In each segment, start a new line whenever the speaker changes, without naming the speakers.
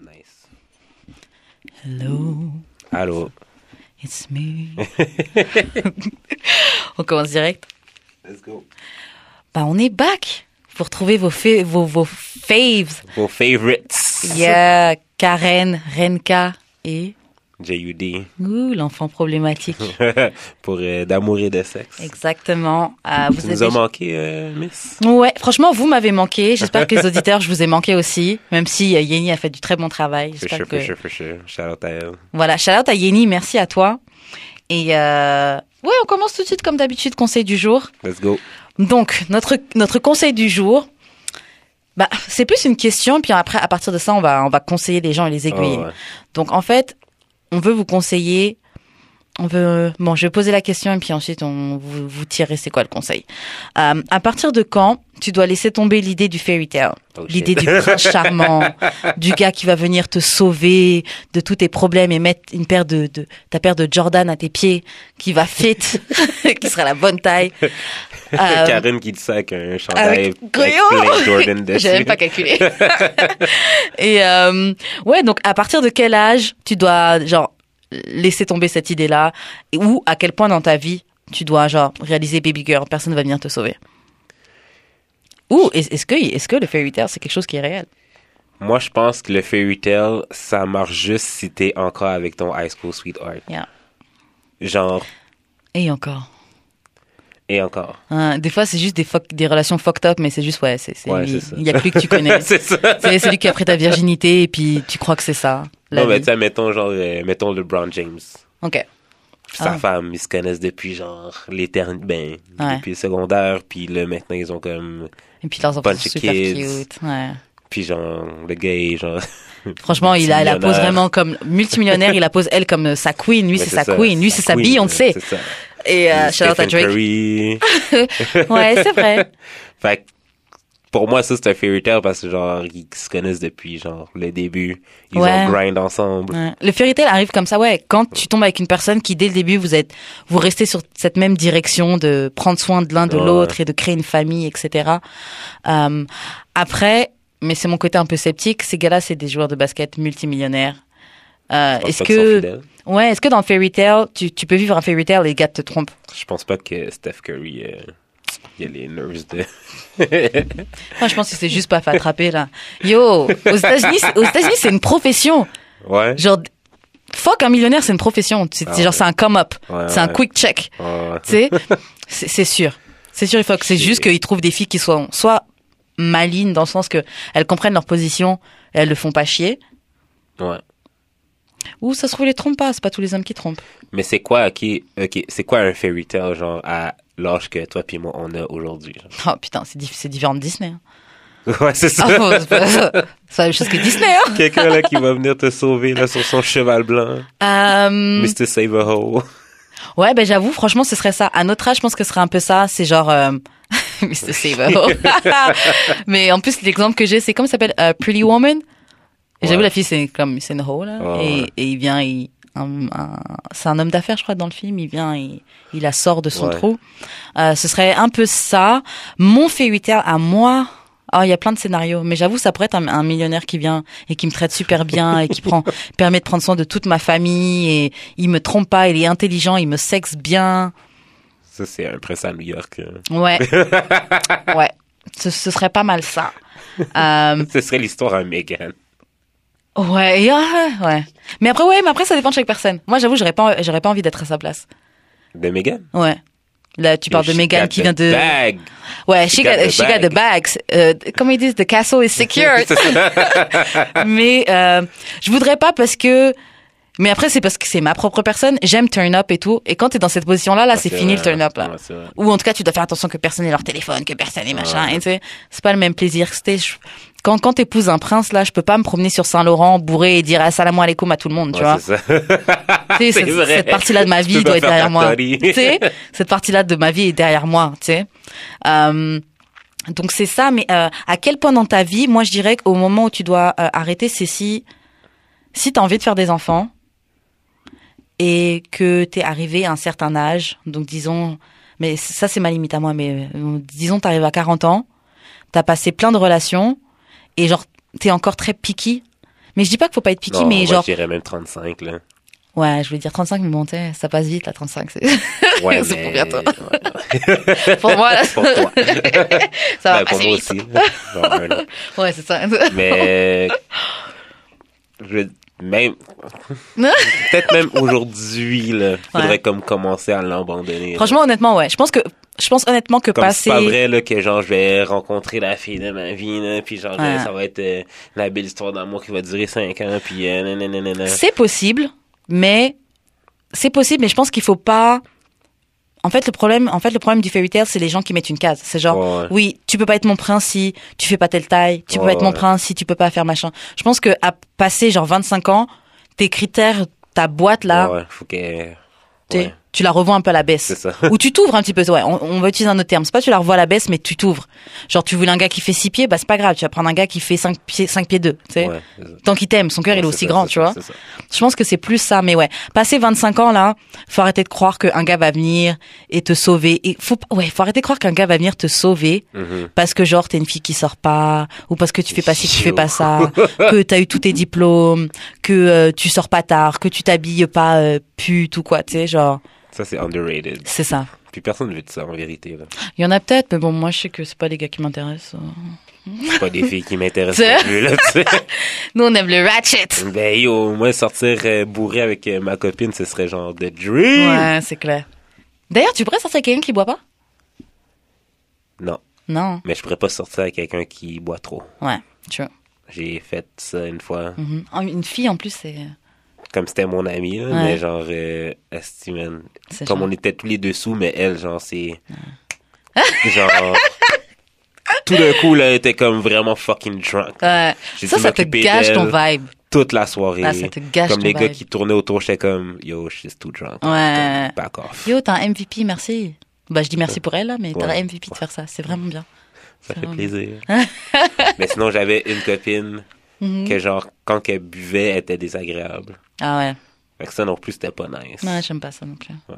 Yes. Hello,
Allô.
it's me. on commence direct.
Let's go.
Bah, on est back pour trouver vos, fa- vos, vos faves.
Vos favorites.
Il y a Karen, Renka et
J.U.D.
ouh, l'enfant problématique.
Pour euh, d'amour et de sexe.
Exactement. Ah, vous
Tu
avez-
nous as manqué, euh, Miss.
Ouais, franchement, vous m'avez manqué. J'espère que les auditeurs, je vous ai manqué aussi. Même si euh, Yenny a fait du très bon travail.
For
J'espère
sure,
que
for sure, for sure. Shout out à elle.
Voilà, shout out à Yenny, merci à toi. Et euh, ouais, on commence tout de suite comme d'habitude, conseil du jour.
Let's go.
Donc, notre, notre conseil du jour, bah, c'est plus une question, puis après, à partir de ça, on va, on va conseiller les gens et les aiguiller.
Oh, ouais.
Donc, en fait, on veut vous conseiller, on veut... Bon, je vais poser la question, et puis ensuite, on vous, vous tirez c'est quoi le conseil. Euh, à partir de quand tu dois laisser tomber l'idée du fairy tale
Oh, shit.
L'idée du prince charmant, du gars qui va venir te sauver de tous tes problèmes et mettre une paire de, de- ta paire de Jordan à tes pieds, qui va fit, qui sera la bonne taille. Euh,
Karine qui dit ça avec un chandail
avec-
avec plein de Jordan dessus.
J'ai même pas calculé. et euh, ouais, donc à partir de quel âge tu dois genre laisser tomber cette idée-là et- ou à quel point dans ta vie tu dois genre réaliser baby girl, personne va venir te sauver. Ou est- est-ce que est-ce que le fairy tale c'est quelque chose qui est réel
Moi, je pense que le fairy tale, ça marche juste si t'es encore avec ton high school sweetheart.
Yeah.
Genre,
Et encore.
et encore.
Hein, des fois c'est juste des fuck- des relations fucked up mais c'est juste ouais, c'est c'est
Ouais,
lui.
c'est ça.
il y a que lui que tu connais.
c'est ça.
c'est celui qui a pris ta virginité et puis tu crois que c'est ça. La
Non, mais
vie.
tu sais, mettons, genre, euh, mettons LeBron James.
OK.
sa
Ah.
femme, ils se connaissent depuis genre l'éternité, ben,
Ouais.
depuis le secondaire, puis là maintenant ils ont comme,
Et puis leurs enfants
Bunch
sont
of
super
kids.
cute. Ouais.
puis genre le gars est genre.
Franchement, il a la pose
multimillionnaire.
vraiment comme multimillionnaire. il la pose elle comme euh, sa queen. Lui,
Mais
c'est sa queen. Lui, c'est sa
queen,
Beyoncé.
C'est ça.
Et euh, shout out à
Stephen
Drake.
Curry.
Ouais, c'est vrai.
fait que, pour moi ça c'est un fairy tale parce que genre ils se connaissent depuis genre le début, ils
Ouais.
ont grind ensemble.
Ouais. Le fairy tale arrive comme ça, ouais. Quand tu tombes avec une personne qui, dès le début, vous êtes, vous restez sur cette même direction de prendre soin de l'un de
Ouais.
l'autre et de créer une famille, etc. Euh, après, mais c'est mon côté un peu sceptique. Ces gars-là, c'est des joueurs de basket multimillionnaires. Euh,
Je pense
est-ce
pas qu'ils sont
que,
fidèles.
ouais, est-ce que dans le fairy tale, tu, tu peux vivre un fairy tale et les gars te trompent?
Je pense pas que Steph Curry, euh, il a les nerves de.
Moi, Ah, je pense que c'est juste pas fait attraper, là. Yo, aux États-Unis, c'est- aux États-Unis, c'est une profession.
Ouais.
Genre, fuck un millionnaire, c'est une profession. C'est
Ah
c'est genre,
ouais.
c'est un come-up.
Ouais,
c'est un
ouais.
quick check.
Ouais.
Tu sais, c'est c'est sûr. C'est sûr, il faut que c'est
C'est-
juste qu'ils trouvent des filles qui soient, soit malines dans le sens que elles comprennent leur position, et elles le font pas chier.
Ouais.
Ou ça se trouve, ils les trompent pas. C'est pas tous les hommes qui trompent.
Mais c'est quoi, ok, ok, c'est quoi un fairy tale, genre, à l'âge que toi puis moi on a aujourd'hui? genre?
Oh putain, c'est diff- c'est différent de Disney. hein.
Ouais, c'est
Ah,
ça.
bon, c'est pas- c'est pas la même chose que Disney. Hein.
Quelqu'un là qui va venir te sauver là sur son cheval blanc,
Euh,
Mr. Save a Hole.
Ouais, ben j'avoue, franchement, ce serait ça. À notre âge, je pense que ce serait un peu ça. C'est genre... Euh... Mr. Sabo. Mais en plus, l'exemple que j'ai, c'est comment ça s'appelle euh, Pretty Woman. Et J'avoue,
Ouais.
la fille, c'est comme c'est une hoe, là.
Ouais,
et,
ouais.
et il vient, il, un- un- c'est un homme d'affaires, je crois, dans le film. Il vient, il, il la sort de son
Ouais.
trou. Euh, ce serait un peu ça. Mon fairy tale à moi. Ah, il y a plein de scénarios, mais j'avoue, ça pourrait être un, un millionnaire qui vient et qui me traite super bien et qui prend, permet de prendre soin de toute ma famille et il me trompe pas, il est intelligent, il me sexe bien.
Ça, c'est un prince à New York. hein.
Ouais. ouais. Ce, ce serait pas mal ça. Euh,
Ce serait l'histoire à Megan.
ouais, et, ah, ouais. Mais après, ouais, mais après, ça dépend de chaque personne. Moi, j'avoue, j'aurais pas, j'aurais pas envie d'être à sa place.
De Megan?
Ouais. Là, tu parles de Megan qui vient de.
Bag!
Ouais, she,
She
got,
got the
she got the bags. Euh, comment ils disent, the castle is secure. mais euh, je voudrais pas parce que. Mais après, c'est parce que c'est ma propre personne. J'aime turn up et tout. Et quand t'es dans cette position-là, là, Ah, c'est fini le turn up. Là.
Ouais, c'est vrai.
Ou en tout cas, tu dois faire attention que personne n'ait leur téléphone, que personne n'ait machin.
Ouais.
Et tu sais, c'est pas le même plaisir. que C'était je- quand quand t'épouses un prince là, je peux pas me promener sur Saint-Laurent bourré et dire assalamu alaikum à tout le monde, tu
Ouais,
vois.
c'est ça. C'est
Tu sais, cette,
vrai.
cette partie-là de ma
Tu
vie
peux
doit
pas
être
faire
derrière moi.
Tartari.
Tu sais, cette partie-là de ma vie est derrière moi, tu sais. Euh, donc c'est ça, mais euh, à quel point dans ta vie, moi je dirais qu'au moment où tu dois euh, arrêter, c'est si si t'as envie de faire des enfants et que t'es arrivé à un certain âge, donc disons, mais ça c'est ma limite à moi, mais euh, disons t'arrives à 40 ans, t'as passé plein de relations et genre t'es encore très picky Mais je dis pas qu'il faut pas être picky,
Non,
mais
moi,
genre,
j'irais même 35, là.
ouais, je voulais dire 35, mais bon, tu sais, ça passe vite, la 35, c'est,
Ouais,
C'est pour
mais-
bientôt.
ouais.
pour moi, là,
Pour toi.
ça
Ben, pour
va passer
moi
vite.
aussi. Genre un an.
Ouais, c'est ça.
Mais je même peut-être même aujourd'hui là, faudrait
Ouais.
comme commencer à l'abandonner. là.
Franchement, honnêtement, ouais, je pense que, je pense honnêtement que
comme
passer,
c'est pas vrai là que genre je vais rencontrer la fille de ma vie là, puis genre
Ouais.
ça va être euh, la belle histoire d'amour qui va durer 5 ans puis euh, nan, nan, nan, nan, nan.
C'est possible, mais c'est possible, mais je pense qu'il faut pas. En fait, le problème, en fait, le problème du fairy tale, c'est les gens qui mettent une case. C'est genre,
Ouais.
oui, tu peux pas être mon prince si tu fais pas telle taille, tu peux
Ouais,
pas être mon
ouais.
prince si tu peux pas faire machin. Je pense que à passer genre 25 ans, tes critères, ta boîte là,
Ouais, faut que
t'es-
ouais,
tu la revois un peu à la
c'est
baisse.
ça.
Ou tu t'ouvres un petit peu, ouais, on, on va utiliser un autre terme. C'est pas tu la revois à la baisse, mais tu t'ouvres. Genre, tu voulais un gars qui fait 6 pieds, bah c'est pas grave, tu vas prendre un gars qui fait 5 pieds, 5 pieds 2, tu sais.
Ouais, c'est ça.
Tant qu'il t'aime, son cœur il est
Ouais,
aussi
c'est ça,
grand,
c'est
tu
ça,
vois.
c'est ça.
Je pense que c'est plus ça, mais ouais. Passer 25 ans, là, faut arrêter de croire qu'un gars va venir et te sauver. Et faut, ouais, faut arrêter de croire qu'un gars va venir te sauver
Mhm.
parce que genre t'es une fille qui sort pas, ou parce que tu fais pas ci, tu
Yo.
fais pas ça, que t'as eu tous tes diplômes, que euh, tu sors pas tard, que tu t'habilles pas euh, pute ou quoi, tu sais, genre,
Ça c'est underrated.
c'est ça.
Puis personne ne veut de ça en vérité là.
Il y en a peut-être, mais bon, moi je sais que c'est pas les gars qui m'intéressent. euh.
C'est pas des filles qui m'intéressent
C'est-
non plus là, tu sais.
Nous on aime le ratchet.
Ben yo, moi sortir euh, bourré avec euh, ma copine, ce serait genre the dream.
Ouais, c'est clair. D'ailleurs, tu pourrais sortir avec quelqu'un qui boit pas
Non,
Non.
mais je pourrais pas sortir avec quelqu'un qui boit trop.
Ouais, tu vois.
J'ai fait ça une fois,
Mhm. Oh, Une fille en plus, c'est.
comme c'était mon ami, là,
Ouais.
mais genre euh, esti, man.
c'est
Comme
chiant.
on était tous les deux sous, mais elle genre c'est genre tout d'un coup là, elle était comme vraiment fucking drunk.
Ouais.
J'ai
euh, Ça,
dû
ça te
m'occuper
gâche ton
d'elle
vibe.
toute la soirée.
Ah, ça te gâche
comme
ton
les gars
vibe.
qui tournaient autour, j'étais comme yo, she's too drunk.
Ouais.
Back off.
Yo, t'as un MVP, merci. Bah, je dis merci pour elle, là, mais t'as
Ouais.
un MVP de faire ça. C'est vraiment bien.
Ça
C'est
fait
vraiment
plaisir. Mais sinon, j'avais une copine
Mhm.
que, genre, quand qu'elle buvait, elle était désagréable.
Ah ouais.
Fait que ça non plus, c'était pas nice.
Ouais, j'aime pas ça non plus.
Ouais.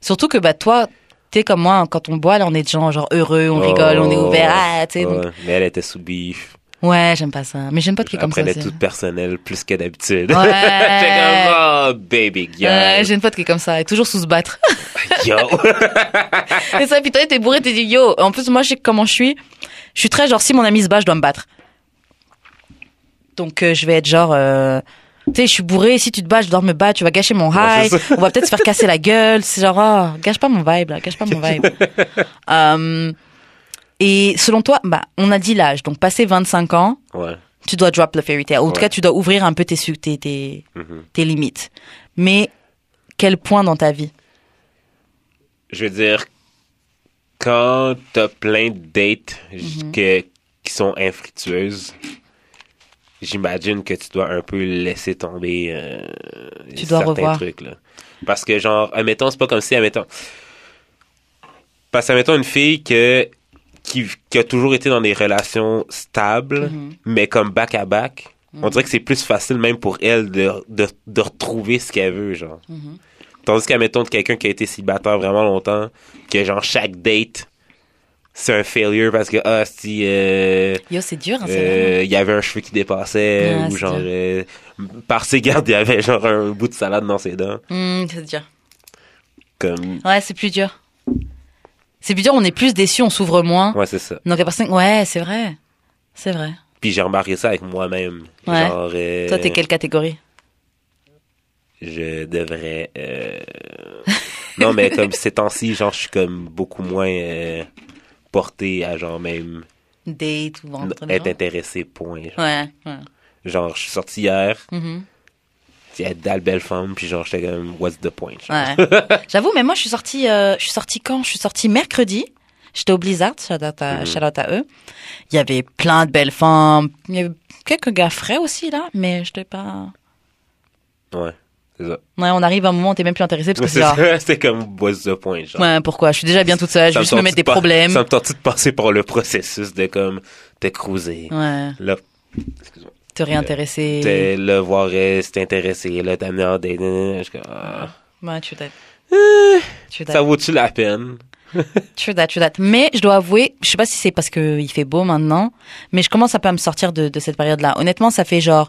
Surtout que, bah, toi, t'es comme moi, hein, quand on boit, là, on est des gens, genre, heureux, on
Oh,
rigole, on est ouvert,
ouais,
ah, tu sais.
ouais.
donc-
Mais elle était sous beef.
Ouais, j'aime pas ça. Mais j'aime pas de qui
Elle
comme ça
prenait
aussi.
tout personnel plus que d'habitude.
Ouais.
J'étais comme, oh, baby girl.
Ouais, j'ai une pote qui est comme ça, elle est toujours sous se battre.
Yo.
Et ça, puis toi, t'es bourré, t'es dit yo. En plus, moi, je sais comment je suis. Je suis très genre, si mon ami se bat, je dois me battre. Donc, euh, je vais être genre, euh, tu sais, je suis bourré, si tu te bats, je dois me battre, tu vas gâcher mon high,
c'est
on va peut-être se faire casser la gueule. C'est genre, oh, gâche pas mon vibe, là, gâche pas mon vibe. Euh, et selon toi, bah, on a dit l'âge, donc passé 25 ans,
ouais.
tu dois drop le fairy tale. En tout
Ouais.
cas, tu dois ouvrir un peu tes, su- tes, tes,
Mhm.
tes limites. Mais quel point dans ta vie
Je veux dire, quand t'as plein de dates j-
Mhm.
que- qui sont infructueuses, j'imagine que tu dois un peu laisser tomber euh,
Tu dois
certains
revoir.
trucs. Là. Parce que, genre, admettons, c'est pas comme si, admettons... Parce que, admettons, une fille que, qui, qui a toujours été dans des relations stables,
Mhm.
mais comme back-à-back, on dirait que c'est plus facile même pour elle de, de, de retrouver ce qu'elle veut, genre. Tandis qu'à mettons de quelqu'un qui a été célibataire vraiment longtemps, que genre chaque date, c'est un failure parce que ah si euh,
Yo, c'est dur, hein,
euh,
c'est
il y avait un cheveu qui dépassait
Ouais,
ou
c'est
genre
dur.
euh, par ses gardes il y avait genre un bout de salade dans ses dents
vraiment- Hmm, c'est dur.
comme
Ouais, c'est plus dur. C'est plus dur, on est plus déçus, on s'ouvre moins.
ouais c'est ça.
Donc la personne, ouais, c'est vrai. C'est vrai.
Puis j'ai remarqué ça avec moi-même.
Ouais.
Genre euh,
Toi, t'es quelle catégorie
je devrais euh, non mais comme ces temps-ci genre je suis comme beaucoup moins euh, porté à genre même
Date ou
n-
entre
être intéressé point. genre.
Ouais, ouais.
Genre je suis sorti hier
Mhm.
Il y a dalle belle femme, puis genre, j'étais comme, what's the point? genre.
Ouais. J'avoue, mais moi, je suis sortie, euh, je suis sortie quand Je suis sortie mercredi. J'étais au Blizzard, shout out, à,
Mhm.
shout out à eux. Il y avait plein de belles femmes. Il y avait quelques gars frais aussi, là, mais je t'ai pas.
Ouais, c'est ça.
Ouais, on arrive à un moment où t'es même plus intéressé parce que c'est
C'est
genre.
ça, C'était comme, what's the point? Genre.
Ouais, pourquoi Je suis déjà bien toute seule, je
Ça
vais
me
juste me
tente
mettre
de
des
pas-
problèmes.
Ça me tente de passer par le processus de comme, te cruiser.
Ouais,
Là, excuse-moi.
te réintéresser.
Te le voir, euh, si t'es intéressé, là, t'amener en date. euh, je suis comme, ah.
Ouais, tu t'es. Tu
Euh, Ça vaut-tu la peine?
True that, true that. Mais je dois avouer, je sais pas si c'est parce que il fait beau maintenant, mais je commence un peu à me sortir de, de cette période-là. Honnêtement, ça fait genre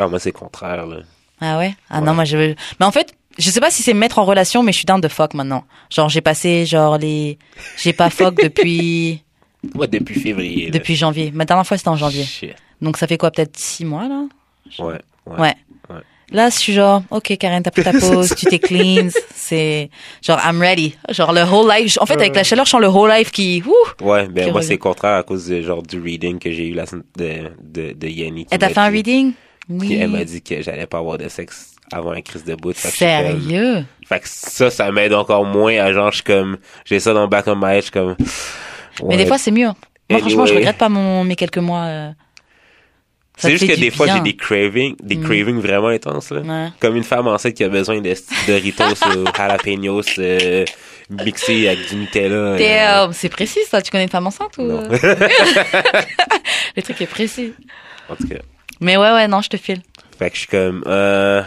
Ah, moi, c'est contraire, là.
Ah ouais Ah
Ouais.
non, moi je veux. Mais en fait, je sais pas si c'est mettre en relation, mais je suis down de fuck maintenant. Genre, j'ai passé, genre, les. J'ai pas fuck depuis.
Moi, depuis février. là.
depuis janvier. Ma dernière fois, c'était en janvier.
Shit.
Donc ça fait quoi, peut-être six mois, là
Ouais. Ouais.
Ouais.
Ouais.
Là, je suis genre, ok, Karen, t'as pris ta pause, tu t'es cleans, c'est genre I'm ready, genre le whole life. En fait, avec la chaleur, je sens le whole life qui, ouh.
Ouais, ben
Qui
moi,
revient.
c'est contraire à cause de, genre, du reading que j'ai eu la semaine de, de, de Yanni. qui
Elle t'a
m'a
fait un
dit-
reading
qui,
Oui.
Elle m'a dit que j'allais pas avoir de sexe avant la crise de bout. Fait que je suis comme-
Sérieux
Fait que ça, ça m'aide encore moins à genre, je suis comme, j'ai ça dans le back of my head, je suis comme.
Mais des
ouais.
fois, c'est mieux. Moi,
Anyway.
franchement, je regrette pas mon, mes quelques mois. euh,
c'est
ça te
juste
fait
que
du
des fois, j'ai
bien. Mm.
des cravings, des cravings vraiment intenses, là.
Ouais.
Comme une femme enceinte qui a besoin de Doritos ou jalapenos euh, mixés avec du Nutella. euh,
Damn, c'est précis ça. Tu connais une femme enceinte ou
Non.
euh, le truc est précis.
en tout cas.
Mais ouais, ouais, non, je te file.
Fait que je suis comme, euh...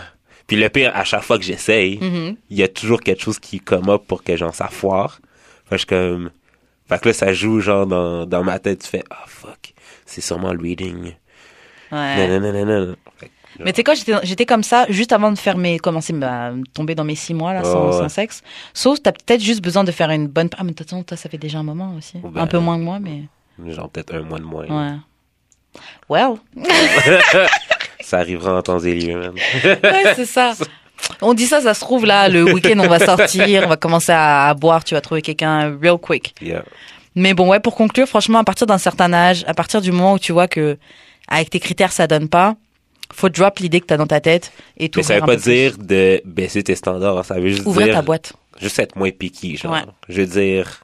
Puis le pire, à chaque fois que j'essaye, il
Mhm.
y a toujours quelque chose qui come up pour que j'en ça foire. Fait que je suis comme... Fait que là, ça joue genre dans, dans ma tête, tu fais, ah fuck, c'est sûrement le reading.
Ouais.
Non, non, non, non, non. Fait que, genre,
Mais tu sais quoi, j'étais, j'étais comme ça juste avant de faire mes, commencer à tomber dans mes six mois là, sans,
Ouais, ouais.
sans sexe. Sauf t'as peut-être juste besoin de faire une bonne. Ah mais de toute façon, toi ça fait déjà un moment aussi,
Ben,
un peu moins que moi, mais
genre peut-être un mois de moins.
ouais. Well,
Ça arrivera en temps et lieu, man.
ouais, c'est ça. On dit ça, ça se trouve là, le week-end on va sortir, on va commencer à, à boire, tu vas trouver quelqu'un real quick.
Yeah.
Mais bon, ouais, pour conclure, franchement, à partir d'un certain âge, à partir du moment où tu vois que avec tes critères ça donne pas, faut drop l'idée que t'as dans ta tête et tout.
Mais ça veut pas dire de baisser tes standards, ça veut juste
ouvrir
dire...
ta boîte.
Juste être moins piqué, genre.
Ouais.
Je veux dire...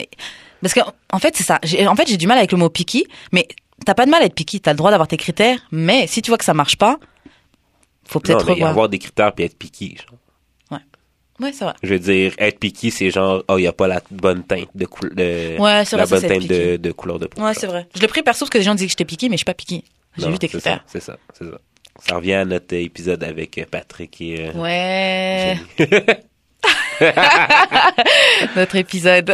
Parce que en fait, c'est ça. J'ai- En fait, j'ai du mal avec le mot picky, mais t'as pas de mal à être picky. T'as le droit d'avoir tes critères, mais si tu vois que ça marche pas, faut
Non,
peut-être
mais
revoir.
avoir des critères puis être piqué, genre.
Ouais, c'est vrai.
Je veux dire, être piqué, c'est genre, oh, il n'y a pas la bonne teinte de couleur.
Ouais, c'est
La
vrai, ça,
bonne
c'est être
teinte de,
picky.
de couleur de peau.
Ouais, c'est vrai. Je l'ai pris perso parce que les gens disaient que j'étais picky, mais je suis pas picky. J'ai
Non,
vu tes
c'est
critères.
ça, C'est ça, c'est ça. Ça revient à notre épisode avec euh, Patrick et. euh,
Ouais.
Jenny.
Notre épisode.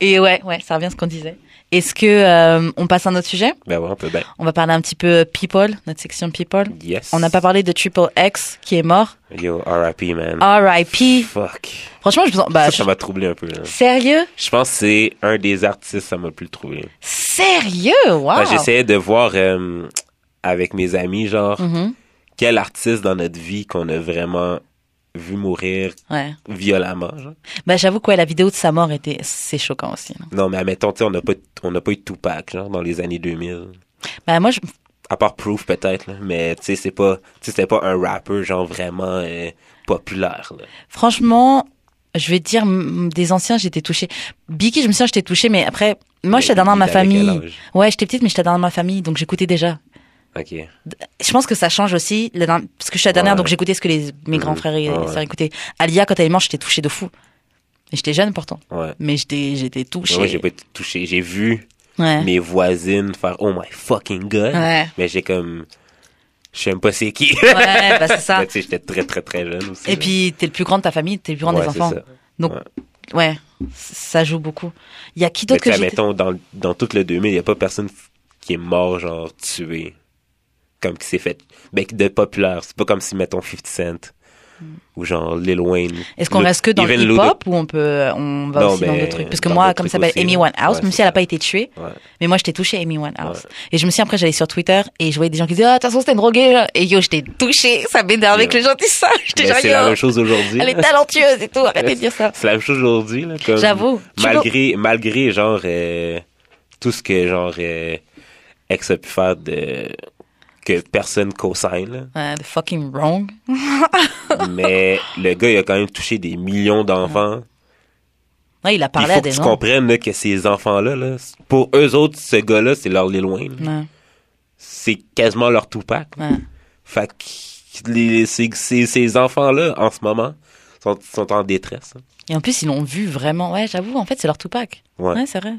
Et ouais, ouais, ça revient à ce qu'on disait. Est-ce que euh, on passe à un autre sujet
ben ouais, on peut. Ben,
On va parler un petit peu people, notre section people.
yes.
On n'a pas parlé de Triple X qui est mort.
Yo, RIP, man.
R.I.P.
Fuck.
Franchement, je me sens- bah,
ça, ça m'a troublé un peu, là.
sérieux
Je pense que c'est un des artistes, ça m'a plus troublé.
Sérieux Wow.
Enfin, J'essayais de voir euh, avec mes amis, genre,
Mhm.
quel artiste dans notre vie qu'on a vraiment vu mourir
Ouais.
violemment, genre.
Bah j'avoue quoi, la vidéo de sa mort était c'est choquant aussi. hein. non.
Non, mais admettons, tu sais, on n'a pas, on n'a pas eu Tupac, genre, dans les années 2000.
Bah moi je
À part Proof, peut-être, là, mais tu sais, c'est pas, tu sais, c'était pas un rappeur, genre, vraiment euh, populaire, là.
franchement, je vais te dire mm, des anciens, j'étais touchée. Biki, je me souviens j'étais touchée mais après moi
Mais
j'étais dans
t'avais
ma
quel
famille.
âge?
Ouais, j'étais petite mais j'étais dans ma famille donc j'écoutais déjà.
OK.
Je pense que ça change aussi la dernière- parce que je suis la dernière
Ouais.
donc j'écoutais ce que les mes grands
Mhm.
frères et
Ouais.
sœurs écoutaient. Alia quand elle est morte, j'étais touchée de fou. Et J'étais jeune pourtant,
Ouais.
mais j'étais j'étais touchée.
Moi, j'ai pas été touché. J'ai vu
Ouais.
mes voisines faire « Oh my fucking God!
Hein? Ouais.
Mais j'ai comme... Je sais même pas c'est qui.
Ouais, bah c'est ça.
Mais tu sais, j'étais très, très, très jeune aussi.
Et
là.
puis t'es le plus grand de ta famille, t'es le plus grand
Ouais,
des
c'est
enfants.
ça.
Donc
Ouais.
ouais, ça joue beaucoup. Il y a qui
Mais
d'autre
tu
que
sais,
j'ai
mettons, dans, dans tout le 2000, il n'y a pas personne f- qui est mort, genre, tué. Comme qui s'est fait. Ben, de populaire. C'est pas comme si, mettons, 50 Cent. Ou genre Lil Wayne.
Est-ce qu'on
Lu-
reste que dans le
Even Ludo-
hip-hop ou on peut euh, on va
Non,
aussi dans
mais
d'autres trucs Parce que
dans
moi,
d'autres
comme ça
trucs
s'appelle
aussi,
Amy
là.
Winehouse,
Ouais,
même
c'est
si elle
ça.
a pas été tuée,
Ouais.
mais moi j'étais touchée Amy Winehouse.
Ouais.
Et je me souviens après j'allais sur Twitter et je voyais des gens qui disaient ah de toute façon c'était une droguée là. et yo j'étais touchée, ça m'énervait
Yeah.
que les gens disent ça. J'étais
Mais
genre
c'est la
yo,
même chose aujourd'hui.
elle est
là.
talentueuse et tout, arrêtez de dire ça.
C'est la même chose aujourd'hui. là, comme-
J'avoue. Tu
Malgré, malgré, genre, euh, tout ce que, genre, euh, ex a pu faire de. que personne co-signe, là.
Ouais, the fucking wrong.
Mais le gars, il a quand même touché des millions d'enfants.
Ouais, il a
Puis Il
parlé
faut
à
que
des
tu
gens.
comprennes là, que ces enfants-là, là, c'est- pour eux autres, ce gars-là, c'est leur Lil Wayne.
Ouais,
C'est quasiment leur Tupac.
ouais.
Fait que les- ces, ces- ces enfants-là, en ce moment, sont, sont en détresse. hein.
Et en plus, ils l'ont vu vraiment. Ouais, j'avoue, en fait, c'est leur Tupac.
Ouais.
Ouais, c'est vrai.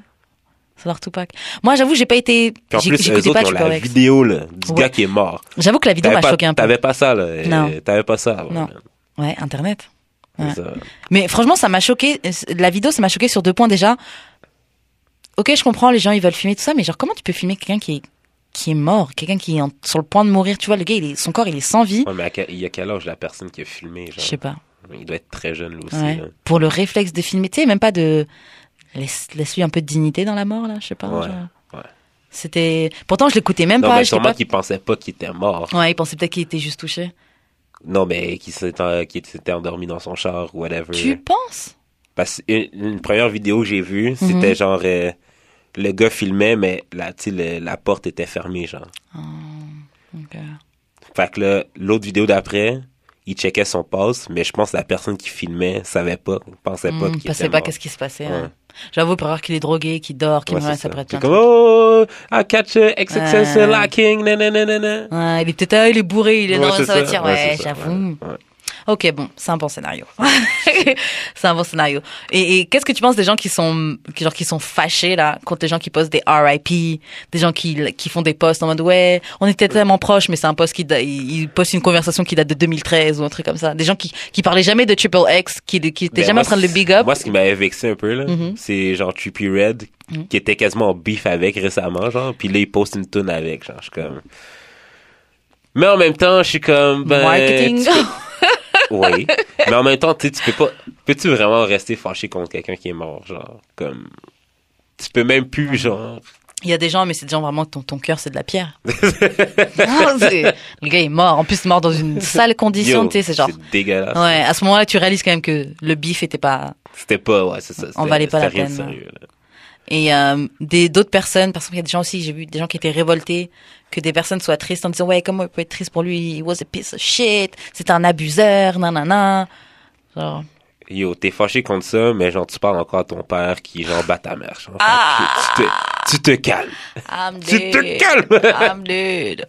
C'est leur Tupac. Moi, j'avoue, j'ai pas été.
Puis en
j'ai-
plus, eux
j'écoutais
autres,
pas
ils ont
Tupac
la
X.
vidéo là, du
Ouais.
gars qui est mort.
J'avoue que la vidéo
T'avais
m'a
pas,
choqué un peu.
t'avais pas ça, là. euh,
Non.
T'avais pas ça. avant,
Non.
là.
Ouais, Internet.
C'est
Ouais.
ça.
Mais franchement, ça m'a choqué. La vidéo, ça m'a choqué sur deux points déjà. Ok, je comprends, les gens, ils veulent fumer tout ça, mais genre, comment tu peux filmer quelqu'un qui est, qui est mort, quelqu'un qui est en- sur le point de mourir, tu vois, le gars, il est- son corps, il est sans vie.
Ouais, mais à quel- il y a quel âge la personne qui a filmé
Je
genre?
sais pas.
Il doit être très jeune, lui aussi.
Ouais.
là.
Pour le réflexe de filmer, tu sais, même pas de. Laisse- Laisse-lui un peu de dignité dans la mort, là, je sais pas.
Ouais,
genre.
ouais.
C'était. Pourtant, je l'écoutais même
Non,
pas.
mais
j'étais
sûrement
pas...
qu'il pensait pas qu'il était mort.
Ouais, il pensait peut-être qu'il était juste touché.
Non, mais qu'il s'était euh, qu'il s'était endormi dans son char ou whatever.
Tu penses
Parce qu'une une première vidéo que j'ai
Mhm.
vue, c'était genre... euh, le gars filmait, mais la, tu sais, le- la porte était fermée, genre.
Ah, Ok.
Fait que là, l'autre vidéo d'après, il checkait son passe, mais je pense que la personne qui filmait savait pas, pensait pas
Hmm,
qu'il
pensait
était
pas
mort.
qu'est-ce qui se passait.
Ouais.
hein. J'avoue, pour voir qu'il est drogué, qu'il dort, qu'il
Ouais,
meurt,
c'est
ça pourrait être
Puis
plein de
comme,
trucs.
oh, I catch a XXS
Ouais.
lacking, nananana.
Ouais, il est peut-être, ah, il est bourré, il est dans
Ouais, c'est
sa
ça.
voiture.
Ouais,
Ouais,
c'est ça.
j'avoue.
Ouais, ouais.
Ok, bon, c'est un bon scénario. c'est un bon scénario. Et, et qu'est-ce que tu penses des gens qui sont, qui, genre, qui sont fâchés, là, contre les gens qui postent des RIP, des gens qui, qui font des posts en mode, ouais, on était tellement proches, mais c'est un post qui, da- il il poste une conversation qui date de 2013 ou un truc comme ça. Des gens qui, qui parlaient jamais de Triple X, qui, qui étaient
Ben,
jamais
moi,
en train de le
c-
big up.
Moi, ce qui m'avait vexé un peu, là,
Mhm.
c'est genre Trippy Red,
Mm-hmm.
qui était quasiment en beef avec récemment, genre, puis là, il poste une tune avec, genre, je suis comme... Mais en même temps, je suis comme... Ben,
Marketing.
tu peux- Oui. Mais en même temps, tu sais, tu peux pas... Peux-tu vraiment rester fâché contre quelqu'un qui est mort, genre, comme... Tu peux même plus, genre...
Il y a des gens, mais c'est des gens vraiment, ton, ton cœur, c'est de la pierre. Non, c'est- le gars est mort. En plus, mort dans une sale condition,
yo,
tu sais, c'est genre.
C'est dégueulasse.
Ouais, à ce moment-là, tu réalises quand même que le bif était pas.
C'était pas... Ouais, c'est ça.
On
c'était-
valait pas la
c'était rien de
peine.
sérieux, là.
Et euh, des d'autres personnes, parce qu'il y a des gens aussi, j'ai vu des gens qui étaient révoltés, que des personnes soient tristes en disant ouais comment il peut être triste pour lui, he was a piece of shit, c'est un abuseur, nanana. Genre,
Yo, t'es fâché contre ça, mais genre, tu parles encore à ton père qui, genre, bat ta mère. Genre,
Ah!
Fait que tu, tu te, tu te calmes.
I'm
Tu
dead.
te calmes!
I'm dead.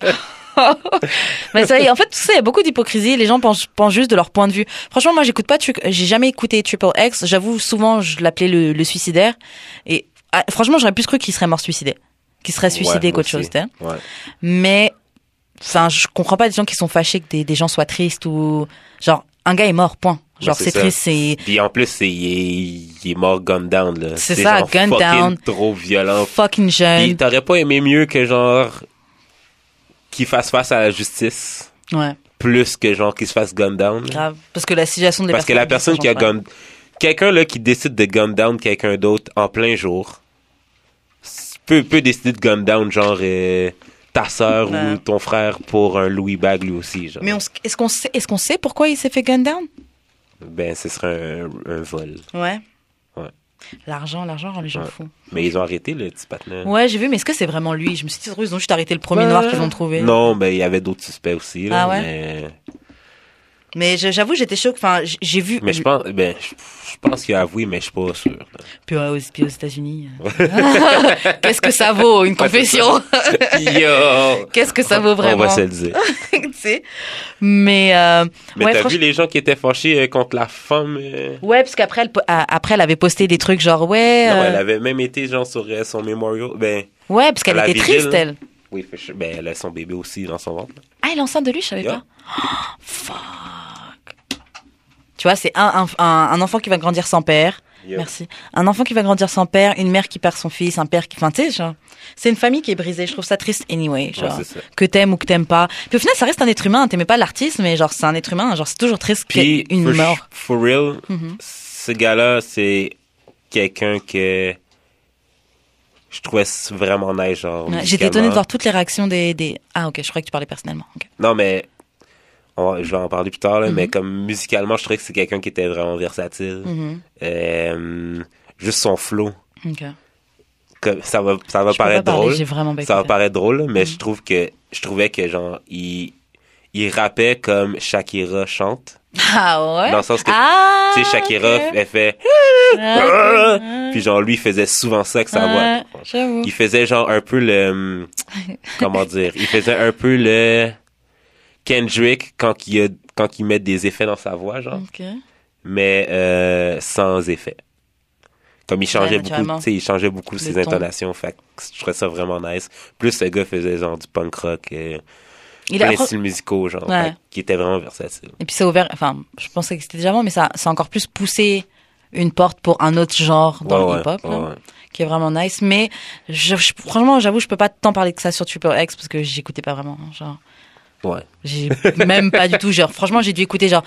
Mais ça y est, en fait, tu sais, il y a beaucoup d'hypocrisie. Les gens pensent, pensent juste de leur point de vue. Franchement, moi, j'écoute pas, Tri- j'ai jamais écouté Triple X. J'avoue, souvent, je l'appelais le, le suicidaire. Et ah, franchement, j'aurais plus cru qu'il serait mort suicidé. Qu'il serait suicidé
Ouais, moi
qu'autre
aussi.
chose, tu sais.
Ouais.
Mais, enfin, je comprends pas des gens qui sont fâchés que des, des gens soient tristes ou, genre, un gars est mort, point. Genre,
Ouais, c'est
c'est
ça.
triste, c'est
Puis en plus, c'est, il, est, il est mort gun down, là.
C'est ça,
genre
gun
fucking
down. Euh,
trop violent.
fucking
Puis
jeune.
t'aurais pas aimé mieux que, genre, qu'il fasse face à la justice,
Ouais,
plus que, genre, qu'il se fasse gun down. là.
grave. Parce que la situation Ah, des
Parce que la personne qui a
gagné
gun... Quelqu'un, là, qui décide de gun down quelqu'un d'autre en plein jour, s- peut, peut décider de gun down, genre, euh, ta sœur
Ouais.
ou ton frère pour un Louis Bag, lui aussi, genre.
Mais on s- est-ce qu'on sait, est-ce qu'on sait pourquoi il s'est fait gun down
Ben, ce serait un, un vol.
Ouais.
Ouais.
L'argent, l'argent rend les gens
Ouais.
fous.
Mais ils ont arrêté le petit patin.
Ouais, j'ai vu, mais est-ce que c'est vraiment lui Je me suis dit, ça se trouve, ils ont juste arrêté le premier
Ouais.
noir qu'ils ont trouvé.
Bah, Non, mais il y avait d'autres suspects aussi. Là,
Ah ouais?
mais,
Mais je- j'avoue, j'étais choquée. Enfin, j- j'ai vu.
mais je pense, ben, je, je pense qu'il a avoué, mais je suis pas sûr. là.
Puis, ouais, aux, puis aux États-Unis. euh. Qu'est-ce que ça vaut, une confession
Yo!
Qu'est-ce que ça vaut
On
vraiment
va se le dire.
Tu sais. Mais, euh,
Mais
ouais,
t'as
franchement-
vu les gens qui étaient fâchés euh, contre la femme? euh,
Ouais, parce qu'après, elle, po- a- après, elle avait posté des trucs genre, ouais.
Non,
euh,
elle avait même été genre sur euh, son memorial. Ben,
Ouais, parce qu'elle
à la
était
vigile.
triste, elle.
oui, for sure. ben, elle a son bébé aussi dans son ventre.
Ah, elle est enceinte de lui, je savais
Yeah.
pas. Oh, fuck. Tu vois, c'est un, un, un- un enfant qui va grandir sans père.
Yeah.
Merci. Un enfant qui va grandir sans père, une mère qui perd son fils, un père qui. Enfin, tu sais, genre, c'est une famille qui est brisée. Je trouve ça triste anyway.
Ouais,
Genre,
c'est ça.
que t'aimes ou que t'aimes pas. Puis au final, ça reste un être humain. T'aimais pas l'artiste, mais genre, c'est un être humain. Genre, c'est toujours triste
Puis,
qu'une
for,
mort. Mm-hmm.
for real, ce gars-là, c'est quelqu'un que je trouvais vraiment nice. Genre,
Ouais, J'étais étonnée de
musicalement.
voir toutes les réactions des, des. Ah, ok, je croyais que tu parlais personnellement. Ok.
Non, mais on- je vais en parler plus tard, là, mais comme musicalement, je trouvais que c'est quelqu'un qui était vraiment versatile.
Mhm.
Euh, juste son flow.
Ok.
Comme, ça va, ça va
Je peux pas
paraître
parler,
drôle.
J'ai vraiment pas
Ça va
écouté. Mm.
paraître drôle, mais je trouve que je trouvais que genre il il rappait comme Shakira chante.
Ah ouais.
Dans le sens que,
ah,
tu sais Shakira
ok.
elle fait
Ah, ok.
puis genre lui il faisait souvent ça avec sa
Ouais,
voix.
J'avoue.
Il faisait genre un peu le comment dire, il faisait un peu le Kendrick quand il a- quand il met des effets dans sa voix genre.
Ok.
mais euh, sans effet. Comme il changeait
Ouais,
beaucoup,
naturellement.
tu sais, il changeait beaucoup ses
ton.
intonations, fait que je trouvais ça vraiment nice. Plus ce gars faisait genre du punk rock, euh,
Il a...
plein de styles musicaux, genre,
Ouais.
qui était vraiment versatile.
Et puis c'est ouvert, enfin, je pensais que c'était déjà avant, mais ça, ça a encore plus poussé une porte pour un autre genre dans
Ouais,
le hip-hop,
ouais,
là,
ouais.
qui est vraiment nice. Mais je, je- franchement, j'avoue, je peux pas tant parler que ça sur Triple X parce que j'écoutais pas vraiment. hein, Genre,
Ouais.
j'ai même pas du tout. Genre, franchement, j'ai dû écouter genre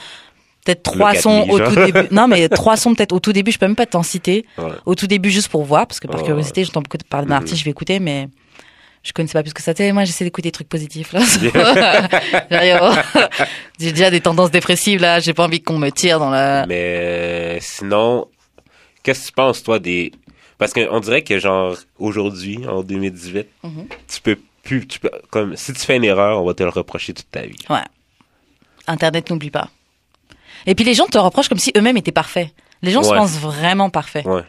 peut-être trois
Le
sons
4000,
au
genre.
tout début. Non, mais trois sons peut-être au tout début. Je peux même pas t'en citer.
Ouais.
Au tout début, juste pour voir, parce que par
Ouais,
curiosité, j'entends beaucoup parler d'un
Mhm.
artiste, je vais écouter, mais. Je connaissais pas plus que ça. Tu sais, moi, j'essaie d'écouter des trucs positifs, là. Genre, yo, j'ai déjà des tendances dépressives, là. J'ai pas envie qu'on me tire dans la...
Mais euh, sinon, qu'est-ce que tu penses, toi, des. Parce qu'on dirait que, genre, aujourd'hui, en 2018,
Mhm.
tu peux plus. Tu peux, comme, si tu fais une erreur, on va te le reprocher toute ta vie.
Internet n'oublie pas. Et puis les gens te reprochent comme si eux-mêmes étaient parfaits. Les gens se
Ouais.
pensent vraiment parfaits.
Ouais.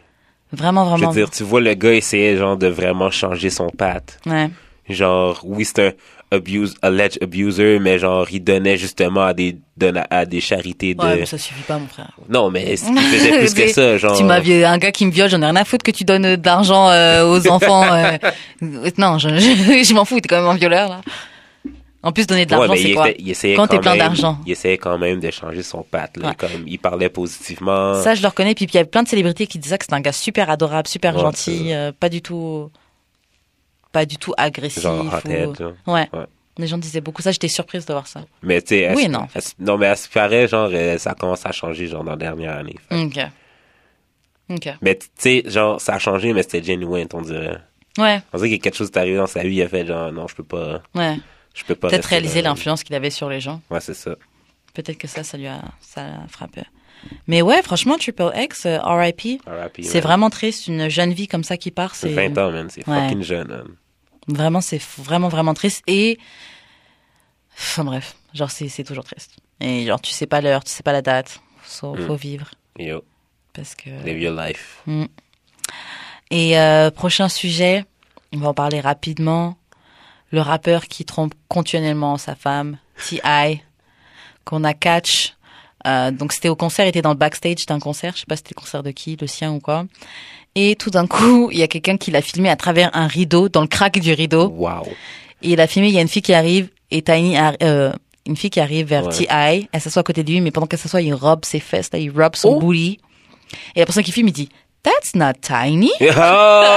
Vraiment,
Je veux
vraiment.
dire, tu vois le gars essayer, genre, de vraiment changer son patte.
Ouais.
Genre, oui, c'est un abuse, alleged abuser, mais genre, il donnait justement à des, donna- à des charités de.
Ouais, mais ça suffit pas, mon frère.
Non, mais il faisait plus que
Des-
ça, genre.
Tu m'as violé- un gars qui me viole, j'en ai rien à foutre que tu donnes euh, de l'argent euh, aux enfants. euh. Non, je, je, je m'en fous, t'es quand même un violeur, là. En plus, donner de
Ouais,
l'argent,
mais
c'est
il,
quoi
était- il essayait
Quand t'es
quand
plein
même-
d'argent.
Il essayait quand même de changer son patte, là.
Ouais.
Comme, il parlait positivement.
Ça, je le reconnais. Puis, puis il y avait plein de célébrités qui disaient que c'était un gars super adorable, super
Ouais,
gentil, euh, pas du tout... Pas du tout agressif.
genre
ou-
hothead, genre.
Ouais.
Ouais.
Les gens disaient beaucoup ça, j'étais surprise de voir ça.
Mais tu sais, à
Oui,
ce-
non.
à ce- non, mais à ce qui paraît, genre, euh, ça commence à changer, genre, dans la dernière année. Fait-
Ok. Ok.
Mais tu sais, genre, ça a changé, mais c'était genuine, on dirait.
Ouais,
On dirait que quelque chose est arrivé dans sa vie, il a fait, genre, non, je peux pas,
ouais.
je peux pas.
Peut-être
rester
réaliser
dans-
l'influence qu'il avait sur les gens.
Ouais, c'est ça.
Peut-être que ça, ça lui a, ça l'a frappé. Mais ouais, franchement, Triple X, euh, RIP,
R.I.P.,
c'est
man.
vraiment triste. Une jeune vie comme ça qui part,
C'est
c'est
20 ans, man. C'est
Ouais.
fucking jeune, man.
vraiment, c'est f- vraiment, vraiment triste. Et, enfin bref, genre c'est, c'est toujours triste. Et genre tu sais pas l'heure, tu sais pas la date. So,
Mm.
Faut vivre
Yo,
parce que.
live your life.
Et euh, prochain sujet, on va en parler rapidement. Le rappeur qui trompe continuellement sa femme, T.I., qu'on a catch. Euh, donc c'était au concert, il était dans le backstage d'un concert, je sais pas c'était le concert de qui, le sien ou quoi. Et tout d'un coup, il y a quelqu'un qui l'a filmé à travers un rideau, dans le crack du rideau.
Wow.
Et il a filmé, il y a une fille qui arrive et Tiny, arri- euh, une fille qui arrive vers
Ouais.
T.I., elle s'assoit à côté de lui, mais pendant qu'elle s'assoit, il robe ses fesses, là, il robe son
Oh.
booty. Et la personne qui filme, il dit, That's not Tiny.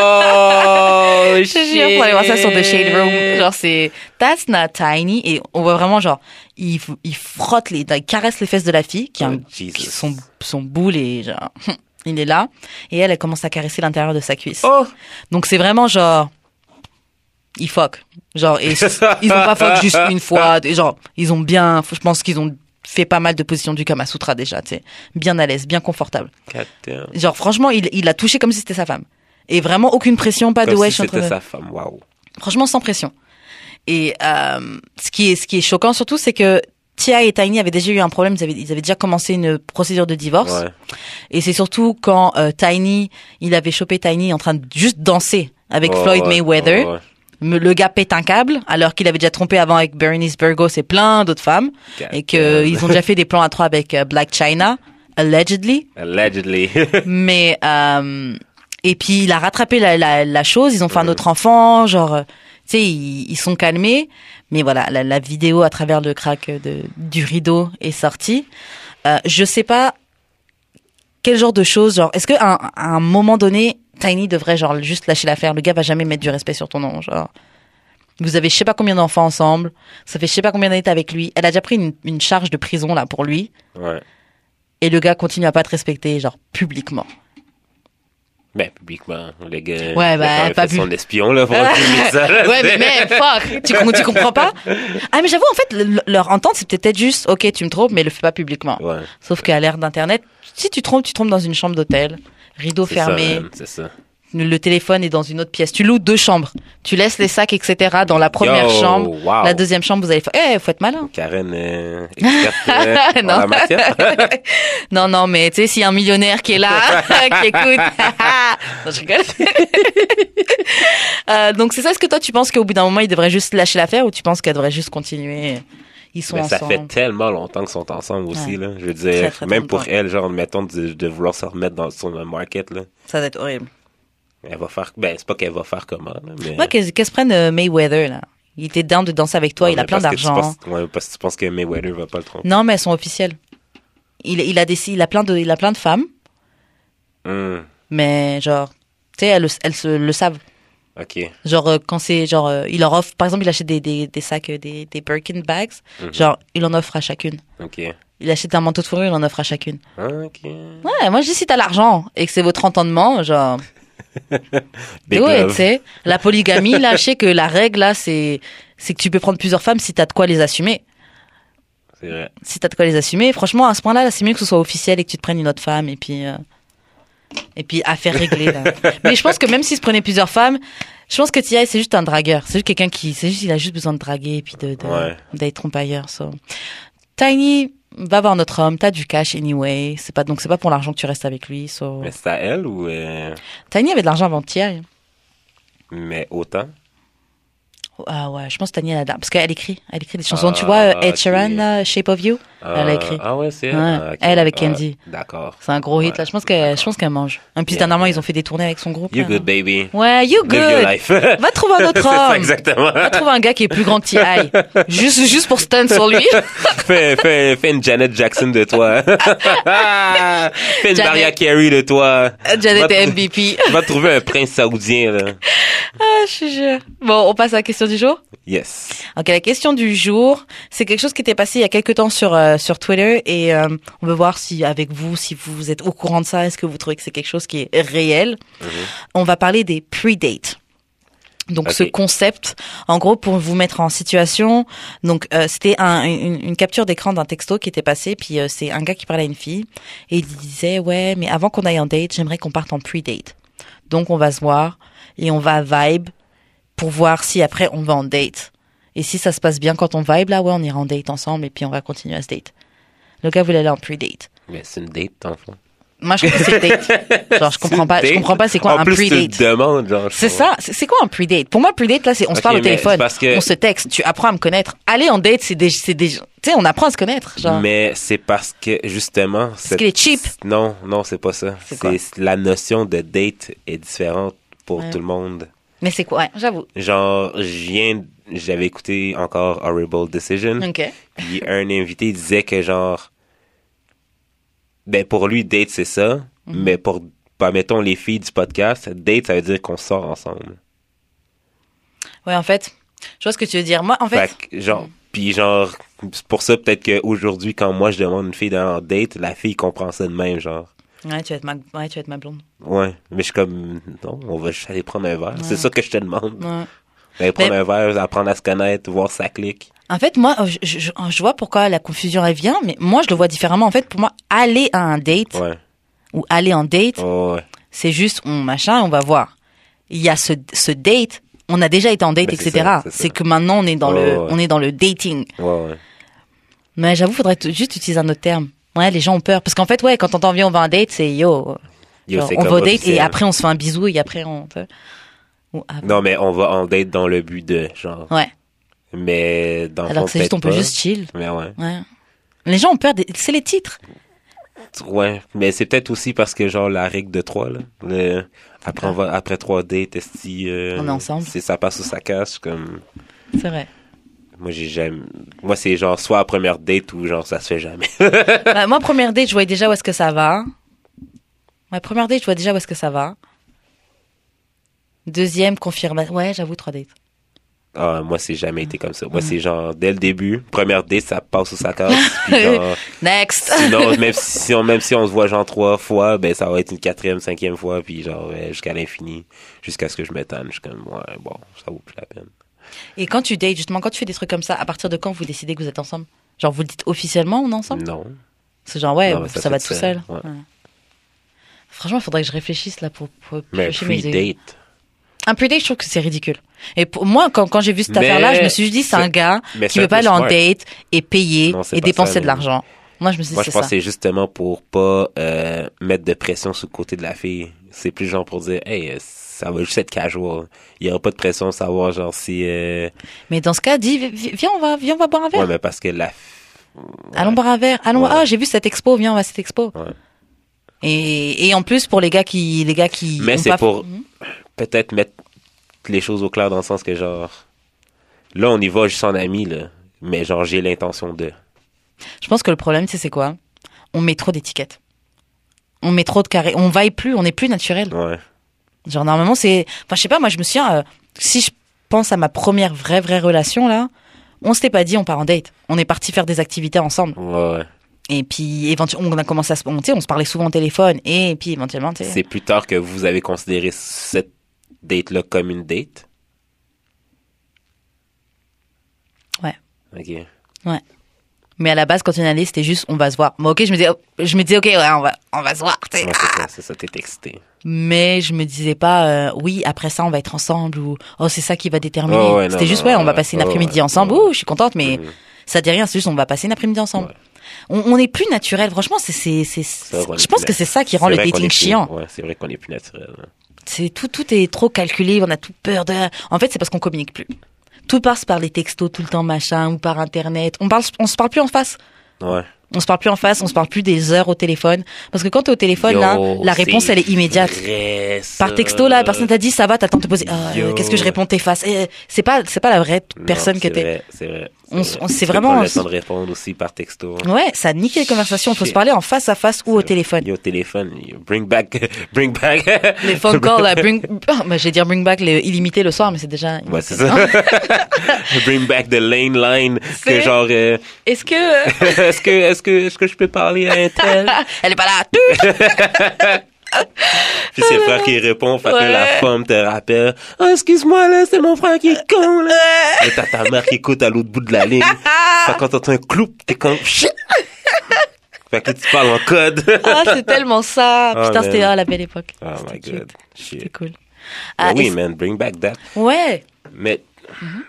Oh,
Je te jure, pour aller voir ça sur The Shade Room. Genre, c'est, that's not tiny. Et on voit vraiment, genre, il, f- il frotte les, il caresse les fesses de la fille, qui a un-
Oh, Jesus.
qui- son, son boule et genre, il est là. Et elle, elle commence à caresser l'intérieur de sa cuisse.
Oh!
Donc c'est vraiment genre, ils fuck. Genre, et s- ils ont pas fuck juste une fois. Et genre, ils ont bien, je pense qu'ils ont fait pas mal de positions du Kama Sutra déjà, tu sais. Bien à l'aise, bien confortable.
God damn.
Genre, franchement, il, il a touché comme si c'était sa femme. Et vraiment aucune pression, pas de
Comme
Ah, ouais,
si
je suis en train
c'était sa
de-
femme. Wow.
franchement sans pression. Et euh, ce qui est ce qui est choquant surtout, c'est que Tia et Tiny avaient déjà eu un problème. Ils avaient, ils avaient déjà commencé une procédure de divorce.
Ouais.
Et c'est surtout quand euh, Tiny, il avait chopé Tiny en train de juste danser avec
Ouais,
Floyd
ouais,
Mayweather.
ouais, ouais.
Me- Le gars pète un câble alors qu'il avait déjà trompé avant avec Bernice Burgos et plein d'autres femmes
God
et que
damn.
ils ont déjà fait des plans à trois avec euh, Black China allegedly.
Allegedly.
Mais euh, et puis il a rattrapé la, la, la chose. Ils ont fait un autre enfant, genre euh, tu sais ils, ils sont calmés. Mais voilà, la, la vidéo à travers le crack de, du rideau est sortie. Euh, je sais pas quel genre de choses. Genre est-ce que à, un- à un moment donné Tiny devrait genre juste lâcher l'affaire. Le gars va jamais mettre du respect sur ton nom. Genre vous avez je sais pas combien d'enfants ensemble. Ça fait je sais pas combien d'années t'es avec lui. Elle a déjà pris une, une charge de prison là pour lui.
ouais.
Et le gars continue à pas te respecter genre publiquement.
Mais publiquement, le gars.
Ouais,
il a
bah,
quand même
pas
fait
pub-
son espion, là, pour filmer ça, là,
Ouais,
tu
mais,
sais.
mais fuck, tu, com- tu comprends pas Ah, mais j'avoue, en fait, le- leur entente, c'est peut-être juste, ok, tu me trompes, mais le fais pas publiquement.
Ouais.
Sauf qu'à l'ère d'Internet, si tu trompes, tu trompes dans une chambre d'hôtel, rideau
c'est ça,
fermé,
man, C'est ça.
le téléphone est dans une autre pièce. Tu loues deux chambres, tu laisses les sacs, etc. dans la première
Yo,
chambre.
wow.
La deuxième chambre, vous allez faire, eh, faut être malin.
Karen, euh, experte euh, en
Non.
la matière.
Non, non, mais tu sais, s'il y a un millionnaire qui est là, qui écoute, non, je rigole. Euh, donc c'est ça, est-ce que toi tu penses qu'au bout d'un moment il devrait juste lâcher l'affaire ou tu penses qu'elle devrait juste continuer Ils sont
Mais Ben, ça
ensemble.
fait tellement longtemps qu'ils sont ensemble aussi,
Ouais.
là. Je veux dire,
Très, très
même pour
longtemps.
elle, genre, mettons, de, de vouloir se remettre dans, sur le market, là.
Ça doit être horrible.
Elle va faire, ben, c'est pas qu'elle va faire comment, là, mais.
Moi, qu'elles qu'elles se prennent euh, Mayweather là. Il était down de danser avec toi,
Non,
il a
mais
plein
parce que tu
d'argent.
penses- Ouais, parce que tu penses que Mayweather va pas le tromper.
Non, mais elles sont officielles. Il, il a des, il a plein de, il a plein de femmes.
Hmm.
Mais genre, tu sais, elles, le- elles se le savent.
OK.
Genre, euh, quand c'est genre, euh, il leur offre, par exemple, il achète des, des, des sacs, euh, des, des Birkin bags.
Mhm.
Genre, il en offre à chacune.
OK.
Il achète un manteau de fourrure, il en offre à chacune.
OK.
Ouais, moi, je dis si t'as l'argent et que c'est votre entendement, genre,
Big
ouais, tu
love.
sais. La polygamie, là, je sais que la règle, là, c'est, c'est que tu peux prendre plusieurs femmes si t'as de quoi les assumer.
C'est vrai.
Si t'as de quoi les assumer, franchement, à ce point-là, là, c'est mieux que ce soit officiel et que tu te prennes une autre femme et puis, euh, et puis affaire réglée, là. Mais je pense que même s'il se prenait plusieurs femmes, je pense que Tia, c'est juste un dragueur. C'est juste quelqu'un qui, c'est juste, il a juste besoin de draguer et puis de, de-
Ouais.
d'aller tromper ailleurs. so. Tiny, va voir notre homme, t'as du cash anyway. C'est pas, donc c'est pas pour l'argent que tu restes avec lui, so.
Mais c'est à elle ou... euh,
Tiny avait de l'argent avant Tia.
Mais autant?
Ah ouais, je pense que Tania elle a- parce qu'elle écrit, elle écrit des chansons. tu vois,
Ah,
euh, Ed
ok.
Sheeran, là, Shape of You, Elle a écrit.
Ah ouais, c'est elle?
Ouais,
Ah, ok.
elle avec
Ah,
Candy.
D'accord.
c'est un gros hit
Ouais,
là. Je pense que je pense qu'elle mange. En plus
Yeah,
dernièrement,
yeah.
ils ont fait des tournées avec son groupe.
You
là.
good, baby.
Ouais, you
Live your
Oh, good. Oh.
life. c'est
Va trouver un autre
ça,
homme.
exactement.
Va trouver un gars qui est plus grand que T.I. juste juste pour stand sur lui.
fais, fais, fais une Janet Jackson de toi. fais une
Janet.
Maria Carey de toi.
Janet
Va-
est MVP.
Va trouver un prince saoudien, là.
Ah, je suis sûre. Bon, on passe à la question du jour.
Yes.
Ok, la question du jour, c'est quelque chose qui était passé il y a quelques temps sur euh, sur Twitter et euh, on veut voir si avec vous, si vous êtes au courant de ça, est-ce que vous trouvez que c'est quelque chose qui est réel On va parler des pre-dates. Donc
Ok.
ce concept, en gros, pour vous mettre en situation, donc euh, c'était un- une, une capture d'écran d'un texto qui était passé, puis euh, c'est un gars qui parlait à une fille et il disait ouais, mais avant qu'on aille en date, j'aimerais qu'on parte en pre-date. Donc on va se voir et on va vibe pour voir si après on va en date. Et si ça se passe bien quand on vibe, là, ouais, on ira en date ensemble et puis on va continuer à se date. Le gars voulait aller en pre-date.
Mais c'est une date, enfant.
Moi, je comprends c'est date. Genre, je comprends pas, je
Date.
comprends pas c'est quoi
en
un
plus, tu le
pre-date.
demandes, genre. je
C'est
comprends.
ça, c'est c'est quoi un pre-date Pour moi, pre-date, là, c'est on se
Ok,
parle au
mais c'est
téléphone,
parce que-
on se texte, tu apprends à me connaître. Aller en date, c'est des, c'est des, tu sais, on apprend à se connaître. Genre,
Mais c'est parce que, justement. Parce
qu'il est cheap.
Non, non, c'est pas ça.
C'est quoi?
C'est- La notion de date est différente pour
Ouais.
tout le monde.
mais c'est quoi Ouais, j'avoue.
Genre, je viens. J'avais écouté encore Horrible Decision.
Ok.
Puis un invité disait que genre ben pour lui date c'est ça,
Mhm.
mais pour bah, mettons les filles du podcast, date ça veut dire qu'on sort ensemble.
Ouais, en fait, je vois ce que tu veux dire. Moi, en fait,
Fait que, genre puis genre c'est pour ça peut-être qu'aujourd'hui quand moi je demande une fille d'aller en date, la fille comprend ça de même genre.
ouais, tu vas être ma, ouais, tu vas être ma blonde.
Ouais, mais je suis comme non, on va juste aller prendre un verre, c'est ça que je te demande.
Ouais.
Aller prendre
Ben,
un verre, apprendre à se connaître, voir si ça clique.
En fait, moi, je, je, je vois pourquoi la confusion elle vient, mais moi, je le vois différemment. En fait, pour moi, aller à un date
Ouais.
ou aller en date,
Ouais, ouais.
c'est juste on machin, on va voir. Il y a ce, ce date, on a déjà été en date,
Ben, c'est
etc.
ça, c'est ça.
C'est que maintenant, on est dans
Ouais,
le,
ouais, ouais.
on est dans le dating.
Ouais, ouais.
Mais j'avoue, faudrait t- juste utiliser un autre terme. Ouais, les gens ont peur. Parce qu'en fait, ouais, quand on t'en vient, on va à un date, c'est yo.
Yo,
genre,
c'est
on
comme
va au date
officiel.
et après, on se fait un bisou et après, on. te- Ou ah,
Non, mais on va en date dans le but de genre
Ouais.
Mais dans le
Alors
fond,
que c'est juste, on peut
peut-être pas.
juste chill.
Mais ouais.
Ouais. Les gens ont peur. des- C'est les titres.
Ouais. Mais c'est peut-être aussi parce que, genre, la règle de 3, là. le- Après, on va- après 3D, testi. euh,
On est ensemble.
C'est ça passe ou ça casse. Comme...
C'est vrai.
Moi, j'ai jamais. Moi, c'est genre soit à première date ou genre ça se fait jamais.
Bah, moi, première date, je voyais déjà où est-ce que ça va. Ma première date, je vois déjà où est-ce que ça va. Deuxième, confirmation. Ouais, j'avoue, trois dates.
Ah, moi, c'est jamais été comme ça. Moi, c'est genre dès le début, première date, ça passe ou ça casse. Puis genre,
Next!
sinon, même si, si on, même si on se voit genre trois fois, ben ça va être une quatrième, cinquième fois, puis genre ben, jusqu'à l'infini, jusqu'à ce que je me tanne. Je suis comme, ouais, bon, ça vaut plus la peine.
Et quand tu dates, justement, quand tu fais des trucs comme ça, à partir de quand vous décidez que vous êtes ensemble Genre, vous le dites officiellement, on est ensemble
Non.
C'est genre, ouais,
Mm. Non, mais
ça,
ça
va
fait
tout
de
seul.
seul, ouais.
Ouais. Franchement, il faudrait que je réfléchisse là pour, pour pour
Mais
piocher mes idées.
pre-date.
Un pre-date, je trouve que c'est ridicule. Et pour moi, quand, quand j'ai vu cette
Mais
affaire-là, je me suis dit, c'est un
c'est-
gars
mais
qui
c'est
veut
un
pas
peu
aller en
smart.
date et payer
Non, c'est
et
pas ça,
dépenser de
mais-
l'argent. Moi, je me suis dit,
Moi,
c'est
je pense
ça.
que c'est justement pour pas euh, mettre de pression sur le côté de la fille. C'est plus genre pour dire, hey, euh, ça va juste être casual. Il y aura pas de pression de savoir genre si. Euh...
Mais dans ce cas, dis, vi- vi- viens, on va, viens, on va boire un verre.
Ouais, mais parce que la.
Allons boire un verre. Allons.
Ouais.
Ah, j'ai vu cette expo. Viens, on va à cette expo.
Ouais.
Et, et en plus pour les gars qui, les gars qui.
Mais
ont
c'est
pas- Hum.
pour peut-être mettre les choses au clair dans le sens que genre, là, on y va juste en ami là, mais genre j'ai l'intention de.
Je pense que le problème, tu sais, c'est quoi On met trop d'étiquettes. on met trop de carré, on vaille plus, on n'est plus naturel.
Ouais.
Genre normalement c'est, enfin je sais pas, moi je me souviens, euh, si je pense à ma première vraie vraie relation là, on s'était pas dit on part en date, on est parti faire des activités ensemble.
Ouais, ouais.
Et puis éventuellement on a commencé à se monter, on se parlait souvent au téléphone et puis éventuellement tu sais.
C'est plus tard que vous avez considéré cette date-là comme une date?
Ouais.
OK.
Mais à la base quand on est allé c'était juste on va se voir. Moi ok je me disais je me disais ok ouais on va on va se voir. tu sais.
Ouais, c'est ça, c'est ça, t'es excité.
Mais je me disais pas euh, oui après ça on va être ensemble ou oh c'est ça qui va déterminer.
Ouais, ouais, non,
c'était juste
non,
ouais on
ouais,
va passer une
ouais,
après-midi
ouais,
ensemble.
ouais.
Ouh je suis contente mais
Mhm.
ça dit rien c'est juste on va passer une après-midi ensemble.
Ouais.
On, on est plus naturel franchement c'est c'est c'est
Ça, on est
je pense
plus
que c'est ça qui rend
C'est
le
vrai qu'on est
dating
plus-
chiant.
Ouais, c'est vrai qu'on est plus naturel. hein.
C'est tout tout est trop calculé on a tout peur de. En fait c'est parce qu'on communique plus. Tout passe par les textos tout le temps machin ou par internet. On parle on se parle plus en face.
Ouais.
On se parle plus en face, on se parle plus des heures au téléphone. Parce que quand t'es au téléphone,
Yo,
là, hein. la réponse,
c'est
elle est immédiate.
vrai, ça.
Par texto, là, la personne t'a dit, ça va, t'attends de te poser, Ah, euh,
Yo.
qu'est-ce que je réponds, t'es face. Eh, c'est pas, c'est pas la vraie
Non,
personne que
c'est
t'es.
vrai, C'est vrai.
On s-
vrai.
on- c'est
Tu peux
vraiment-
prendre le temps de répondre aussi par texto. hein.
Ouais, ça nique les conversations. Faut se
Shit.
parler en face à face ou au
C'est-
téléphone.
Yo, téléphone. yo, Bring back. Bring back.
Les phone calls, là, bring, Ah, bah, j'ai dire bring back les illimité le soir, mais c'est déjà.
Ouais, c'est ça. Bring back the lane line.
Ah. C'est-
Que genre, euh,
Est-ce que,
est-ce que, est-ce que, est-ce que je peux parler à un tel?
elle est pas là. Tout.
Puis c'est le frère qui répond, fait que là, la
Ouais.
femme te rappelle. Ah, excuse-moi, là, c'est mon frère qui est con, là. Et t'as ta mère qui écoute à l'autre bout de la ligne. Fait que quand t'entends un clou, t'es comme, shit. Fait que là, tu parles en code.
Ah, c'est tellement ça.
Ah,
Putain, c'était,
man.
ah, la belle époque.
oh my
C'était cute.
god.
C'était
Shit.
cool.
Ben
Ah,
oui,
est-ce-
man, bring back that.
Ouais.
Mais
Mm-hmm.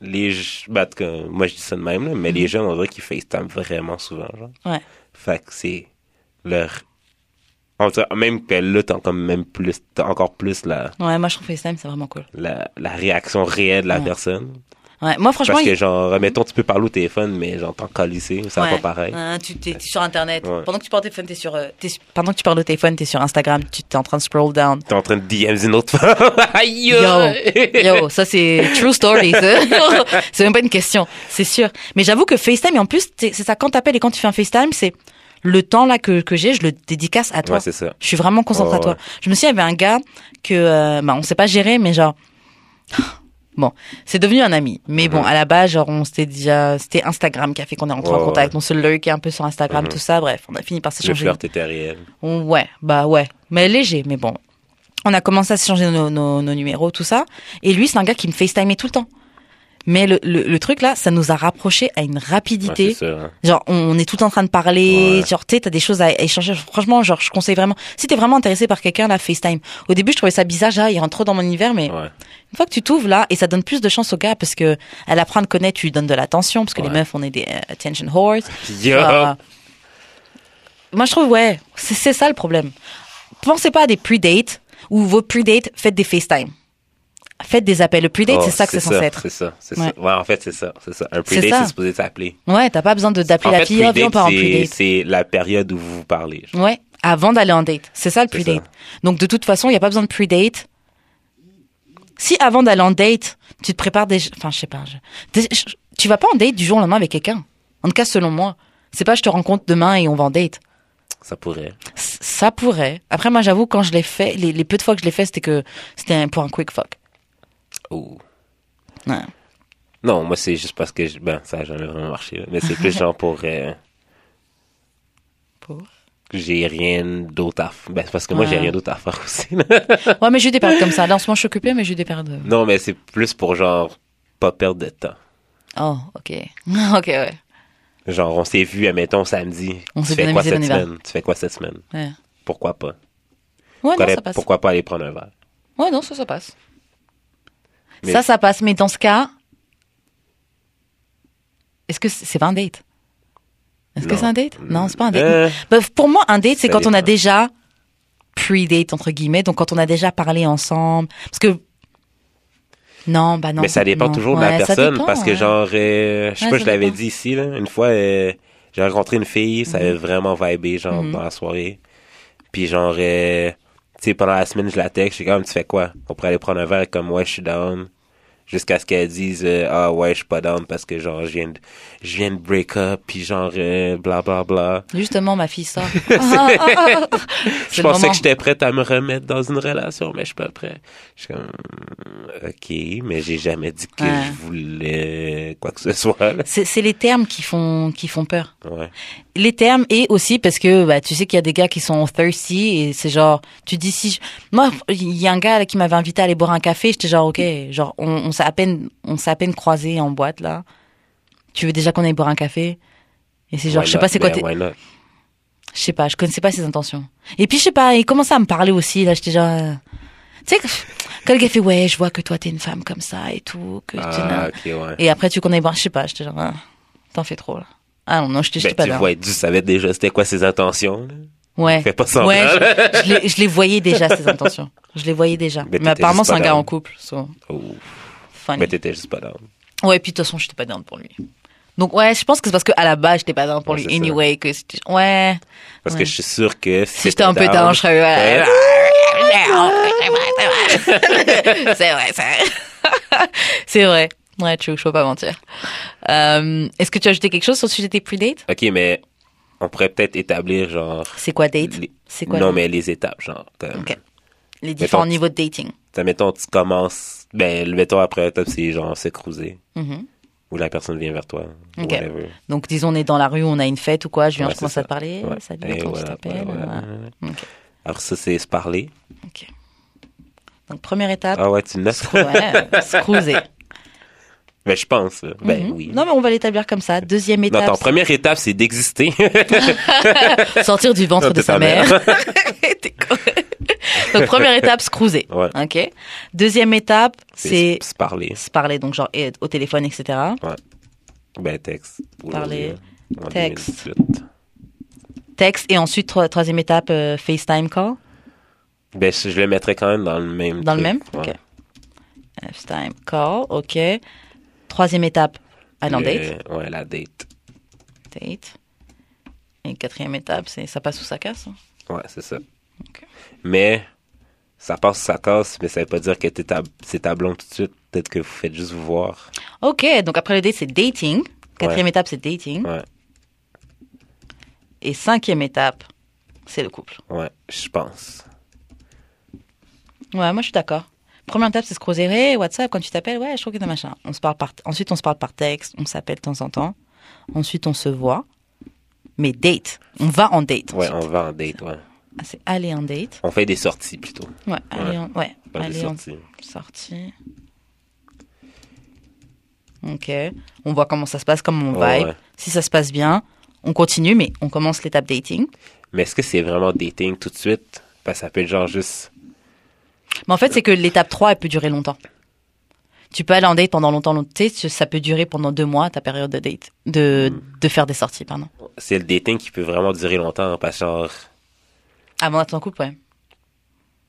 les j- ben, en tout cas, moi je dis ça de même, là, mais les jeunes, on dirait qu'ils FaceTime vraiment souvent. Genre.
Ouais.
Fait que c'est leur. On dirait même que là, t'as comme même plus, t'as encore plus la,
Ouais, moi, je trouve FaceTime, c'est vraiment cool.
la, la réaction réelle de la
Ouais.
personne.
Ouais, moi, Mm. franchement.
Parce
il-
que, genre, mettons, tu peux parler au téléphone, mais genre, t'en calissé, ça va
Ouais.
pas pareil.
Hein, tu t'es, t'es sur Internet.
Ouais.
Pendant que tu parles au téléphone, t'es sur, euh, t'es, sur- pendant que tu parles au téléphone, t'es sur Instagram. Tu t'es en train de scroll down.
T'es en train de DM une autre femme. Aïe!
Yo, ça c'est true story. ça. c'est même pas une question, c'est sûr. Mais j'avoue que FaceTime, et en plus, c'est c'est ça quand t'appelles et quand tu fais un FaceTime, c'est le temps là que, que j'ai, je le dédicace à toi.
Ouais, c'est ça.
Je suis vraiment concentrée à
Oh,
toi.
ouais.
Je me souviens, il y avait un gars que, euh, bah, on sait pas gérer, mais genre, bon, c'est devenu un ami. Mais bon, à la base, genre, on s'était déjà, c'était Instagram qui a fait qu'on est rentré en
Mhm. Ouais,
contact. On se lurkait un peu sur Instagram,
Mhm.
tout ça. Bref, on a fini par
Le
s'échanger.
flirt était réel.
Ouais, bah ouais. Mais léger, mais bon. On a commencé à s'échanger nos, nos, nos numéros, tout ça. Et lui, c'est un gars qui me FaceTimait tout le temps. Mais le, le, le truc là, ça nous a rapprochés à une
Ouais, c'est
rapidité.
ça. hein.
genre, on, on est tout en train de parler.
Ouais.
Genre, tu sais, t'as des choses à échanger. Franchement, genre, je conseille vraiment. Si t'es vraiment intéressé par quelqu'un, là, FaceTime. Au début, je trouvais ça bizarre. Genre, il rentre trop dans mon univers, mais
Ouais.
une fois que tu t'ouvres là, et ça donne plus de chance au gars parce que elle apprend à te connaître, tu lui donnes de l'attention parce que les
Ouais.
meufs, on est des euh, attention whores.
Yo!
Ah. Moi, je trouve, ouais, c'est c'est ça le problème. Pensez pas à des pre-dates ou vos pre-dates, faites des FaceTime. Faites des appels. Le pre-date,
Oh,
c'est ça que c'est censé être.
C'est ça, c'est
Ouais.
ça. Ouais, en fait, c'est ça, c'est ça. Un
C'est
pre-date,
ça.
c'est supposé t'appeler.
Ouais, t'as pas besoin de
En
d'appeler la
fait,
fille, oh, viens, on
pre-date,
part en
c'est-
pre-date.
c'est la période où vous vous parlez. genre.
Ouais, avant d'aller en date. C'est ça le
C'est
pre-date. Donc, de toute façon, il n'y a pas besoin de pre-date. Si avant d'aller en date, tu te prépares des. Enfin, je sais pas. je- des- je- Tu vas pas en date du jour au lendemain avec quelqu'un. En tout cas, selon moi. C'est pas je te rencontre demain et on va en date.
Ça pourrait.
C- Ça pourrait. Après, moi, j'avoue, quand je l'ai fait, les, les peu de fois que je l'ai fait, c'était que c'était un- pour un quick fuck.
Oh.
Ouais.
Non, moi, c'est juste parce que, je- ben, ça n'a jamais vraiment marché. là. Mais c'est plus genre pour... euh,
Pour?
j'ai rien d'autre à faire. Ben, c'est parce que moi, j'ai
Ouais.
rien d'autre à faire aussi. là.
Ouais, mais j'ai eu des périodes comme ça. Là, en ce moment, je suis occupée, mais j'ai eu des périodes. euh,
non, mais c'est plus pour, genre, pas perdre de temps.
Oh, ok. ok, ouais.
Genre, on s'est vu, admettons, samedi.
On
tu
s'est
fais
bien
quoi
amusé
cette
l'univers.
semaine? Tu fais quoi cette semaine?
Ouais,
Pourquoi pas?
ouais Ah non,
pourquoi,
ça passe.
pourquoi pas aller prendre un verre?
Ouais, non, ça, ça passe.
Mais-
Ça, ça passe. Mais dans ce cas, est-ce que c- c'est pas un date Est-ce que
Non.
c'est un date Non, c'est pas un date.
Euh,
Bah, pour moi, un date, c'est
Ça
quand on a
dépend.
déjà pre-date, entre guillemets, donc quand on a déjà parlé ensemble. Parce que. Non, bah non.
mais ça dépend
non.
toujours de
Ouais,
la
ça
personne
dépend,
parce que
ouais.
genre euh, je sais
Ouais,
pas
ça
je l'avais
dépend.
dit ici là une fois euh, j'ai rencontré une fille ça avait vraiment vibé genre
Mhm.
dans la soirée puis genre euh, tu sais pendant la semaine je la texte je suis comme tu fais quoi on pourrait aller prendre un verre Elle est comme ouais je suis down jusqu'à ce qu'elle dise euh, ah ouais, je suis pas down parce que genre je viens de, je viens de break up puis genre euh, bla bla bla.
Justement, ma fille sort. Ah, ah, ah, ah. C'est
Je
le
pensais
moment.
que j'étais prête à me remettre dans une relation, mais je suis pas prêt. Je suis comme OK, mais j'ai jamais dit que
Ouais.
je voulais quoi que ce soit. là.
C'est c'est les termes qui font qui font peur.
Ouais.
Les termes et aussi parce que bah, tu sais qu'il y a des gars qui sont thirsty et c'est genre tu dis si je- moi il y a un gars là, qui m'avait invité à aller boire un café j'étais genre ok genre on, on s'est à peine on s'est à peine croisé en boîte là tu veux déjà qu'on aille boire un café et c'est genre
Why
je sais
not?
pas c'est quoi
Ben,
tes-
why not?
je sais pas je connaissais pas ses intentions et puis je sais pas il commençait à me parler aussi là j'étais genre euh, tu sais que- quand le gars fait ouais je vois que toi t'es une femme comme ça et tout que tu-
Ah, OK, ouais.
et après tu connais boire je sais pas j'étais genre ah, t'en fais trop là ah non non je te je
Ben,
t'ai pas
tu
bien.
vois, tu savais déjà c'était quoi ses intentions. là.
Ouais.
Fais pas semblant.
Ouais, je, je les, je les voyais déjà, ses intentions. Je les voyais déjà.
Mais
Mais,
t'étais
apparemment,
juste
c'est un
pas
gars
down.
en couple. so,
Oh.
funny.
Mais t'étais juste pas down.
Ouais, puis de toute façon, j'étais pas down pour lui. Donc, ouais, je pense que c'est parce qu'à la base, j'étais pas down pour
Ouais,
lui
c'est ça.
anyway. Que c'était- ouais.
Parce
Ouais.
que je suis sûr que
Si j'étais un peu down, je serais.
Ben,
ouais. C'est vrai, c'est vrai. C'est vrai. Ouais, tu veux que je peux pas mentir. Euh, Est-ce que tu as ajouté quelque chose sur le sujet des pre-dates
Ok, mais on pourrait peut-être établir genre.
C'est quoi date
les-
C'est quoi
non,
date
mais les étapes, genre. Comme,
Ok. les différents
mettons-
niveaux de dating
t'sais, mettons, tu commences. Ben, mettons après la top, c'est genre se cruiser.
Mhm.
Ou la personne vient vers toi. ou
Ok.
Whatever.
Donc, disons, on est dans la rue, on a une fête ou quoi, je viens,
Ouais,
je commence
c'est
à te parler,
Ouais.
salut,
Et
comment tu
voilà,
t'appelles
voilà,
voilà.
voilà.
Ok.
Alors, ça, c'est se parler.
Donc, première étape,
Ah ouais, tu notes.
ouais, se cruiser.
ben, je pense. là. Ben,
Mhm.
oui.
Non, mais on va l'établir comme ça. Deuxième
Non,
étape,
ton première étape, c'est d'exister.
sortir du ventre
de
de
ta
sa mère. T'es con. Donc, première étape, se cruiser.
Ouais.
Ok. Deuxième étape, c'est
C'est se parler.
se parler, donc genre eh, au téléphone, etc.
Ben, texte.
Parler.
Aujourd'hui, en
Texte.
2018.
Texte, et ensuite, tro- troisième étape, euh, FaceTime call.
Ben, je, je le mettrais quand même dans le même.
Dans le
truc.
même?
Ouais.
Ok. FaceTime call, ok. Troisième étape, aller en
Le-
Ben, date.
Ouais, la date.
Date. Et quatrième étape, c'est ça passe ou ça casse. hein.
Ouais, c'est ça.
Ok.
Mais ça passe, ça casse, mais ça veut pas dire que t'es ta, c'est ta blonde tout de suite. Peut-être que vous faites juste vous voir.
Ok, donc après le date, c'est dating. Quatrième étape, c'est dating.
Ouais.
Et cinquième étape, c'est le couple.
Ouais, je pense.
Ouais, moi je suis d'accord. Première étape, c'est se croiser. Hey, WhatsApp, quand tu t'appelles, ouais, je trouve que t'as machin. On se parle par... Ensuite, on se parle par texte, on s'appelle de temps en temps. Ensuite, on se voit. Mais date, on va en date.
Ouais,
ensuite.
on va en date, ouais.
Ah, c'est aller en date.
On fait des sorties plutôt.
Ouais, aller en... Ouais,
Pas des
aller en
sorties.
sortie. Ok. On voit comment ça se passe, comment on
Ouais,
vibe.
ouais.
Si ça se passe bien, on continue, mais on commence l'étape dating.
Mais est-ce que c'est vraiment dating tout de suite? Parce que ça peut être genre juste.
Mais en fait, c'est que l'étape 3, elle peut durer longtemps. Tu peux aller en date pendant longtemps, longtemps. Tu sais, ça peut durer pendant deux mois, ta période de date, de, de faire des sorties, pardon.
C'est le dating qui peut vraiment durer longtemps, hein, parce que genre.
Avant d'être en couple, ouais.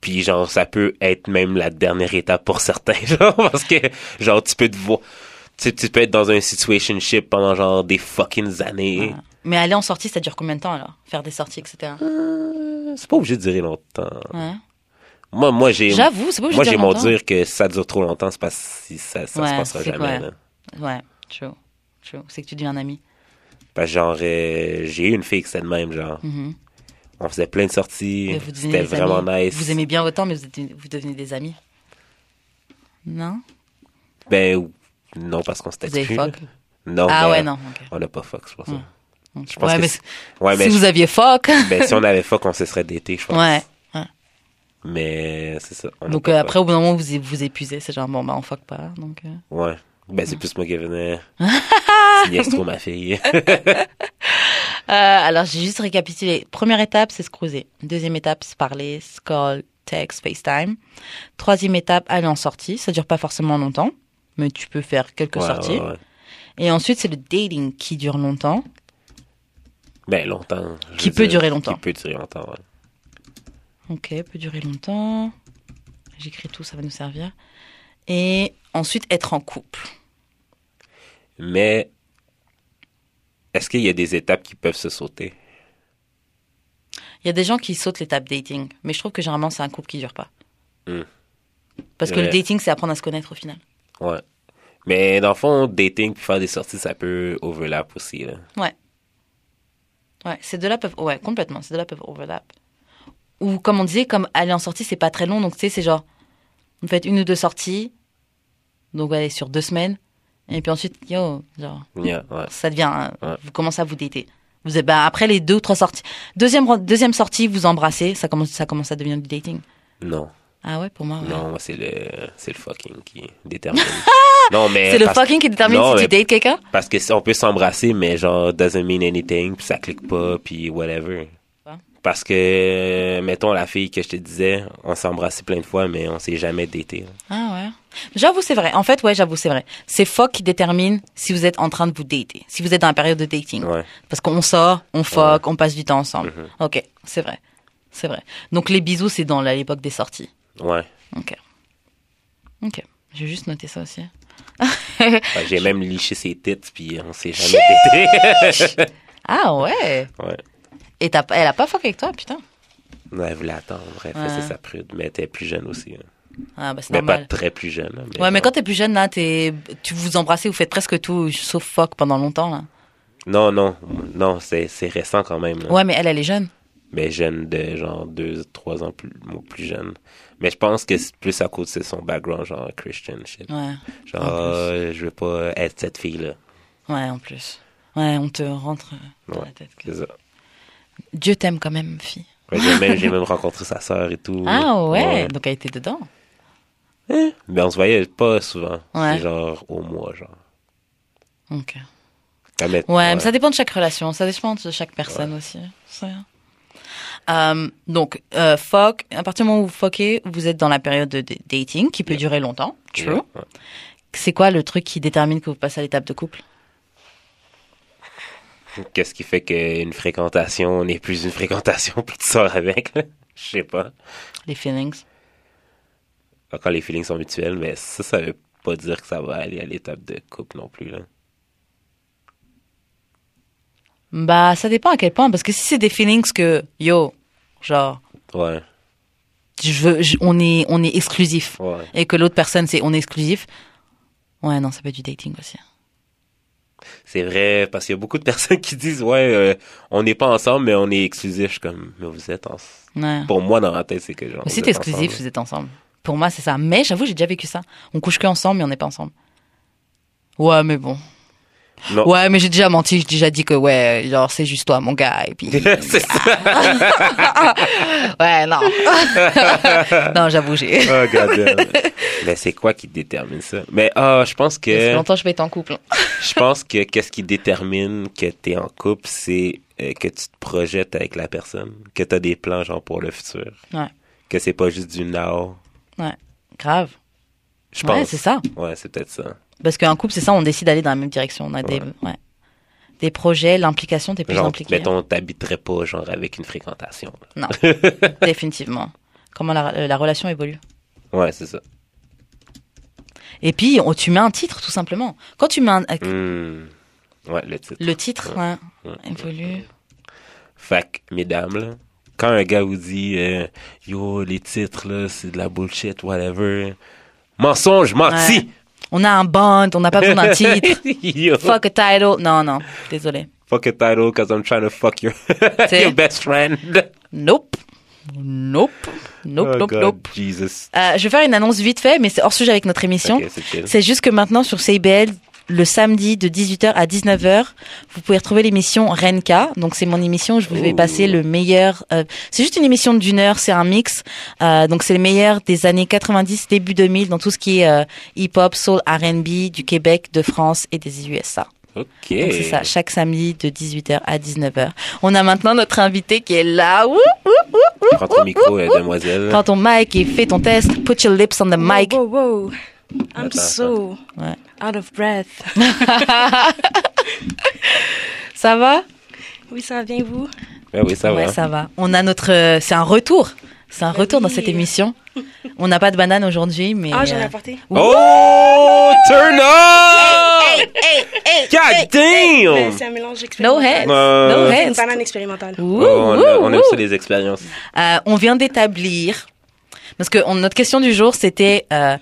Puis genre, ça peut être même la dernière étape pour certains, genre, parce que genre, tu peux te voir. Tu, tu peux être dans un situationship pendant genre des fucking années.
Voilà. Mais aller en sortie, ça dure combien de temps alors Faire des sorties, etc.
Euh, C'est pas obligé de durer longtemps.
Ouais.
Moi, moi j'ai
J'avoue, c'est pas obligé
moi
de
j'ai
dire
mon
longtemps.
dire que si ça dure trop longtemps, c'est parce que si ça, ça se
Ouais,
passera
c'est
jamais.
quoi?
là.
Ouais, true. True. C'est que tu deviens un ami.
Parce que genre, euh, j'ai eu une fille qui c'était de même, genre.
Mhm.
On faisait plein de sorties.
Mais vous devenez
C'était
des
vraiment
amis.
nice.
Vous aimez bien autant, mais vous, êtes- vous devenez des amis. Non
Ben, non, parce qu'on s'était
Vous avez
plus,
fuck
là. Non,
Ah
ben,
ouais, non. ok.
On n'a pas fuck, je pense.
Ouais.
Je pense
ouais,
que
mais
c'est- Ouais,
si
mais
vous aviez fuck.
ben, si on avait fuck, on se serait daté, je pense.
ouais. ouais.
Mais c'est ça. on n'a
Donc
pas
euh,
fuck.
après, au bout d'un moment, vous é- vous épuisez. C'est genre, bon, bah, on fuck pas. Donc, euh.
Ouais. Ben, c'est plus moi qui venais. Tu niaises trop ma fille.
Euh, alors, j'ai juste récapitulé. Première étape, c'est se cruiser. Deuxième étape, se parler, se call, text, FaceTime. Troisième étape, aller en sortie. Ça dure pas forcément longtemps, mais tu peux faire quelques
Ouais,
sorties.
ouais, ouais.
Et ensuite, c'est le dating qui dure longtemps.
Ben, longtemps. je
Qui
veux
peut
dire,
durer longtemps.
Qui peut durer longtemps, ouais.
Ok, peut durer longtemps. J'écris tout, ça va nous servir. Et ensuite, être en couple.
Mais est-ce qu'il y a des étapes qui peuvent se sauter?
Il y a des gens qui sautent l'étape dating, mais je trouve que généralement, c'est un couple qui dure pas.
Hmm.
Parce que
Ouais.
le dating, c'est apprendre à se connaître au final.
Ouais. Mais dans le fond, dating puis faire des sorties, ça peut overlap aussi, là.
Ouais. Ouais, ces deux-là peuvent. Ouais, complètement. Ces deux-là peuvent overlap. Ou comme on disait, comme aller en sortie, c'est pas très long. Donc, tu sais, c'est genre. Vous faites une ou deux sorties. Donc, allez, sur deux semaines. Et puis ensuite, yo, genre.
Yeah, ouais.
Ça devient. hein,
Ouais.
Vous commencez à vous dater. Vous êtes, bah, après les deux ou trois sorties. Deuxième, ro- deuxième sortie, vous embrassez. Ça commence, ça commence à devenir du dating.
Non.
Ah ouais, pour moi, ouais.
Non, moi, c'est le, c'est le fucking qui détermine. non, mais.
C'est le
parce-
fucking qui détermine
Non,
si tu
mais-
dates quelqu'un
Parce que si- on peut s'embrasser, mais genre, doesn't mean anything, puis ça clique pas, puis whatever.
Ouais.
Parce que, euh, mettons, la fille que je te disais, on s'est embrassé plein de fois, mais on s'est jamais daté. là.
Ah ouais. J'avoue, c'est vrai. En fait, ouais, j'avoue, c'est vrai. C'est fuck qui détermine si vous êtes en train de vous dater. Si vous êtes dans la période de dating.
Ouais.
Parce qu'on sort, on fuck, on passe du temps ensemble. Ok, c'est vrai. C'est vrai. Donc les bisous, c'est dans la- l'époque des sorties.
Ouais.
Ok. Ok. J'ai juste noté ça aussi.
Fait que J'ai même liché ses têtes, puis on s'est jamais daté.
Ah ouais.
ouais.
Et t'as pas- elle a pas fuck avec toi, putain.
Non, elle voulait attendre. Bref,
Ouais.
c'est sa prude. Mais elle était plus jeune aussi. hein.
Ah bah c'est
Mais
normal.
pas très plus jeune. là,
Ouais, mais quand t'es plus jeune, là, t'es, tu vous embrassez, vous faites presque tout, sauf fuck pendant longtemps, là.
Non, non. Non, c'est c'est récent quand même. là.
Ouais, mais elle, elle est jeune.
Mais jeune de genre deux, trois ans plus, moi, plus jeune. Mais je pense que c'est plus à cause de son background, genre Christian shit.
Ouais.
Genre,
En plus.
euh, je veux pas être cette fille-là.
Ouais, en plus. Ouais, on te rentre euh, dans
Ouais.
la tête. que-
C'est ça.
Dieu t'aime quand même, fille.
Ouais, J'ai même, j'ai même rencontré sa sœur et tout.
Ah ouais, donc elle était dedans.
Ouais. Mais on se voyait pas souvent.
Ouais.
C'est genre au mois, genre.
Ok.
Comme être-
Ouais, mais ça dépend de chaque relation, ça dépend de chaque personne aussi. C'est vrai. Euh, donc, euh, fuck, à partir du moment où vous fuckez, vous êtes dans la période de de dating qui peut durer longtemps. True.
Ouais.
C'est quoi le truc qui détermine que vous passez à l'étape de couple
Qu'est-ce qui fait qu'une fréquentation n'est plus une fréquentation, puis tu sors avec? là? Je sais pas.
Les feelings.
Quand les feelings sont mutuels, mais ça, ça veut pas dire que ça va aller à l'étape de couple non plus, là.
Bah, ça dépend à quel point, parce que si c'est des feelings que, yo, genre,
Ouais,
je veux, je- on est, on est exclusif.
ouais.
et que l'autre personne c'est on est exclusif. Ouais, non, ça peut être du dating aussi.
C'est vrai, parce qu'il y a beaucoup de personnes qui disent, ouais, euh, on n'est pas ensemble, mais on est exclusif. Je suis comme, mais vous êtes ensemble.
Ouais.
Pour moi, dans ma tête, c'est que genre.
Mais
vous
si
êtes
t'es exclusif,
ensemble.
vous êtes ensemble. Pour moi, c'est ça. Mais j'avoue, j'ai déjà vécu ça. On couche que ensemble, mais on n'est pas ensemble. Ouais, mais bon.
Non.
Ouais, mais j'ai déjà menti, j'ai déjà dit que ouais, genre c'est juste toi, mon gars, et puis.
c'est ça.
ouais, non. non, j'avoue, j'ai.
Oh, God damn. Mais c'est quoi qui détermine ça? Mais ah, je pense
Ça fait
que.
longtemps que je vais être en couple.
Je pense que qu'est-ce qui détermine que t'es en couple, c'est euh, que tu te projettes avec la personne, que t'as des plans genre pour le futur,
Ouais,
que c'est pas juste du now.
ouais. Grave.
Je
Ouais,
pense.
c'est ça.
Ouais, c'est peut-être ça.
Parce qu'un couple, c'est ça, on décide d'aller dans la même direction. On a des, ouais. des projets, l'implication, t'es plus hein.
Genre,
impliqué.
mettons, t'habiterais pas genre avec une fréquentation. là.
Non, définitivement. Comment la, la relation évolue.
Ouais, c'est ça.
Et puis, on, tu mets un titre, tout simplement. Quand tu mets un- euh,
Hmm. Ouais, le titre.
le titre, ouais,
Mm. Ouais. Mm.
évolue.
Fac, mesdames, là, quand un gars vous dit euh, yo les titres là, c'est de la bullshit, whatever. Mensonge, menti.
On a un band, on n'a pas besoin d'un titre.
yo,
Fuck a title. Non, non, désolé.
fuck a title, cause I'm trying to fuck your,
C'est-
your best friend.
Nope. Nope. Nope,
Oh
nope,
God,
nope.
Jesus.
Euh, je vais faire une annonce vite fait, mais c'est hors sujet avec notre émission.
Ok, c'est chill.
C'est juste que maintenant sur CIBL, le samedi de 18h à 19h, vous pouvez retrouver l'émission Renka. Donc c'est mon émission, où je vous fais
Ouh.
passer le meilleur. euh, c'est juste une émission d'une heure, c'est un mix. Euh, donc c'est le meilleur des années 90, début 2000, dans tout ce qui est euh, hip-hop, soul, R&B du Québec, de France et des USA.
Ok.
Donc c'est ça, chaque samedi de 18h à 19h. On a maintenant notre invité qui est là. Ouh
Prends ton micro, euh, demoiselle.
Prends ton mic et fais ton test. Put your lips on the mic.
Whoa, whoa, whoa. I'm
Attends,
so
Ouais.
out of breath.
Ça va
Oui, ça va bien, vous?
Ouais, Eh oui, ça
ouais,
va.
ça va. On a notre, euh, c'est un retour. C'est un retour dans
oui.
cette émission. On n'a pas de banane aujourd'hui, mais.
Ah, j'en ai
euh,
apporté.
Oh, turn up! God
Mais
damn!
Ben, C'est un mélange
No
expérimental.
heads,
Euh,
no
C'est une
heads.
banane expérimentale.
Ouh,
Oh, on, a-
ouh,
on aime
ouh.
ça, les expériences.
Euh, on vient d'établir parce que on- notre question du jour c'était euh,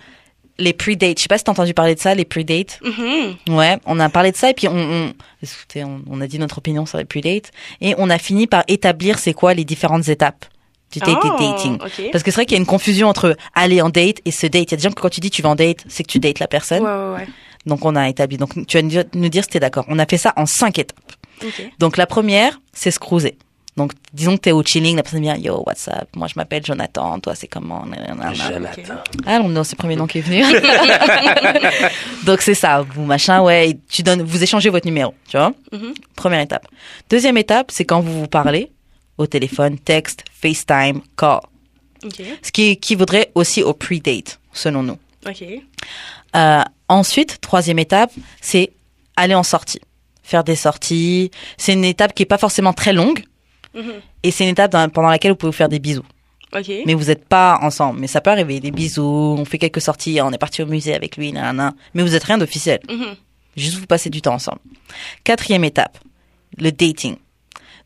les pre-dates. Je sais pas si t'as entendu parler de ça, les pre-dates.
Mhm.
Ouais, on a parlé de ça et puis on, on, écoutez, on, on a dit notre opinion sur les pre-dates et on a fini par établir c'est quoi les différentes étapes du date
Oh,
et dating.
Ok.
Parce que c'est vrai qu'il y a une confusion entre aller en date et se date. Il y a des gens que quand tu dis tu vas en date, c'est que tu dates la
Ouais,
personne.
ouais, ouais.
Donc on a établi. Donc tu vas nous dire- nous dire si t'es d'accord. On a fait ça en cinq étapes.
Ok.
Donc la première, c'est se cruiser. Donc disons que t'es au chilling, la personne vient, yo, what's up, moi je m'appelle Jonathan, toi c'est comment nanana.
Jonathan.
Ah non, non, c'est le premier nom qui est venu. Donc c'est ça, vous machin, ouais, et tu donnes, vous échangez votre numéro, tu vois.
Mhm.
Première étape. Deuxième étape, c'est quand vous vous parlez au téléphone, texte, FaceTime, call.
Ok.
Ce qui équivaudrait aussi au pre-date, selon nous.
Ok.
Euh, ensuite, troisième étape, c'est aller en sortie, faire des sorties. C'est une étape qui est pas forcément très longue
Mhm.
et c'est une étape dans- pendant laquelle vous pouvez vous faire des bisous.
Ok.
Mais vous n'êtes pas ensemble. Mais ça peut arriver, des bisous, on fait quelques sorties, on est parti au musée avec lui, nanana. Mais vous êtes rien d'officiel.
Mhm.
Juste vous passez du temps ensemble. Quatrième étape, le dating.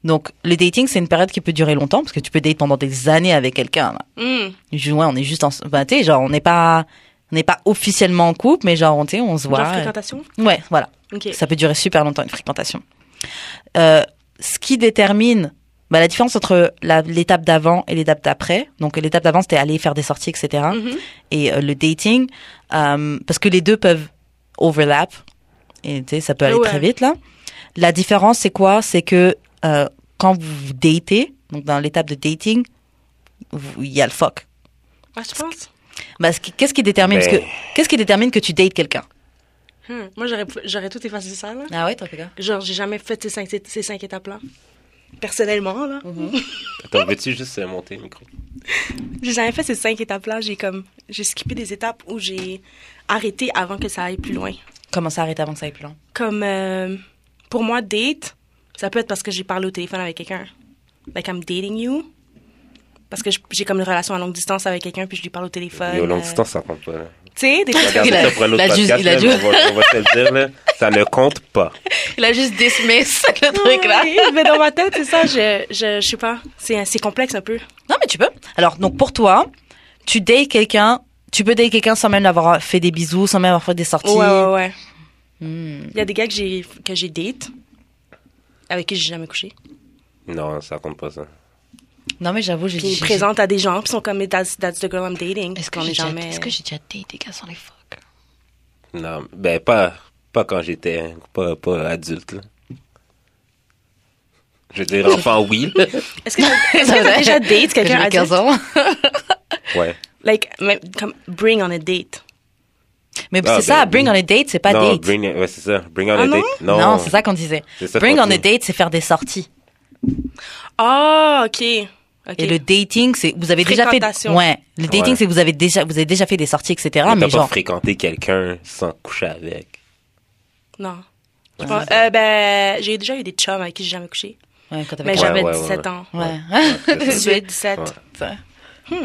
Donc, le dating, c'est une période qui peut durer longtemps parce que tu peux date pendant des années avec quelqu'un. là.
Mhm.
Je- Ouais, on est juste en, bah, tu sais, genre, on n'est pas, on n'est pas officiellement en couple, mais genre, on, tu sais, on se voit.
Genre
et-
fréquentation
Ouais, voilà.
Ok.
Ça peut durer super longtemps une fréquentation. Euh, ce qui détermine bah, la différence entre la- l'étape d'avant et l'étape d'après. Donc l'étape d'avant c'était aller faire des sorties, etc.
Mhm.
Et euh, le dating, euh, parce que les deux peuvent overlap. Et tu sais, ça peut aller
Ouais.
très vite là. La différence c'est quoi C'est que euh, quand vous datez, donc dans l'étape de dating, vous- il y a le fuck.
Ah, je pense.
Bah, ce qui- qu'est-ce qui détermine parce
Ben.
que- Qu'est-ce qui détermine que tu dates quelqu'un
Hmm. Moi, j'aurais, j'aurais tout effacé ça, là.
Ah ouais, t'as fait quoi
Genre, j'ai jamais fait ces cinq, ces cinq étapes-là. Personnellement, là.
Attends, veux-tu juste euh, monter le micro?
J'ai jamais fait ces cinq étapes-là. J'ai comme, j'ai skippé des étapes où j'ai arrêté avant que ça aille plus loin.
Comment ça arrête avant que ça aille plus loin
Comme, euh, pour moi, date, ça peut être parce que j'ai parlé au téléphone avec quelqu'un. Like, I'm dating you. Parce que je- j'ai comme une relation à longue distance avec quelqu'un, puis je lui parle au téléphone.
Et au long
euh,
distance, ça compte pas. Là.
Tu sais, des fois,
Regarde,
Il a-
ça pour un autre
il a
podcast,
juste- il a
là,
juste-
mais on, va, on va se le dire, là, ça ne compte pas.
Il a juste dismiss le truc là.
Oui, mais dans ma tête, c'est ça, je, je, je sais pas. C'est, c'est complexe un peu.
Non mais tu peux. Alors donc pour toi, tu dates quelqu'un, tu peux dater quelqu'un sans même avoir fait des bisous, sans même avoir fait des sorties.
Ouais, ouais, ouais.
Hmm.
Il y a des gars que j'ai, que j'ai date, avec qui j'ai jamais couché.
Non, ça compte pas, ça.
Non mais j'avoue, j'ai
Puis ils
j'ai-
me présentent à des gens, puis ils sont comme, that's, that's the girl I'm dating.
Est-ce que
Puis on
j'ai
est
déjà
jamais.
est-ce que j'ai déjà daté gars sans les fuck
Non, ben pas, pas quand j'étais hein. pas, pas adulte. Là. Je veux dire, enfant, oui. là.
Est-ce que est-ce que t'as déjà date quelqu'un
à
à
15 ans.
Ouais.
Like, mais comme, bring on a date.
Mais
Ah,
c'est ça,
ben,
bring on a date, c'est pas
non,
date.
Bring, ouais, c'est ça. Bring on
Ah
a
non?
date. Non,
Non, c'est ça qu'on disait.
C'est ça
bring
qu'on
on a
dit.
date, c'est faire des sorties.
Ah, ok. Ok.
Et le dating, c'est vous avez déjà fait
Fréquentation.
Ouais, le dating
Ouais.
c'est que vous avez déjà vous avez déjà fait des sorties etc.
Mais
mais
t'as pas
genre
fréquenté quelqu'un sans coucher avec.
Non. Je pense- euh, ben, j'ai déjà eu des chums avec qui j'ai jamais couché.
ouais, quand t'avais
Mais
Ouais,
j'avais
ouais, ouais,
17
ouais.
ans.
Ouais.
Ouais, c'est
18, 17.
Ouais.
Hmm.
Ah,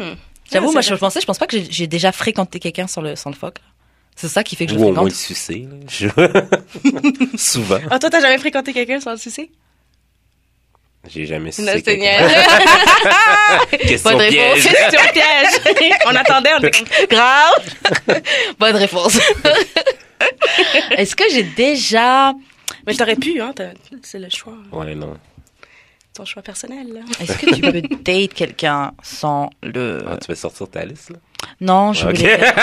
J'avoue,
Ouais,
moi,
c'est
je
vrai.
pensais, je pense pas que j'ai- j'ai déjà fréquenté quelqu'un sans le, sans le phoque. C'est ça qui fait que je
Ou
le
au moins le
fréquente.
sucer. là. Je- Souvent.
Ah, toi, t'as jamais fréquenté quelqu'un sans le sucer?
J'ai jamais sucé.
Non, c'est
quelqu'un.
niaise.
Question
Pas de réponse.
piège.
Question piège. on attendait, on était comme...
Grave! Bonne réponse. Est-ce que j'ai déjà,
Mais t'aurais pu, hein. t'as- C'est le choix.
Ouais, non.
Ton choix personnel, là.
est-ce que tu peux date quelqu'un sans le,
Ah, tu veux sortir ta liste, là?
non, je
Ok.
voulais faire-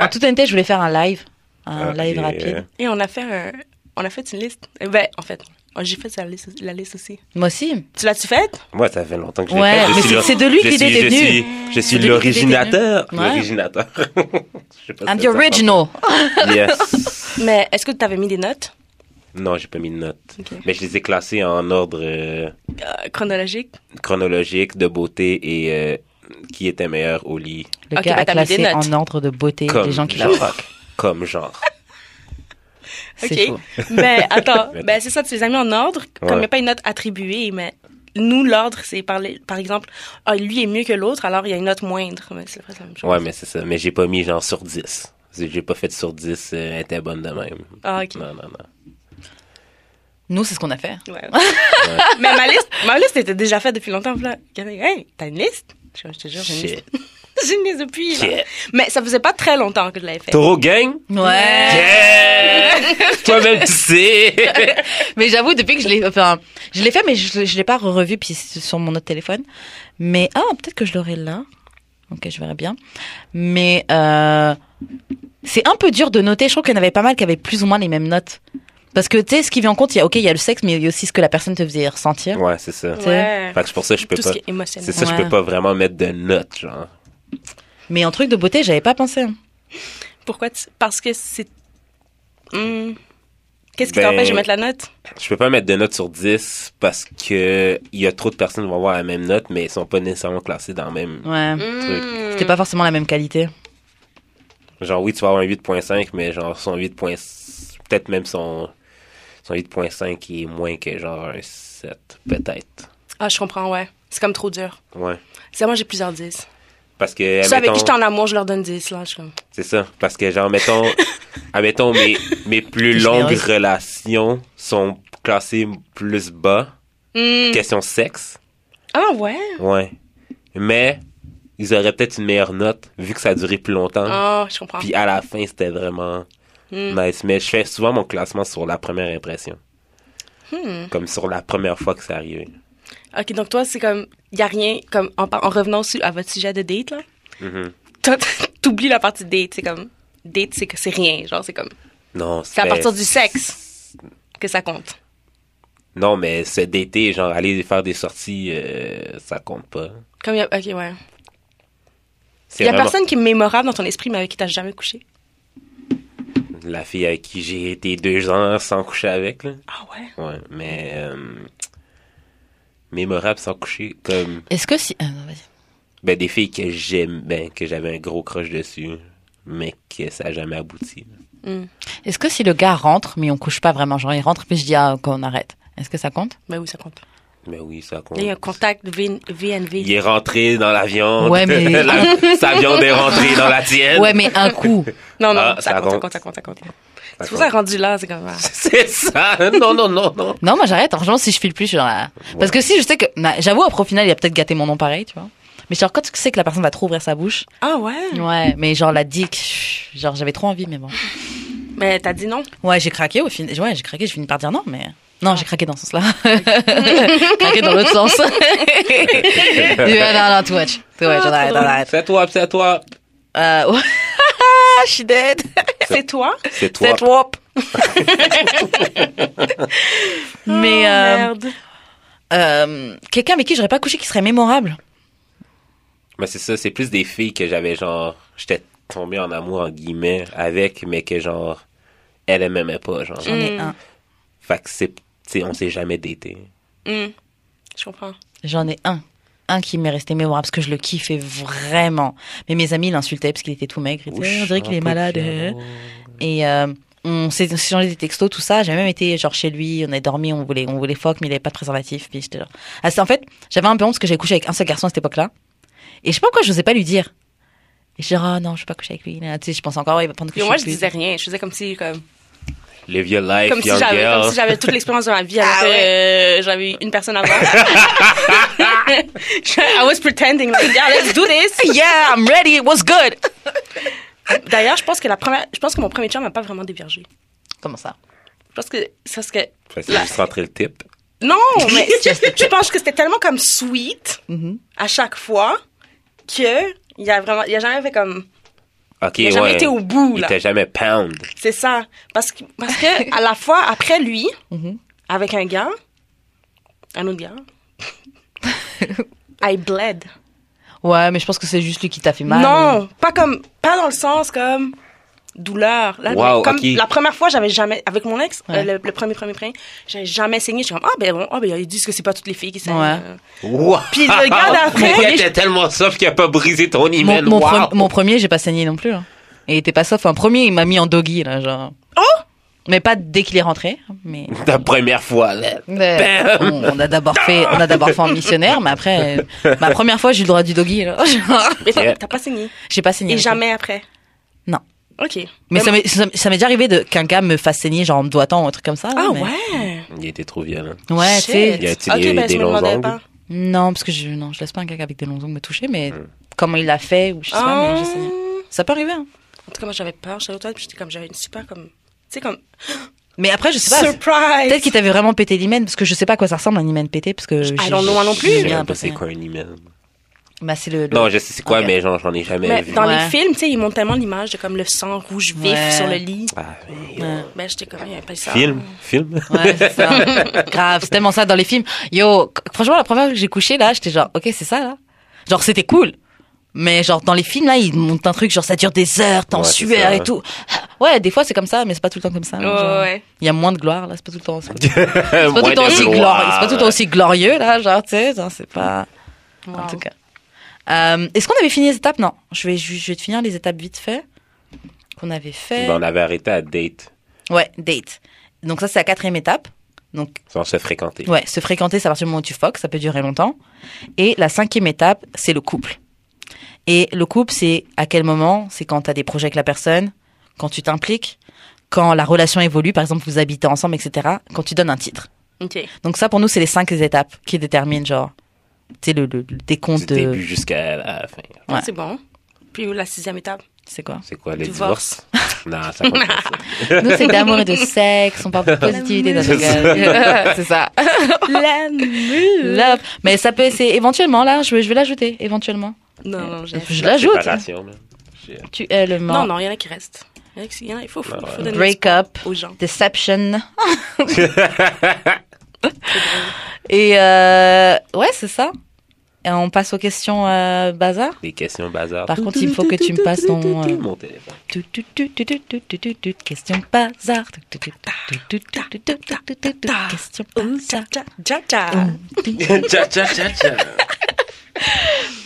en toute honnêteté, je voulais faire un live, un
Ok.
live rapide.
Et on a fait un... On a fait une liste. Eh Ben, en fait, j'ai fait la liste, la liste aussi.
Moi aussi.
Tu l'as-tu faite?
Moi, ça fait longtemps que je l'ai
Ouais,
fait. Je
mais
suis
c'est-
le-
c'est de lui
je
que l'idée
suis-
est
je
venue.
suis- Je suis
C'est de lui que l'idée est venue.
l'originateur.
Ouais.
L'originateur. Je sais pas
I'm
si
the
ça s'entend.
original.
Yes.
Mais est-ce que tu avais mis des notes
Non, j'ai pas mis de notes.
Ok.
Mais je les ai classés en ordre euh,
euh, chronologiques?
chronologique de beauté et euh, qui était meilleur au lit.
Le
Ok,
gars
bah,
a
t'as mis des
classé
notes.
en ordre de beauté
Comme
les gens qui la
genre.
fuck.
Comme genre.
C'est
OK.
fou.
Mais attends,
Mais-
ben c'est ça, tu les as mis en ordre, comme il
Ouais.
n'y a pas une note attribuée, mais nous, l'ordre, c'est par, les- par exemple, ah, lui est mieux que l'autre, alors il y a une note moindre. Mais c'est presque la même chose.
Ouais, mais c'est ça. Mais j'ai pas mis genre sur 10. J'ai pas fait sur 10, euh, elle était bonne de même.
Ah, ok.
Non, non, non.
Nous, c'est ce qu'on a fait.
Ouais. mais ma liste, ma liste était déjà faite depuis longtemps. puis Là, Regarde, hey, t'as une liste? Je, je te jure, j'ai une liste.
Shit.
J'ai une depuis. là.
Yeah.
Mais ça faisait pas très longtemps que je l'avais fait.
Taureau gang?
Euh.
Ouais.
Yeah! Toi-même, tu sais!
Mais j'avoue, depuis que je l'ai, enfin, je l'ai fait, mais je, je l'ai pas revu puis c'est sur mon autre téléphone. Mais ah, peut-être que je l'aurai là. Ok, je verrai bien. Mais euh, c'est un peu dur de noter. Je trouve qu'il y en avait pas mal qui avaient plus ou moins les mêmes notes. Parce que tu sais, ce qui vient en compte, il y a ok, il y a le sexe, mais il y a aussi ce que la personne te faisait ressentir.
ouais, c'est ça.
Ouais.
Fait que c'est pour ça que je peux
Tout
pas.
ce qui est émotionnel.
C'est ça, je
Ouais.
peux pas vraiment mettre de notes, genre.
Mais en truc de beauté, j'avais pas pensé. hein.
Pourquoi tu- Parce que c'est. Hmm. Qu'est-ce qui
Ben-
t'empêche de mettre la note
Je peux pas mettre de notes sur 10 parce que il y a trop de personnes qui vont avoir la même note, mais ils sont pas nécessairement classés dans le même.
Ouais.
Hmm.
C'était pas forcément la même qualité.
Genre, oui, tu vas avoir un 8.5, mais genre, son 8. Peut-être même son, son 8.5 qui est moins que genre un 7, peut-être.
Ah, je comprends, ouais. C'est comme trop dur.
Ouais.
C'est moi, j'ai plusieurs 10.
Eh, Parce que.
Ceux avec
admettons-
qui j'étais en amour, je leur donne 10. Là, je suis comme.
C'est ça. Parce que, genre, mettons, admettons, mes, mes plus
Je
longues
mérite.
relations sont classées plus bas.
Hmm.
Question sexe.
Ah, ouais.
Ouais. Mais, ils auraient peut-être une meilleure note, vu que ça a duré plus longtemps.
Ah, je comprends.
Puis à la fin, c'était vraiment
Hmm.
nice. Mais je fais souvent mon classement sur la première impression.
Hmm.
Comme sur la première fois que c'est arrivé.
Ok, donc toi, c'est comme. Y a rien. Comme, en, par- en revenant su- à votre sujet de date, là.
Mm-hmm.
Toi, t'oublies la partie date. C'est comme. Date, c'est que c'est rien. Genre, c'est comme.
Non, Ben, c'est
C'est à partir du sexe que ça compte.
Non, mais se dater, genre aller faire des sorties, euh, ça compte pas.
Comme y a, ok, ouais.
C'est
Il y a
vraiment
personne qui est mémorable dans ton esprit, mais avec qui t'as jamais couché.
la fille avec qui j'ai été deux ans sans coucher avec. Là.
Ah ouais.
Ouais, mais euh, mémorable sans coucher, comme
Est-ce que si. ah, non, vas-y.
ben, des filles que j'aime, ben, que j'avais un gros crush dessus, mais que ça n'a jamais abouti.
Hmm.
Est-ce que si le gars rentre, mais on couche pas vraiment, genre il rentre, puis je dis ah, qu'on arrête. Est-ce que ça compte
Ben oui, ça compte.
Mais oui, ça compte.
Il y a un contact VN VNV.
Il est rentré dans la viande.
Ouais, mais-
La- sa viande est rentrée dans la tienne.
Ouais, mais un coup.
Non, non,
Ah,
ça,
ça
compte, ça
compte.
compte, ça compte, ça compte.
Ça
C'est pour ça
compte.
rendu là, c'est comme. ah.
C'est ça. Non, non, non, non.
Non, moi j'arrête. Franchement, si je file plus, je suis dans la... Parce que si je sais que, Nah, j'avoue, après au final, il a peut-être gâté mon nom pareil, tu vois. Mais genre quand tu sais que la personne va trop ouvrir sa bouche.
Ah ouais.
Ouais, mais genre la dick, chut, genre j'avais trop envie, mais bon.
Mais Ben, t'as dit non.
Ouais, j'ai craqué au final. Ouais, j'ai craqué. Je finis par dire non, mais non, j'ai craqué dans ce sens-là. craqué dans l'autre sens. Ouais, non, non, too much, too much. On
Ah,
arrête, on arrête.
C'est toi, c'est toi.
Euh, ouais. je suis dead.
C'est toi.
C'est toi.
Cette wop. mais
Oh,
euh,
merde.
euh, quelqu'un avec qui j'aurais pas couché qui serait mémorable.
Mais c'est ça, c'est plus des filles que j'avais genre, j'étais tombé en amour en guillemets avec, mais que genre, elle elle m'aimait pas, genre.
Mm.
J'en ai un.
Fait que c'est, tu sais, on s'est jamais daté.
Hmm. Je comprends.
J'en ai un. Un qui m'est resté mémorable parce que je le kiffais vraiment. Mais mes amis l'insultaient parce qu'il était tout maigre. Ils disaient,
Ouch,
on dirait qu'il
un
est
peu
malade.
piano.
hein.
Et euh, on s'est on s'est échangé des textos, tout ça. J'ai même été genre chez lui, on a dormi, on voulait, on voulait fuck, mais il avait pas de préservatif. Puis j'étais genre. Ah, c'est- en fait, j'avais un peu honte parce que j'avais couché avec un seul garçon à cette époque-là. Et je sais pas pourquoi je n'osais pas lui dire. Et je dis, ah non, je vais pas coucher avec lui. là. Tu sais, je pense encore, oh, il va prendre que
Puis moi, je
suis
disais
plus.
rien. Je faisais comme si, comme,
Live your life,
comme si
young
j'avais,
girl.
comme si j'avais toute l'expérience de ma vie. alors
Ah
que, euh, j'avais une personne avant. I was pretending. Like, yeah, let's do this.
Yeah, I'm ready, it was good.
D'ailleurs, je pense que la première, je pense que mon premier chum m'a pas vraiment dévergé.
Comment ça?
Je pense que ça ce que
Fait que c'est juste rentrer le type.
non, mais je pense que c'était tellement comme sweet
Mm-hmm.
à chaque fois que il y a vraiment, il y a jamais fait comme,
Ok,
il a jamais
ouais.
été au bout
Il
là.
t'a jamais pound.
C'est ça, parce que parce que à la fois après lui,
Mm-hmm.
avec un gars, un autre gars, I bled.
Ouais, mais je pense que c'est juste lui qui t'a fait mal.
non, pas comme, pas dans le sens comme douleur. Là,
Wow,
comme
ok.
la première fois, j'avais jamais, avec mon ex,
Ouais.
euh, le, le premier, premier, premier, j'avais jamais saigné. Je suis comme, ah ben bon, ah ben ils disent que c'est pas toutes les filles qui saignent.
Ouais.
Euh,
Wow.
Puis le gars d'après-
Mon gars était tellement soft qu'il a pas brisé ton
Mon,
hymen.
mon
Wow.
pre- mon premier, j'ai pas saigné non plus. hein. Et il était pas sauf. Un premier, il m'a mis en doggy, là, genre.
Oh!
Mais pas dès qu'il est rentré, mais.
Ta première fois, là.
Ouais. On, on a d'abord fait, on a d'abord fait en missionnaire, mais après, euh, ma première fois, j'ai eu le droit du doggy, là. Genre,
Mais t'as
Yeah.
t'as pas saigné.
J'ai pas saigné.
Et
avec lui.
jamais après.
Non.
Ok.
Mais ça m'est, ça m'est- ça m'est déjà arrivé de, qu'un gars me fasse saigner, genre, en me doigtant ou un truc comme ça. là,
Ah
mais-
ouais.
Il était trop violent.
Ouais, tu
Shit.
sais.
Y a-t-il
Ok,
des-
ben, je
des
me
longs
demandais
ongles?
pas.
Non, parce que je, non, je laisse pas un gars avec des longs ongles me toucher, mais comment il l'a fait ou je sais pas, mais je sais rien.
Ah.
Ça peut arriver. hein.
En tout cas, moi, j'avais peur. J'étais à l'hôtel, puis j'étais comme, j'avais une super, comme, tu sais, comme,
Mais après, je sais pas. Peut-être
surprise!
qu'il t'avait vraiment pété l'hymen parce que je sais pas à quoi ça ressemble un hymen pété parce que. j'ai-
don't know moi non
j'ai
plus.
Je
bien
sais même pas
l'impression-
c'est quoi un hymen.
Bah c'est le. le-
Non, je sais c'est quoi,
Ok.
mais genre, j'en ai jamais
Mais
vu.
dans
Ouais.
les films, tu sais, ils montrent tellement l'image de comme le sang rouge vif
Ouais.
sur le lit.
Ah, mais-
Ouais.
Ben, j'étais comme, il y a pas ça.
Film, film.
Ouais, c'est ça. Grave, c'est tellement ça dans les films. Yo, c- franchement, la première fois que j'ai couché, là, j'étais genre, ok, c'est ça, là. Genre, c'était cool. Mais genre, dans les films, là, ils montent un truc, genre, ça dure des heures, t'es en
Ouais, c'est
sueur
ça.
et tout. Ouais, des fois, c'est comme ça, mais c'est pas tout le temps comme ça.
Ouais,
Genre,
ouais, ouais.
Il y a moins de gloire, là, c'est pas tout le temps. C'est pas tout
C'est
le temps aussi, glori- c'est pas tout le temps
Ah.
aussi glorieux, là, genre, tu sais, genre, c'est pas. En
Wow.
tout cas. Euh, Est-ce qu'on avait fini les étapes Non, je vais, ju- je vais te finir les étapes vite fait. Qu'on avait fait.
Ben, on avait arrêté à date,
Ouais, date. Donc, ça, c'est la quatrième étape. Donc,
sans se fréquenter.
Ouais, se fréquenter, c'est à partir du moment où tu foques, ça peut durer longtemps. Et la cinquième étape, c'est le couple. Et le couple, c'est à quel moment C'est quand tu as des projets avec la personne, quand tu t'impliques, quand la relation évolue, par exemple, vous habitez ensemble, etc., quand tu donnes un titre.
Ok.
Donc ça, pour nous, c'est les cinq étapes qui déterminent, genre, tu sais, le, le- le
Du
décompte de...
début jusqu'à la fin.
Ouais.
C'est bon. Puis où la sixième étape?
C'est quoi
C'est quoi, le
Divorce.
divorce? non, ça compte pas. ça.
Nous, c'est d'amour et de sexe, on parle de positivité, dans ce cas. c'est ça.
La mule!
Love. Mais ça peut, c'est éventuellement, là, je vais, je vais l'ajouter, éventuellement.
Non, non, j'ai.
Je l'ajoute. hein.
Séparation, man. Shit.
Tu es le mort.
Non, non, il y en a qui restent. Il y en a qui- il y en a- Il faut, faut,
Non,
faut
Bah ouais.
donner
Break up.
aux gens.
Deception. Et euh, ouais, c'est ça. Et on passe aux questions euh, bazar.
Des questions bazar.
Par contre, il faut que tu me passes ton, euh,
Mon téléphone.
Tu, tu, tu, tu, tu, tu, tu, tu, tu, Question bazar. Tu, tu, tu, tu, tu, tu, tu, tu, tu, tu, tu, tu, Question bazar.
Tcha, tcha, tcha.
Tcha, tcha, tcha, tcha.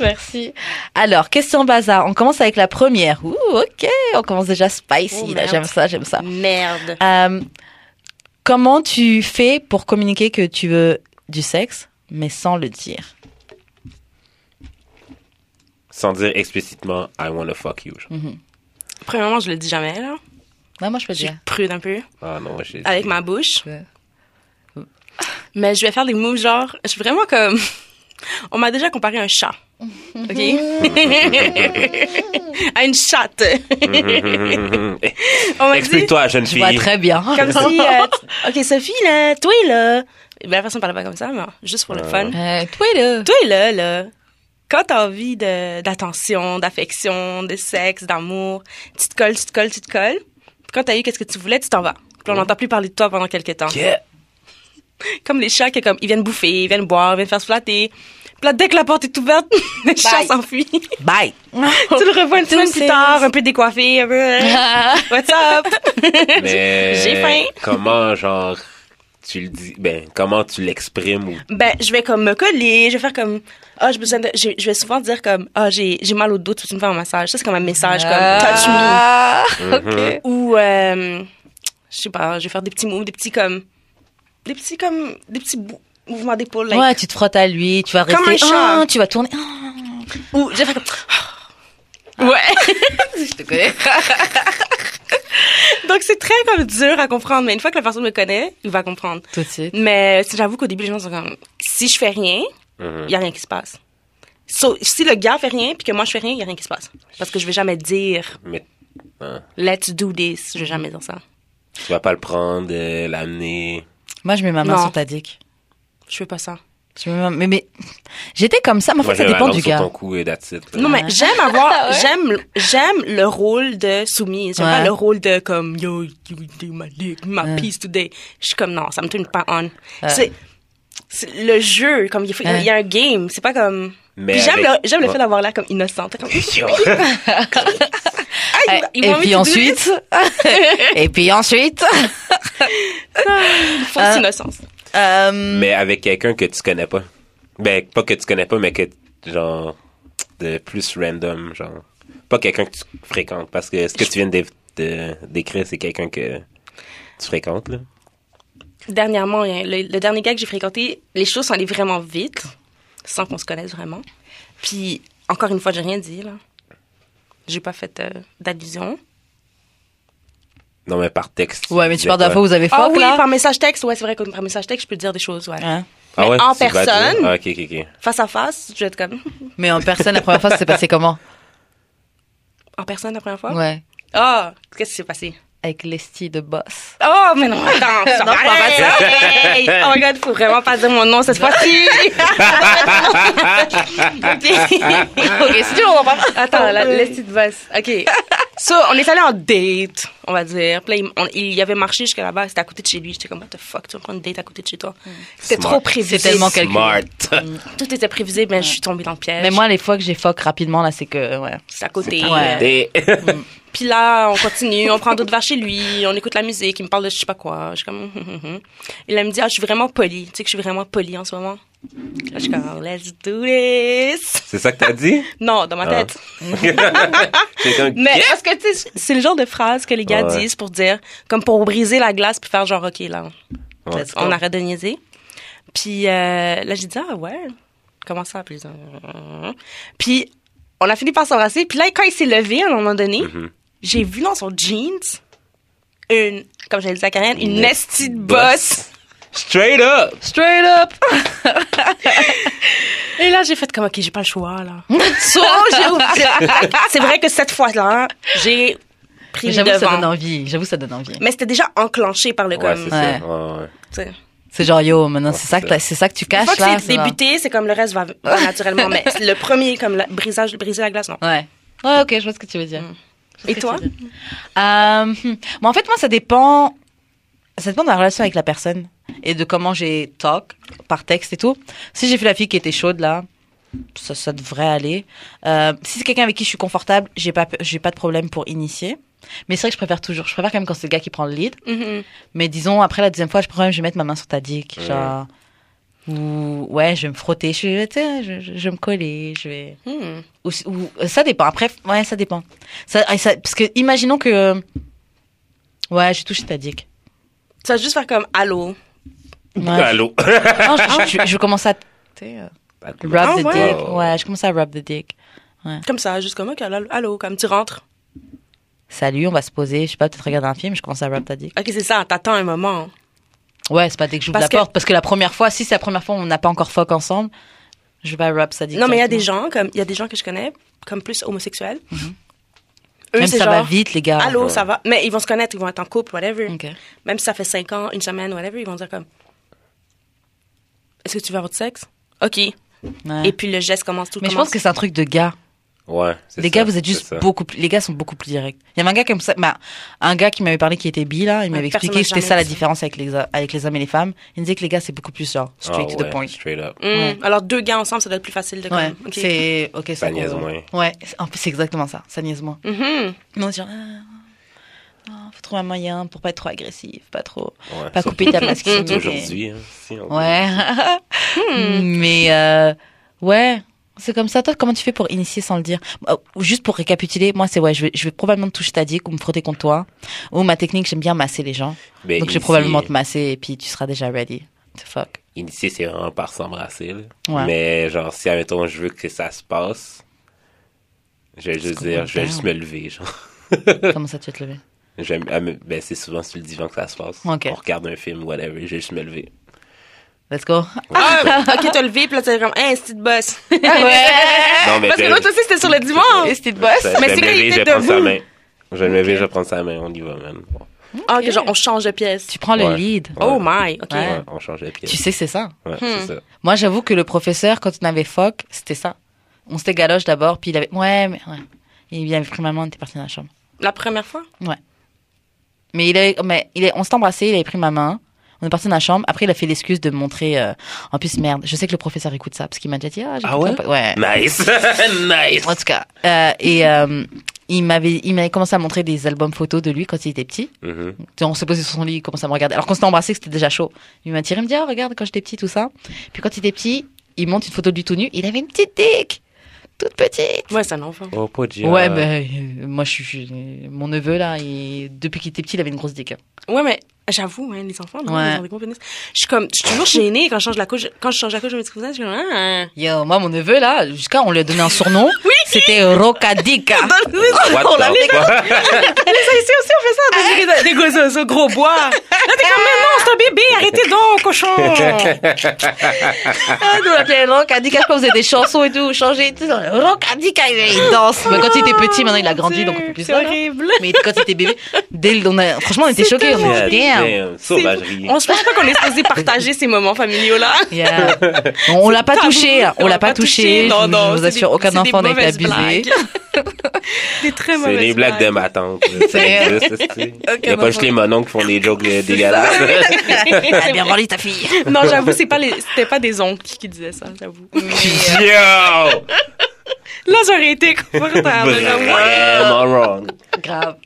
Merci. Alors, question bazar. On commence avec la première. Ouh, ok. On commence déjà
Oh,
spicy. Là,
merde.
j'aime ça, j'aime ça.
Merde.
Euh, comment tu fais pour communiquer que tu veux du sexe, mais sans le dire
Sans dire explicitement, I wanna fuck you. genre.
Mm. Ah, Premièrement, je le dis jamais, là.
Ouais, Moi, je peux
Je suis
dire.
prude un peu.
Ah non, j'ai.
Avec ma bouche.
Ouais.
Mais je vais faire des moves genre, je suis vraiment comme. On m'a déjà comparé à un chat. OK? à une chatte. On m'a dit.
Explique-toi, jeune
Je vois
fille.
très bien.
Comme si. euh, t- OK, Sophie, là, toi, là. Ben, la personne ne parlait pas comme ça, mais juste pour le fun.
Euh, toi, là.
Toi, là, là. Quand t'as envie de- d'attention, d'affection, de sexe, d'amour, tu te colles, tu te colles, tu te colles. Puis Quand t'as eu qu'est-ce que tu voulais, tu t'en vas. Puis on n'entend plus parler de toi pendant quelques temps.
Yeah.
Comme les chats qui comme ils viennent bouffer, ils viennent boire, ils viennent faire se flatter. Puis là, dès que la porte est ouverte, le chat
Bye.
s'enfuit. tu
Bye.
le revois une semaine
Deuxième
plus tard, un peu décoiffé, un peu. euh,
Ah.
What's up?
Mais.
J'ai faim.
Comment, genre, tu le dis. Ben, comment tu l'exprimes ou.
ben, je vais comme me coller, je vais faire comme. Ah, j'ai besoin de. Je, je vais souvent dire comme. Ah, j'ai j'ai mal au dos, tu peux-tu me faire un massage? Ça, c'est comme un message, comme. Touch me.
Ah, ok.
Ou, euh, je sais pas, je vais faire des petits moves, des petits comme. Des petits comme. Des petits bou- mouvements d'épaule. like.
Ouais, tu te frottes à lui, tu vas rester.
Comme un chat.
Ah, tu vas tourner. Ah,
Ou je vais faire comme. Ouais!
je te connais.
Donc c'est très comme dur à comprendre, mais une fois que la personne me connaît, il va comprendre.
Tout de suite.
Mais c'est- j'avoue qu'au début, les gens sont comme. Si je fais rien, il
Mhm.
y a rien qui se passe. So, si le gars fait rien puis que moi je fais rien, il y a rien qui se passe. Parce que je vais jamais dire
Mais. hein,
let's do this. Je vais jamais dire ça.
Tu vas pas le prendre, euh, l'amener.
Moi, je mets ma main
Non.
sur ta dick.
Je fais pas ça.
Je mets ma- Mais, mais j'étais comme ça, mais en fait,
Moi,
ça
j'ai ma
dépend
langue
du
sur
gars.
ton cou et that's it.
Non, mais j'aime avoir, j'aime, j'aime le rôle de soumise. J'aime
Ah Ouais.
pas le rôle de comme, yo, you do my dick, my
Ouais.
peace today. Je suis comme, non, ça me tourne pas on. C'est, c'est le jeu, comme, il faut- il y a un game. C'est pas comme.
Mais
Puis j'aime,
avec-
le, j'aime le fait
Ouais.
d'avoir l'air comme innocente. Comme,
Yo.
ah,
Et puis ensuite. Et puis ensuite.
Fausse
Ah.
innocence.
Euh,
mais avec quelqu'un que tu connais pas. Ben, pas que tu connais pas, mais que, genre, de plus random, genre. Pas quelqu'un que tu fréquentes, parce que ce que tu viens de de- d'écrire, c'est quelqu'un que tu fréquentes, là.
Dernièrement, il y a- le, le dernier gars que j'ai fréquenté, les choses sont allées vraiment vite, sans qu'on se connaisse vraiment. Puis, encore une fois, j'ai rien dit, là. J'ai pas fait euh, d'allusion.
Non, mais par texte.
Ouais, mais tu parles de la
disais
fois où vous avez fuck,
Ah oui,
là.
par message texte, ouais, c'est vrai que par message texte, je peux dire des choses, ouais.
Hein
Ah
Mais
ouais,
en
tu vas
personne.
dire- Ah, ok, ok, ok.
Face à face, je vais être comme.
Mais en personne, la première fois, ça s'est passé comment
En personne la première fois?
Ouais.
Ah, qu'est-ce qui s'est passé?
Avec Lestie de boss.
Oh, mais non, attends, ça
Non,
va
pas
arrête, arrête. Oh my god, faut vraiment pas dire mon nom cette fois-ci.
Aux questions, on va pas.
attends, la, laisse petite bosse. OK. So, on est allé en date, on va dire. Puis là, il, on- il y avait marché jusqu'à là-bas, c'était à côté de chez lui. J'étais comme, what the fuck, tu vas prendre une date à côté de chez toi. C'était
Smart.
trop prévisible.
C'est tellement calculé.
Smart.
Tout était prévisible, mais je suis tombée dans le piège.
Mm. Mais moi, les fois que j'ai fuck rapidement, là, c'est que, ouais.
c'est à côté.
Ouais.
Des-
Puis là, on continue, on prend d'autres verres chez lui, on écoute la musique, il me parle de je sais pas quoi. Je suis comme, hum, hum, hum. Et là, il me dit, ah, je suis vraiment polie. Tu sais que je suis vraiment polie en ce moment. Là, je suis comme, let's do this.
C'est ça que t'as dit?
Non, dans ma
Ah.
tête.
C'est comme,
Mais est-ce que, tu sais, c'est le genre de phrase que les gars
Ouais.
disent pour dire, comme pour briser la glace puis faire genre, OK, là, on,
Ouais.
on arrête de niaiser. Puis euh, là, j'ai dit, ah ouais, comment ça? Puis, euh, puis on a fini par s'embrasser. Puis là, quand il s'est levé à un moment donné,
Mm-hmm.
j'ai vu dans son jeans une, comme j'avais dit à Karen, une
Une
nasty de bosse.
Straight up!
Straight up!
Et là, j'ai fait comme, OK, j'ai pas le choix, là. So, j'ai oublié. C'est vrai que cette fois-là, j'ai pris le
J'avoue, que ça donne
devant.
envie. J'avoue, que ça donne envie.
Mais c'était déjà enclenché par le
Ouais,
comme.
c'est
Ouais.
ça. Ouais, ouais.
tu sais.
C'est genre, yo, maintenant,
Ouais,
c'est ça que, t'as- c'est ça que tu
Une fois
caches,
que
là.
c'est
ça va.
débuté, c'est comme le reste va, va naturellement. mais le premier, comme la, brisage, briser la glace, non.
Ouais. Ouais, ok, je vois ce que tu veux dire.
Mm.
Je vois ce
Et
que
toi?
tu veux dire. Euh, hmm. Bon, en fait, moi, ça dépend. Ça dépend de la relation avec la personne et de comment j'ai talk par texte et tout. Si j'ai fait la fille qui était chaude là, ça, ça devrait aller. Euh, si c'est quelqu'un avec qui je suis confortable, j'ai pas pe- j'ai pas de problème pour initier. Mais c'est vrai que je préfère toujours. Je préfère quand même quand c'est le gars qui prend le lead.
Mhm.
Mais disons après la deuxième fois, je préfère même je vais mettre ma main sur ta dick, genre ou ouais, je vais me frotter, je, vais- tu sais, je, je- je vais me coller, je vais
Hmm.
ou, ou- euh, ça dépend. Après, ouais, ça dépend. Ça, ah, ça- parce que imaginons que euh, ouais, je touche ta dick.
Tu vas juste faire comme allô.
Ouais.
Allô?
Non, je, je, je, je commence à tu sais, euh, rub
Ah
the
ouais.
dick. Ouais, je commence à rub the dick.
Comme ça, juste comme, OK, allô, allô, comme tu rentres.
Salut, on va se poser. Je sais pas, peut-être regarder un film. Je commence à rub ta dick.
OK, c'est ça, t'attends un moment.
Ouais, c'est pas dès que j'ouvre
Parce
la
que-
porte parce que la première fois, si c'est la première fois, on n'a pas encore fuck ensemble, je vais rub sa dick.
Non, mais il y a des
directement.
gens, comme, il y a des gens que je connais, comme plus homosexuels. Eux,
Mm-hmm. Même
c'est
ça va
genre,
vite, les gars.
allô, ça va. Mais ils vont se connaître, ils vont être en couple, whatever.
Ok.
Même si ça fait cinq ans, une semaine, whatever, ils vont dire comme, est-ce que tu veux avoir du sexe? OK.
Ouais.
Et puis le geste commence tout
Mais je
commence.
pense que c'est un truc de gars.
Ouais, c'est
Les
ça,
gars, vous êtes
c'est
juste
ça.
beaucoup plus, les gars sont beaucoup plus directs. Il y avait un gars comme ça, bah, un gars qui m'avait parlé qui était bi, là, il m'avait
personne
expliqué que
m'a
c'était
jamais
ça la
dit ça.
différence avec les, avec les hommes et les femmes. Il me disait que les gars, c'est beaucoup plus genre, straight
Ah
to
ouais,
the point.
Straight up.
Hmm. Alors, deux gars ensemble, ça doit être plus facile de
Ouais,
comme, OK.
c'est, ok, ça.
Ça
qu'on-
niaise moins.
Ouais, c'est- en plus, c'est exactement ça, ça niaise moins.
Mhm.
Non, c'est genre, ah, non, faut trouver un moyen pour pas être trop agressif, pas trop,
Ouais,
pas
surtout-
couper ta masculinité.
surtout Aujourd'hui, hein, si on-
Ouais.
Hmm.
Mais euh, ouais, c'est comme ça. Toi, comment tu fais pour initier sans le dire Euh, Juste pour récapituler, moi, c'est ouais, je vais, je vais probablement te toucher ta dick ou me frotter contre toi. Ou ma technique, j'aime bien masser les gens.
Ben,
Donc, je
initier-
vais probablement te masser et puis tu seras déjà ready. The fuck.
Initier, c'est vraiment par s'embrasser, là.
Ouais.
Mais, genre, si, admettons, je veux que ça se passe, je vais juste
qu'on
dire,
peut
je vais
faire.
juste me lever, genre.
Comment ça, tu vas te lever
J'aime, ah, mais- ben, c'est souvent sur le divan que ça se passe.
Ok.
On regarde un film, whatever, je vais juste me lever.
Let's go.
Ah, ok, t'as levé, puis là, t'es comme, hey, c'est de boss.
Ouais.
Non, mais
Eh, Parce que
je-
l'autre aussi, c'était sur le divan.
Et c'était de boss.
Ça,
Mais
je vais me
c'est quand il
lever, je
était
vais prendre sa
debout.
main. Je vais me lever, je vais prendre sa main, on y va, man. Bon.
Ah, ok, genre, on change de pièce.
Tu prends le
Ouais.
lead.
Ouais.
Oh my, ok. Hmm.
Ouais.
Ouais, on change de pièce.
Tu sais, c'est ça.
Ouais, c'est ça.
Moi, j'avoue que le professeur, quand on avait phoque, c'était ça. On s'était galoche d'abord, puis il avait. Ouais, mais. Ouais. Il avait pris ma main, on était parti dans la chambre.
La première fois?
Mais il est, mais il est, on s'est embrassé, il avait pris ma main. On est parti dans la chambre. Après, il a fait l'excuse de me montrer. euh, en plus, merde, je sais que le professeur écoute ça parce qu'il m'a déjà dit ah j'ai
Ah
écouté
ouais
un po- ouais.
Nice! nice!
En tout cas, euh, et euh, il m'avait, il m'avait commencé à montrer des albums photos de lui quand il était petit.
Mhm.
Tu sais, On s'est posé sur son lit, il commençait à me regarder. Alors qu'on s'était embrassé, que c'était déjà chaud. Il m'a tiré, il me dit ah regarde quand j'étais petit tout ça. Puis quand il était petit, il monte une photo de lui tout nu. Il avait une petite dick, toute petite.
Ouais, c'est un enfant.
Oh, pas de
Ouais,
ben.
mais euh, moi je suis mon neveu là, il- depuis qu'il était petit, il avait une grosse dick. hein.
Ouais, mais j'avoue, hein, les enfants, non,
Ouais.
ils ont des gros pénis. Je suis comme, je suis toujours gênée hein, quand je change la couche. Quand je change la couche de mes cousins, je suis comme, ah.
Yo, moi, mon neveu, là, jusqu'à, on lui a donné un surnom. oui, C'était Rocadica.
Ah, bah,
What
on l'avait
the fuck?
ça ici aussi, on fait ça. Des, des gosses, ce gros bois. Là, t'es comme, mais non, c'est un bébé, arrêtez donc, cochon.
Ah, nous, on l'appelait Rocadica. Je sais pas, vous avez des chansons et tout, changez et tout. Rocadica, il il danse. Mais quand il était petit, maintenant il a grandi, donc on peut plus
Oh,
hein. ça.
C'est
là.
horrible.
Mais quand il était bébé, dès le- on a, franchement, on était choqués. On
Yeah,
était damn.
damn, Sauvagerie.
On se pense pas qu'on est censé partager ces moments familiaux là.
Yeah. On l'a pas
tabou.
touché, hein. on l'a pas touché.
Non,
Je vous-
non,
je vous
c'est
assure,
des-
aucun
c'est des
enfant n'a été
mauvaises
abusé.
blagues. des très
C'est
mauvaises
les blagues de ma tante. là, Ça
C'est-
existe, est-ce que- Il y a
maman.
pas juste les mononcles qui font des jokes euh, dégueulasses.
Elle a Eh bien grandi, ta fille.
Non, j'avoue, c'est pas les, c'était pas des oncles qui disaient ça, j'avoue.
Mm.
Ah,
Yo!
Là, ça aurait été hein, confortable. j'avoue.
Vraiment wrong.
Grave.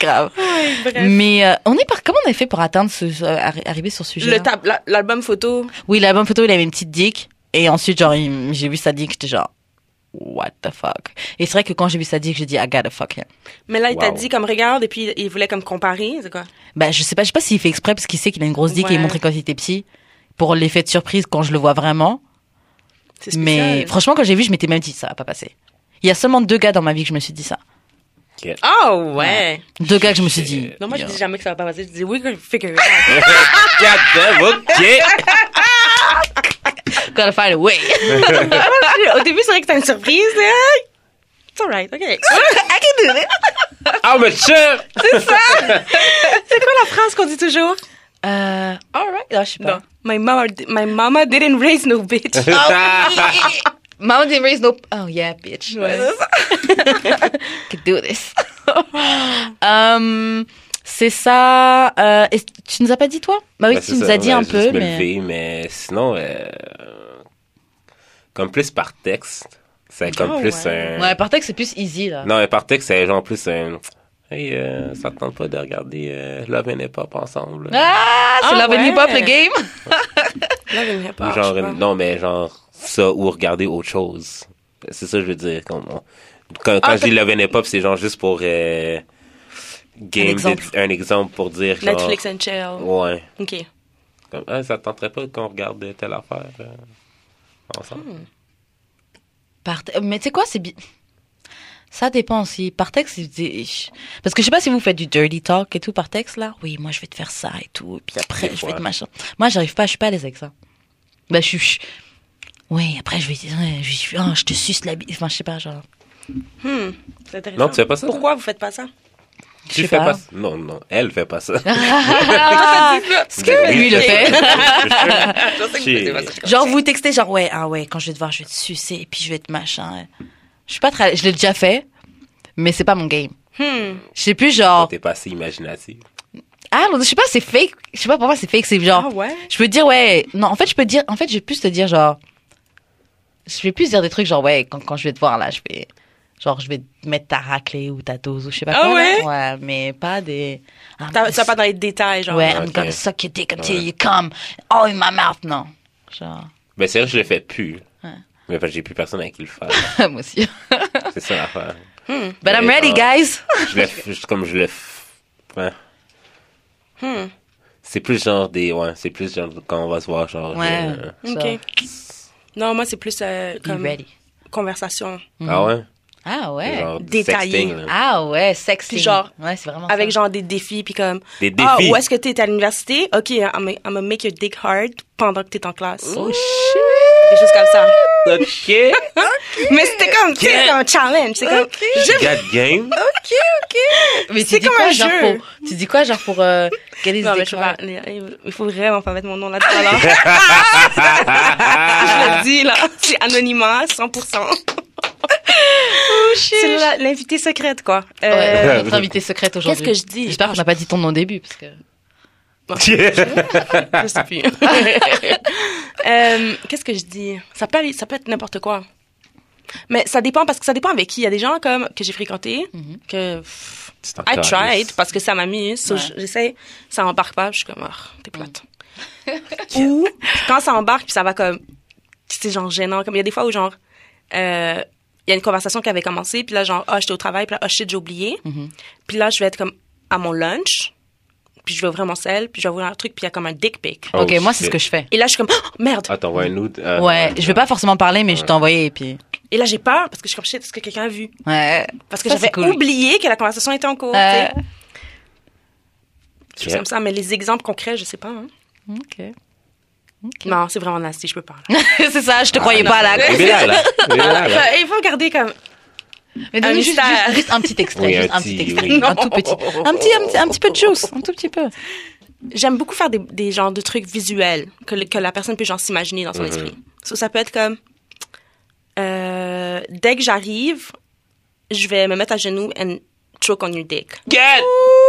Grave.
Ouais, bref.
Mais euh, on est par comment on a fait pour atteindre ce euh, arri- arriver sur ce sujet
Le tab- la- l'album photo.
Oui, la bonne photo, il avait une petite dick et ensuite genre il- j'ai vu sa dick, j'étais genre what the fuck. Et c'est vrai que quand j'ai vu sa dick, j'ai dit I gotta fuck him.
Mais là, il t'a
Wow.
dit comme regarde et puis il voulait comme comparer, c'est quoi
Bah je sais pas, je sais pas s'il fait exprès parce qu'il sait qu'il a une grosse dick et il
Ouais.
montrait quand il était petit pour l'effet de surprise quand je le vois vraiment.
C'est
Mais
spécial.
franchement, quand j'ai vu, je m'étais même dit ça va pas passer. Il y a seulement deux gars dans ma vie que je me suis dit ça.
Oh ouais.
Deux gars que je me suis dit.
Non, moi je
yo.
dis jamais que ça va pas passer. Je dis oui, que figure it out.
God damn, ok!
Gotta find a way.
Au début, c'est vrai que t'as une surprise. mais, hein, It's alright, ok.
I'm a chef!
C'est quoi la phrase qu'on dit toujours
Euh, alright, non, je sais pas.
Non. My mama, di- my mama didn't raise no bitch.
Ah, Mama didn't raise no. Oh yeah, bitch.
Ouais.
Could do this. Um, c'est ça. euh, est-ce- tu nous as pas dit toi Bah oui,
Ben,
tu
c'est
nous
ça,
as dit
ouais,
un
juste
peu,
me
mais
lever, mais sinon, euh, comme plus par texte, c'est comme
Ah,
plus
ouais.
un.
Oh, ouais, par texte c'est plus easy là.
hein. Non, mais par texte, c'est genre plus un. Hey, euh, ça te tente pas de regarder euh, Love and Hip Hop ensemble? là?
Ah, c'est
Ah,
la bonne
ouais.
hip hop le game.
Là, je ne pas.
ou genre,
je sais pas.
une- non, mais genre ça, ou regarder autre chose. C'est ça que je veux dire. Comme on- Quand, quand
Ah,
je dis Love and Hip Hop, c'est genre juste pour. euh, game,
exemple.
de- un exemple pour dire. Genre,
Netflix and chill.
Ouais.
Ok.
Comme, ah, ça te tenterait pas qu'on regarde euh, telle affaire euh, ensemble?
Hmm, Par te- Mais tu sais quoi, c'est bi- Ça dépend aussi. Par texte, c'est- c'est- parce que je sais pas si vous faites du dirty talk et tout par texte là. Oui, moi je vais te faire ça et tout. Et puis après,
Des
je vais
fois.
te machin. Moi, j'arrive pas, je suis pas à l'aise avec ça. Bah, je suis. je- Oui, après, je vais dire, ouais, je, suis- ah, je te suce la bite. Enfin, je sais pas, genre.
Hmm. C'est intéressant.
Non, tu fais pas ça,
Pourquoi vous faites pas ça
Je
Tu
sais
fais
pas.
pas. ça. Non, non, elle fait pas ça.
Ah,
Lui, il le fait.
Je sais que vous faites pas ça.
Genre, vous textez, genre, ouais, ah ouais, quand je vais te voir, je vais te sucer et puis je vais te machin. Je suis pas très. à l'aise. Je l'ai déjà fait, mais c'est pas mon game.
Hmm.
Je sais plus, genre.
T'es pas assez imaginatif.
Ah, non, je sais pas, c'est fake. Je sais pas, pour moi, c'est fake. C'est genre.
Ah ouais.
Je peux te dire, ouais. Non, en fait, je peux te dire. En fait, je vais plus te dire, genre. Je vais plus dire des trucs, genre, ouais, quand, quand je vais te voir, là, je vais. Genre, je vais te mettre ta raclée ou ta dose ou je sais pas
Ah
quoi. là.
ouais
Ouais, mais pas des. Ah,
T'as t'as pas dans les détails, genre.
Ouais,
Ah,
I'm
ok.
gonna suck your dick until
Ouais.
you come. All in my mouth. Non. Genre.
Mais c'est vrai, je le fais plus.
Ouais.
Mais parce que j'ai plus personne avec qui le faire.
Moi aussi.
C'est ça l'affaire.
But I'm
Mais,
ready,
euh,
guys.
Je le f- je- comme je le. f- hein. ouais.
Hmm.
C'est plus genre des. Ouais, c'est plus genre quand on va se voir, genre.
Ouais.
euh,
Ok. Non, moi c'est plus euh,
Be
comme
ready.
conversation
Ah ouais?
Ah ouais.
Genre du
Mm-hmm. Détaillé.
sexting, là.
Ah ouais, sexy.
Puis genre,
Ouais, c'est vraiment
avec
ça.
genre des défis puis comme
Des
ah
défis.
où est-ce que t'es à l'université Ok, hein, I'm I'm gonna make your dick hard pendant que t'es en classe.
Oh
Des
shit.
choses comme ça.
Ok.
Mais c'était comme, tu sais, un challenge. C'est comme, je-
Got game.
Mais tu
C'est
dis
comme
quoi
un
genre
jeu.
pour tu dis quoi genre pour euh, get his
Non, mais
dick
je peux
hard?
pas- il faut vraiment pas mettre mon nom là-dedans. là. je le dis, là. C'est anonymat, 100%.
Oh,
C'est la- l'invité secrète, quoi. Euh,
Ouais, notre invitée secrète aujourd'hui.
Qu'est-ce que je dis
J'espère qu'on n'a pas dit ton nom au début parce que
Oh,
Ah.
Je sais plus. Euh, Qu'est-ce que je dis ça peut, aller- ça peut être n'importe quoi. Mais ça dépend, parce que ça dépend avec qui. Il y a des gens comme, que j'ai fréquentés, que pff,
C'est
I
encore
tried
lisse.
parce que ça m'amuse. So,
Ouais.
j- J'essaie, ça embarque pas, je suis comme, ah, t'es plate. Ou quand ça embarque, puis ça va comme, c'est genre gênant. Comme il y a des fois où genre, euh, il y a une conversation qui avait commencé, puis là genre, ah, j'étais au travail, puis là, ah, shit, j'ai oublié.
Mhm.
Puis là, je vais être comme à mon lunch, puis je vais vraiment sel, puis je vais ouvrir un truc, puis il y a comme un dick pic.
Oh,
OK, moi c'est ce
shit.
que je fais.
Et là, je suis comme, oh, merde.
Ah, t'envoies un nude.
Ouais, je vais pas forcément parler mais je
Ouais.
t'ai envoyé et puis
Et là, j'ai peur parce que je suis comme shit, est-ce que quelqu'un a vu?
Ouais.
Parce que
Ça, c'est
j'avais
cool.
oublié que la conversation était en cours. tu
Euh,
sais. Je suis comme ça, mais les exemples concrets, je sais pas. hein.
ok.
Non, c'est vraiment nasty, je peux pas. là.
c'est ça,
Ah,
je te croyais pas là.
Il est là, là. Il est
Ah
là, là.
Euh, Il faut garder comme.
Mais
Un
donne juste,
mystère.
juste- juste un petit extrait,
Oui,
juste
un
un petit
petit,
extrait,
oui.
un tout petit, un petit, un petit, un petit peu de juice, un tout petit peu.
J'aime beaucoup faire des, des genres de trucs visuels que, le- que la personne peut genre s'imaginer dans son
Mhm.
esprit. So, ça peut être comme. euh, dès que j'arrive, je vais me mettre à genoux and choke on your dick.
Get!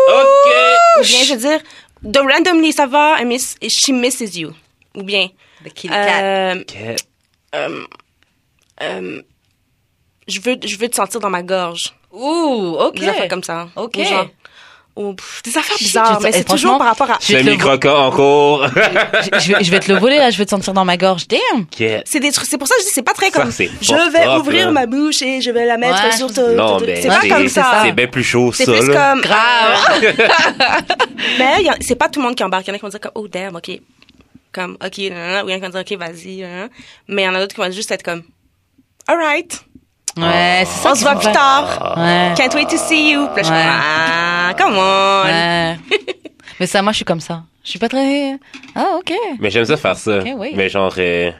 OK!
Ou bien je vais dire, de randomly, ça va, I miss, she misses you. Ou bien,
The Kit
euh,
Get.
euh, je, veux, je veux te sentir dans ma gorge.
Ouh, ok.
Des affaires comme ça.
Ok.
Ou genre- ou, pff, des affaires
Shit,
bizarres,
je-
mais
eh,
c'est toujours
franchement,
par rapport à...
je-
Le
te le-
micro en cours.
Je, je vais, je vais te le voler là, je vais te sentir dans ma gorge. Damn.
Get.
C'est des trucs, c'est pour ça que je dis, c'est pas très
Ça,
comme,
c'est
je vais
propre,
ouvrir
là.
ma bouche et je vais la mettre
Ouais.
sur ton...
Non,
ton-
mais
c'est pas
c'est-
comme ça.
C'est bien plus chaud,
C'est
ça,
plus
là.
comme... ah.
Grave.
Mais y a- c'est pas tout le monde qui embarque. Il y en a qui vont dire, comme, oh damn, ok. Comme, ok, nan, nan, nan. ou il y en a qui vont dire, ok, vas-y. nan, nan. Mais il y en a d'autres qui vont juste être comme, alright,
Oh.
Ouais, c'est ça.
on
qui
se voit
me
plus
va.
tard.
Ouais.
Can't wait to see you. Puis là,
Ouais.
je suis comme, ah, come on.
Ouais. Mais ça, moi, je suis comme ça. Je suis pas très. Ah, ok.
Mais j'aime ça faire ça.
Ok, oui.
Mais genre... euh,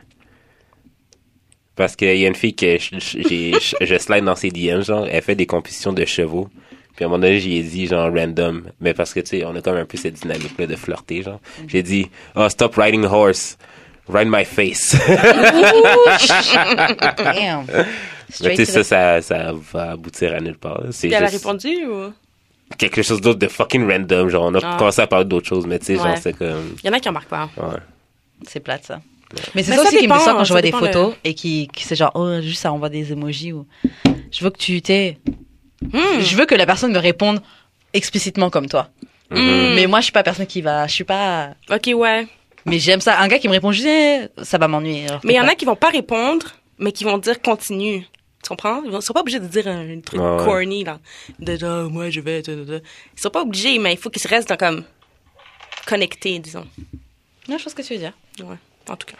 Parce qu'il y a une fille que je, je- j'ai- je- je slide dans ses DM, genre, elle fait des compétitions de chevaux. Puis à un moment donné, j'y ai dit, genre, random. Mais parce que, tu sais, on a comme un peu cette dynamique-là de flirter, genre.
Mm-hmm.
J'ai dit, oh, stop riding horse. Ride my face.
Damn.
Mais
Straight
tu sais,
to
ça,
the-
ça, ça va aboutir à nulle part. C'est
Puis elle a
juste
répondu ou?
quelque chose d'autre de fucking random. Genre, on a
Ah.
commencé à parler d'autres choses, mais tu sais,
Ouais.
genre, c'est comme.
Il y en a qui embarquent pas.
Ouais.
C'est plate, ça. Mais c'est
Mais
ça,
ça
aussi qui me
dépend,
sort quand je
ça
vois des
dépend le-
photos et qui, qui c'est genre, oh, juste ça envoie des emojis ou. Je veux que tu t'es.
Hmm.
Je veux que la personne me réponde explicitement comme toi.
Mhm.
Mais moi, je suis pas personne qui va. Je suis pas.
Hmm. Ok, ouais.
Mais j'aime ça. Un gars qui me répond juste, eh, ça va m'ennuyer. Alors que
Mais il y en
pas.
a qui vont pas répondre, mais qui vont dire continue. Tu comprends? Ils vont- sont pas obligés de dire un, un truc
Ah ouais.
corny, là. De Ah, moi, je vais. da, da, da. Ils sont pas obligés, mais il faut qu'ils se restent dans, comme connectés, disons.
Non, je pense que tu veux dire.
Ouais, en tout cas.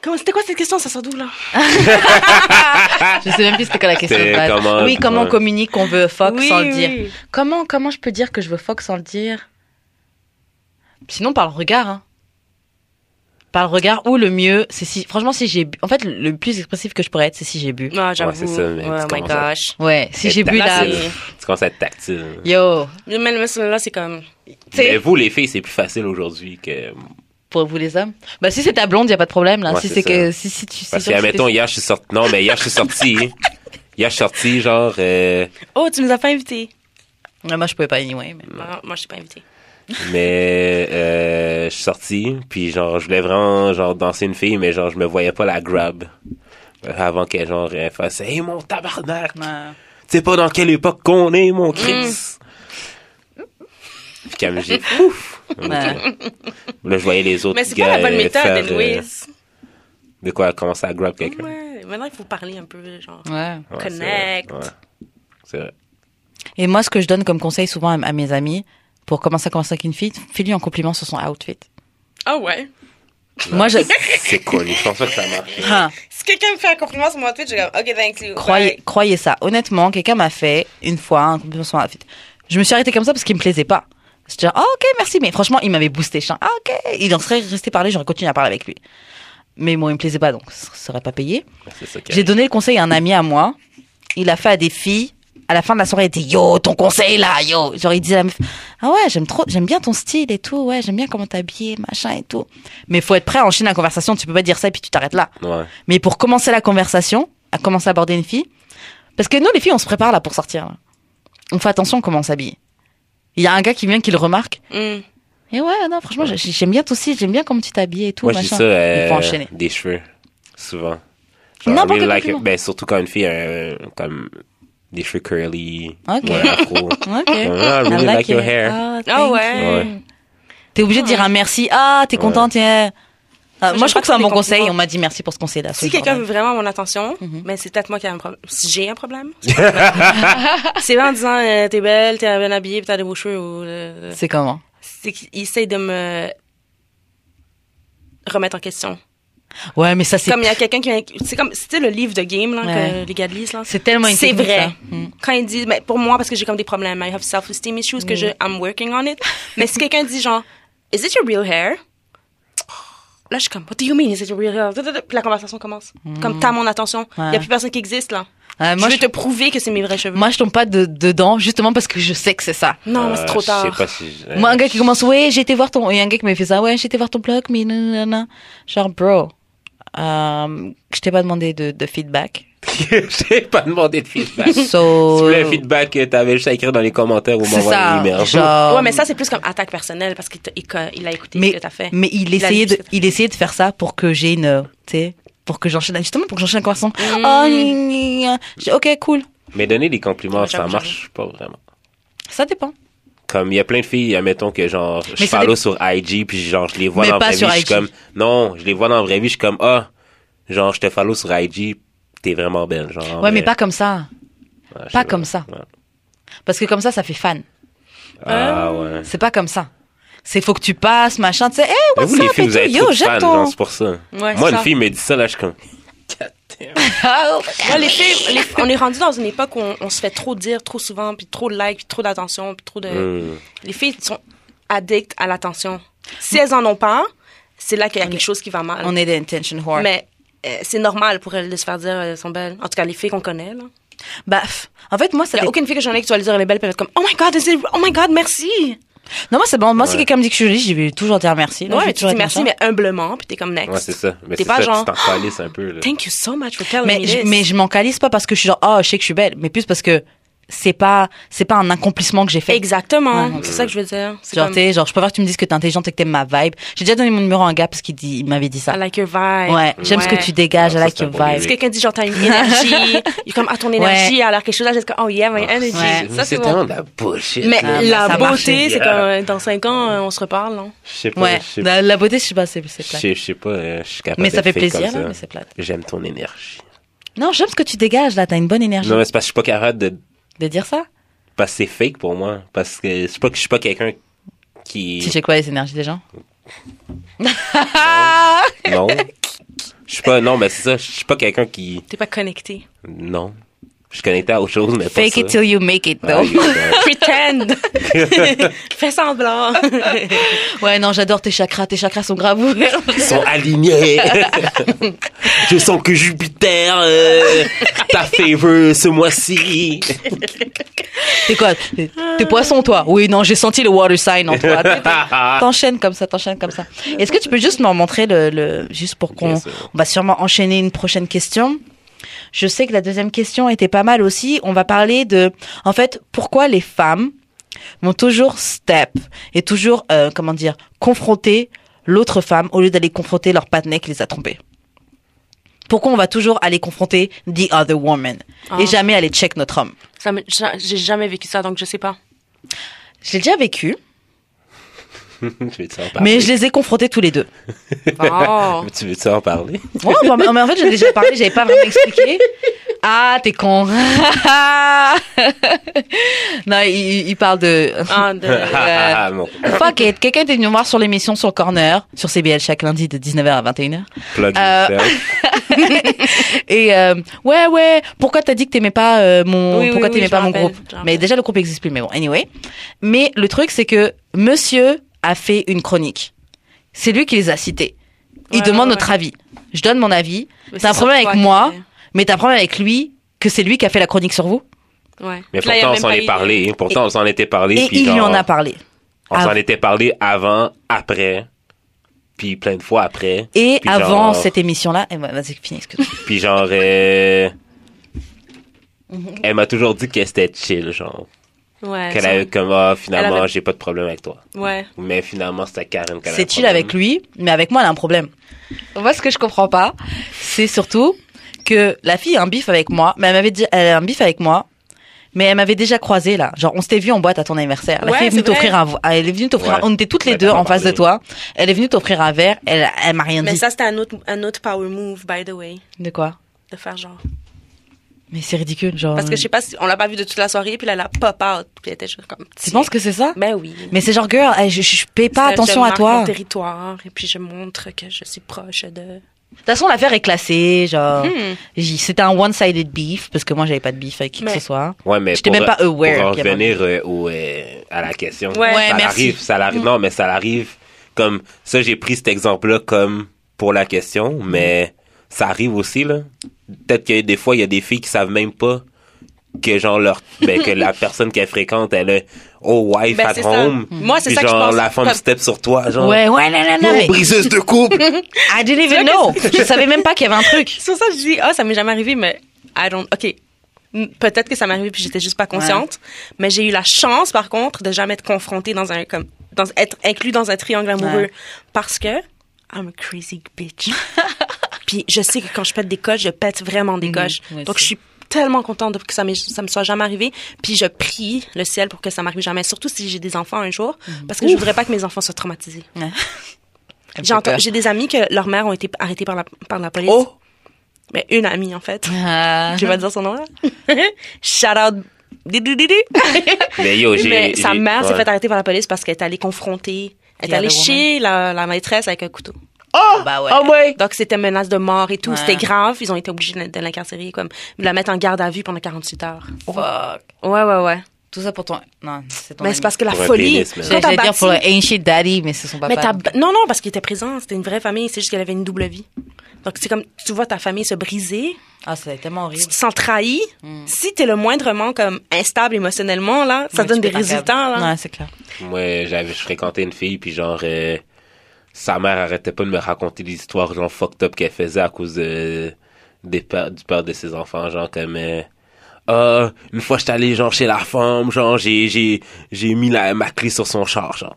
Comment, c'était quoi cette question? Ça sort d'où, là?
Je sais même plus c'était quoi la question. de
C'était
base.
comment-
oui, comment
ouais.
on communique qu'on veut fuck
Oui,
sans le
oui.
dire. Comment, comment je peux dire que je veux fuck sans le dire Sinon, par le regard. Hein. Par le regard ou le mieux, c'est si. Franchement, si j'ai bu. En fait, le plus expressif que je pourrais être, c'est si j'ai bu.
Non, Ah, j'avoue.
Ouais, c'est ça, mais
Ouais,
tu
oh my
commences à-
gosh.
Ouais, si
Et
j'ai bu là.
tactile.
là,
Tu commences à être tactile.
Yo,
Mais mais là, c'est comme.
T'sais-
Mais vous, les filles, c'est plus facile aujourd'hui que.
pour vous les hommes. Bah, si c'est ta blonde, y a pas de problème là.
Ouais,
si
c'est
c'est
ça.
que. Si, si tu. c'est
Parce
sûr
que,
que
admettons,
c'est-
hier, je suis sorti. Non, mais hier, je suis sorti. Hier, je suis sorti, genre. euh,
Oh, tu nous as pas invités.
Ouais, moi, je pouvais pas anyway. Mais...
Ah, moi, je suis pas invitée.
Mais euh, je suis sorti, puis genre je voulais vraiment genre danser une fille, mais genre je me voyais pas la grab Euh, avant qu'elle genre elle fasse hey mon tabarnak,
Ouais.
tu sais pas dans quelle époque qu'on est mon Chris.
Mm.
Puis quand j'ai dit, pouf.
Ouais.
Là je voyais les autres
Mais c'est
gars
pas la bonne
euh,
méthode,
faire, euh,
Louise.
de quoi commencer à grab quelqu'un.
Ouais, maintenant, il faut parler un peu, genre.
ouais.
Ouais, c'est vrai.
Connect.
Ouais. C'est vrai.
Et moi, ce que je donne comme conseil souvent à, à mes amis, pour commencer à converser avec une fille, fais-lui un compliment sur son outfit.
Ah ouais.
Moi, je...
C'est cool, je pense pas que ça marche.
Hein,
Si quelqu'un me fait un compliment sur mon tweet, je vais comme, OK, thank you.
croyez,
Bye.
croyez ça. Honnêtement, quelqu'un m'a fait une fois un compliment sur son outfit. Je me suis arrêtée comme ça parce qu'il me plaisait pas. Je dis, ah, ok, merci. Mais franchement, il m'avait boosté. Je dis, ah, ok. Il en serait resté parler, j'aurais continué à parler avec lui. Mais moi, il me plaisait pas, donc ça serait pas payé.
C'est ça qui
J'ai donné le conseil à un ami à moi. Il a fait à des filles. À la fin de la soirée, il était yo, ton conseil là, yo. Genre, il disait à la meuf, ah ouais, j'aime trop, j'aime bien ton style et tout, ouais, j'aime bien comment t'habilles, machin et tout. Mais faut être prêt à enchaîner la conversation, tu peux pas dire ça et puis tu t'arrêtes là.
arrive. Ouais.
Mais pour commencer la conversation, à commencer à aborder une fille, parce que nous, les filles, on se prépare là pour sortir. là. On fait attention à comment on s'habille. Il y a un gars qui vient, qui le remarque.
Mm.
Et ouais, non, franchement, j'ai- j'aime bien ton style, j'aime bien comment tu t'habilles et tout,
Moi, je dis
machin.
ça, euh,
Il faut enchaîner.
des cheveux, souvent.
N'importe
I
quel
like it.
compliment.
Ben, surtout quand une fille a euh, comme des cheveux curly,
Ok.
ou un afro.
Ok.
Comme, Ah, I really
I
like, your
it.
hair.
Ah,
Ah
thank
ouais.
you.
Ouais.
T'es obligé de dire un merci. Ah, t'es contente. yeah. Ah,
Moi,
moi,
j'aime
je
pas
trouve que c'est un
trop
bon
les
conseil.
compliments.
On m'a dit merci pour ce conseil-là. ce
Si quelqu'un veut
jour-là.
vraiment mon attention,
Mhm.
ben c'est peut-être moi qui ai un problème. Si j'ai un problème, c'est là en disant euh, t'es belle, t'es bien habillée, puis t'as des beaux cheveux. Ou, euh,
C'est comment
c'est qu'il essaye de me remettre en question.
Ouais, mais ça, c'est
Comme il y a quelqu'un qui. C'est comme. C'était le livre de game, là,
Ouais.
que les gars lisent, là.
c'est tellement une
C'est
technique,
vrai.
ça. Mm.
Quand il dit, mais pour moi, parce que j'ai comme des problèmes, I have self-esteem issues,
Mm.
que je, I'm working on it. Mais si quelqu'un dit genre, is it your real hair? Là, je suis comme, what do you mean, is it your real hair? Puis la conversation commence. Comme, t'as mon attention. Il
Mm. Ouais.
n'y a plus personne qui existe, là.
Ouais, moi,
je
je,
vais te prouver que c'est mes vrais cheveux.
moi, je tombe pas de- dedans, justement parce que je sais que c'est ça.
non,
Euh,
c'est trop tard.
Je sais pas si. je-
Moi, un gars qui commence, ouais, j'ai été voir ton, et un gars qui m'a fait ça, ouais, j'ai été voir ton blog, mais non, non, non. Genre, bro, euh, je t'ai pas demandé de, de feedback.
Je t'ai pas demandé de feedback. Si tu
So.
voulais un feedback, euh, t'avais juste à écrire dans les commentaires ou
C'est
m'envoyer
ça.
un email.
Genre.
Ouais, mais ça, c'est plus comme attaque personnelle parce qu'il t'a- il co- il a écouté
Um, mais,
ce que t'as fait.
mais il
Il a
essayait
dit
de,
ce que
il essayait de faire ça pour que j'ai une, tu sais, pour que j'enchaîne, justement pour que j'enchaîne la
Mm.
conversation. Oh, gna, gna, gna. J'ai- ok, cool.
Mais donner des compliments,
Ouais,
ça
j'avoue,
marche pas vraiment.
Ça dépend.
Comme il y a plein de filles, admettons que genre, je
Mais ça
follow
dé-
sur IG, puis genre, je les vois
Mais
dans la
pas
vraie vie,
sur
je suis
IG.
comme, non, je les vois dans la vraie vie, je suis comme, ah, genre, je te follow sur IG, t'es vraiment belle, genre.
Ouais, mais pas comme ça. pas comme ça. Parce que comme ça, ça fait fan.
Ah, ouais.
C'est pas comme ça. C'est faut que tu passes, machin, tu sais, hey,
Mais
what's
vous, les
up
filles,
et
vous
tout.
êtes trop
Yo,
de
j'aime
fans,
ton.
genre, c'est pour ça.
Ouais,
Moi,
c'est
une
ça.
fille me dit ça, là, je suis comme, God damn.
Ah,
Ouais, les filles, les- on est rendu dans une époque où on, on se fait trop dire, trop souvent, puis trop de likes, puis trop d'attention, puis trop de.
Hmm.
Les filles sont addictes à l'attention. Si elles en ont pas, c'est là qu'il y a quelque chose qui va mal.
On est des intention whore.
Mais euh, c'est normal pour elles de se faire dire euh, elles sont belles. En tout cas, les filles qu'on connaît. Là.
Bah, pff, en fait, moi,
Il
ça.
y a
dé-
aucune fille que j'en ai qui tu vas lui dire elle est belle, puis elle va être comme Oh my God, is it- oh my God, merci.
Non, moi, c'est bon. Moi, si
Ouais.
quelqu'un me dit que je suis jolie, je vais toujours dire merci. Non,
ouais,
je vais
mais tu
toujours
dis
être
merci,
machin.
mais humblement, puis t'es comme next.
Ouais, c'est ça. Mais
T'es
c'est
pas
ça,
genre,
tu t'en calisses un peu, là.
Thank you so much for telling
mais
me
je,
this.
mais je m'en calise pas parce que je suis genre oh je sais que je suis belle mais plus parce que c'est pas c'est pas un accomplissement que j'ai fait
Exactement.
Ouais.
c'est ça que je veux dire. C'est
genre
comme,
t'es- genre je préfère que tu me dises que t'es intelligente et que t'aimes ma vibe j'ai déjà donné mon numéro à un gars parce qu'il dit il m'avait dit ça
I like your Ah, vibe.
ouais j'aime ce que
Ouais.
tu dégages
Ah,
I
ça,
like
c'est
your
un bon
vibe
Si quelqu'un dit genre t'as une énergie, il est comme ah ton énergie, alors quelque chose là, j'ai comme oh yeah my energy.
Ouais.
Ça
C'est
c'est bon.
tellement de la bullshit.
Mais
Ah,
la
ça marche.
beauté, c'est comme euh, dans 5 ans euh, on se reparle, non
Je sais pas.
ouais
je sais pas.
la, la beauté je sais pas c'est c'est
Je
plate
sais- je sais pas, euh, je suis capable
mais ça
d'être
fait
fake comme
plaisir
ça.
là mais c'est Ah, plate
J'aime ton énergie.
non j'aime ce que tu dégages là t'as une bonne énergie
Non, mais c'est parce que je suis pas capable de.
de dire ça
Parce que c'est fake pour moi. Parce que c'est pas que je suis pas quelqu'un
tu
qui.
sais quoi les énergies des gens
Non. Je suis pas. Non, mais c'est ça. Je suis pas quelqu'un qui.
T'es pas connecté.
Non. Je suis connecté à autre chose, mais
fake
pas Ah,
it till you make it
ça.
though
it
Pretend. Fais semblant.
ouais non j'adore tes chakras tes chakras sont grave ouverts
Ils sont alignés. je sens que Jupiter euh, t'a fait vœu ce mois-ci.
T'es quoi T'es t'es poisson, toi Oui, non, j'ai senti le water sign en toi. T'es- t'es- T'enchaînes comme ça, t'enchaînes comme ça. Est-ce que tu peux juste m'en montrer le, le- juste pour qu'on
Bien sûr.
on va sûrement enchaîner une prochaine question. Je sais que la deuxième question était pas mal aussi. On va parler de, en fait, pourquoi les femmes vont toujours step et toujours, euh, comment dire, confronter l'autre femme au lieu d'aller confronter leur partenaire qui les a trompées. Pourquoi on va toujours aller confronter the other woman
Ah.
et jamais aller check notre homme
Ça me- j'a- j'ai jamais vécu ça donc je sais pas.
Je l'ai déjà vécu.
Tu veux-tu en parler?
Mais je les ai confrontés tous les deux.
Bon.
Tu veux-tu en parler?
Ouais, bah, mais mais en fait, j'ai déjà parlé, j'avais pas vraiment expliqué. Ah, t'es con. non, il, il parle de...
Ah, de-
Euh,
Ah, non.
Fuck it, quelqu'un était venu me voir sur l'émission sur le corner, sur CBL chaque lundi de 19h à 21h.
Plug
Euh,
yourself.
Et euh, ouais, ouais, pourquoi t'as dit que t'aimais pas euh, mon...
Oui, oui,
pourquoi
oui,
t'aimais
je
pas
me
mon
rappelle,
groupe
je me
Mais
rappelle.
déjà, le groupe existe plus, mais bon, anyway. Mais le truc, c'est que monsieur a fait une chronique. C'est lui qui les a cités. Il
Ouais,
demande
ouais,
notre avis. Je donne mon avis.
Mais
T'as un
c'est
problème
sur
avec
toi
moi,
que-
mais t'as un problème avec lui, que c'est lui qui a fait la chronique sur vous.
Ouais.
Mais
Puis là, il y
pourtant,
a
on
même
s'en
pas
est
eu-
parlé. Pourtant, on s'en était parlé.
Et,
puis
il lui
genre,
en a parlé.
On s'en
Av-
était parlé avant, après, puis plein de fois après.
Et
Puis
avant
genre-
cette émission-là, eh ben, vas-y, finis, excuse-moi.
Puis genre, euh,
Mhm.
elle m'a toujours dit qu'elle était chill, genre.
Ouais.
Qu'elle avait comme, ah, finalement,
elle avait-
j'ai pas de problème avec toi.
Ouais.
Mais finalement, c'était Karen qu'elle avait
C'est
un
chill
problème.
avec lui, mais avec moi, elle a un problème. Moi, ce que je comprends pas, c'est surtout que la fille a un bif avec moi, mais elle m'avait dit, elle a un bif avec moi, mais elle m'avait déjà croisé là. Genre, on s'était vu en boîte à ton anniversaire. La
Ouais,
fille est venue
c'est vrai.
t'offrir un, vo- elle est venue t'offrir,
Ouais.
un- on était toutes
Ouais,
les deux
t'en as
en face de
parlé.
toi. Elle est venue t'offrir un verre, elle, elle m'a rien
Mais
dit.
ça c'était un autre un autre power move by the way
De quoi?
de faire genre
Mais c'est ridicule, genre. euh,
parce que je sais pas si on l'a pas vu de toute la soirée puis là elle a pop out puis elle était juste comme
Tu penses que c'est ça?
Ben oui.
Mais c'est genre, girl, eh, je, je, je paye pas
C'est-
attention
je
à
marque
toi.
Mon territoire et puis je montre que je suis proche de.
toute façon, l'affaire est classée, genre.
Hmm.
J- C'était un one-sided beef, parce que moi, j'avais pas de beef avec qui que
Mais-
ce soit.
Ouais, mais
J'étais
pour- euh,
même pas aware
Pour en
qu'il y avait un
revenir euh, au, euh, à la question.
Ouais. Mm. Ouais,
ça
merci.
l'arrive, ça l'arrive. Non, mais ça l'arrive comme ça. J'ai pris cet exemple-là comme pour la question, mais ça arrive aussi là. Peut-être que des fois il y a des filles qui savent même pas que genre leur ben, que la personne qu'elles fréquentent elle est oh wife
Ben,
at
c'est ça.
home.
Moi, c'est
Puis
ça que je
genre,
pense.
la femme
Comme-
step sur toi genre.
Ouais, ouais, non, non,
Oh,
non, mais
briseuse de couple.
I didn't even know. Je savais même pas qu'il y avait un truc.
C'est pour ça que je dis, ah, ça m'est jamais arrivé, mais I don't. OK. M- Peut-être que ça m'est arrivé puis j'étais juste pas consciente. Mais j'ai eu la chance, par contre, de jamais être confrontée dans un. Comme, dans, être inclus dans un triangle amoureux.
Ouais.
Parce que I'm a crazy bitch. puis je sais que quand je pète des coches, je pète vraiment des
Mhm,
coches.
moi
Donc
aussi.
je suis tellement contente de- que ça, m'est- ça me soit jamais arrivé. Puis je prie le ciel pour que ça m'arrive jamais. Surtout si j'ai des enfants un jour. Parce que je voudrais pas que mes enfants soient traumatisés.
Ouais.
J'ai enten- j'ai des amis que leurs mères ont été arrêtées par la, par la police.
Oh!
Mais une amie, en fait.
Ah.
Je vais pas dire son nom là. Shout out. Didididi.
mais yo j'ai
Mais sa
j'ai-
mère s'est
ouais.
fait arrêter par la police parce qu'elle est allée confronter. Elle est
The
allée
other woman.
chez la, la maîtresse avec un couteau.
Ah
Bah ouais.
Donc c'était menace de mort et tout.
Ouais.
C'était grave. Ils ont été obligés de, de l'incarcérer, comme de la mettre en garde à vue pendant 48 heures.
Fuck.
Ouais, ouais, ouais.
Tout ça pour ton. Non, c'est ton.
mais c'est parce que la
Pour un
folie.
pénis, mais-
J'allais
quand t'as
j'allais dire
bâti-
pour le ancient daddy, mais c'est son papa.
mais t'as- non, non, parce qu'il était présent. C'était une vraie famille. C'est juste qu'elle avait une double vie. Donc c'est comme tu vois ta famille se briser.
Ah, c'est tellement horrible.
tu te sens trahi.
Hmm.
Si t'es le moindrement comme instable émotionnellement là, ça
Ouais,
donne
tu
des
peux pas
résultats
regarder.
là.
Ouais, c'est clair.
Moi, j'avais, je fréquentais une fille, puis genre, euh, sa mère arrêtait pas de me raconter des histoires, genre, fucked up qu'elle faisait à cause de, des pères, du père de ses enfants, genre, comme, euh, ah, une fois, j'étais allé, genre, chez la femme, genre, j'ai, j'ai, j'ai mis la, ma clé sur son char, genre.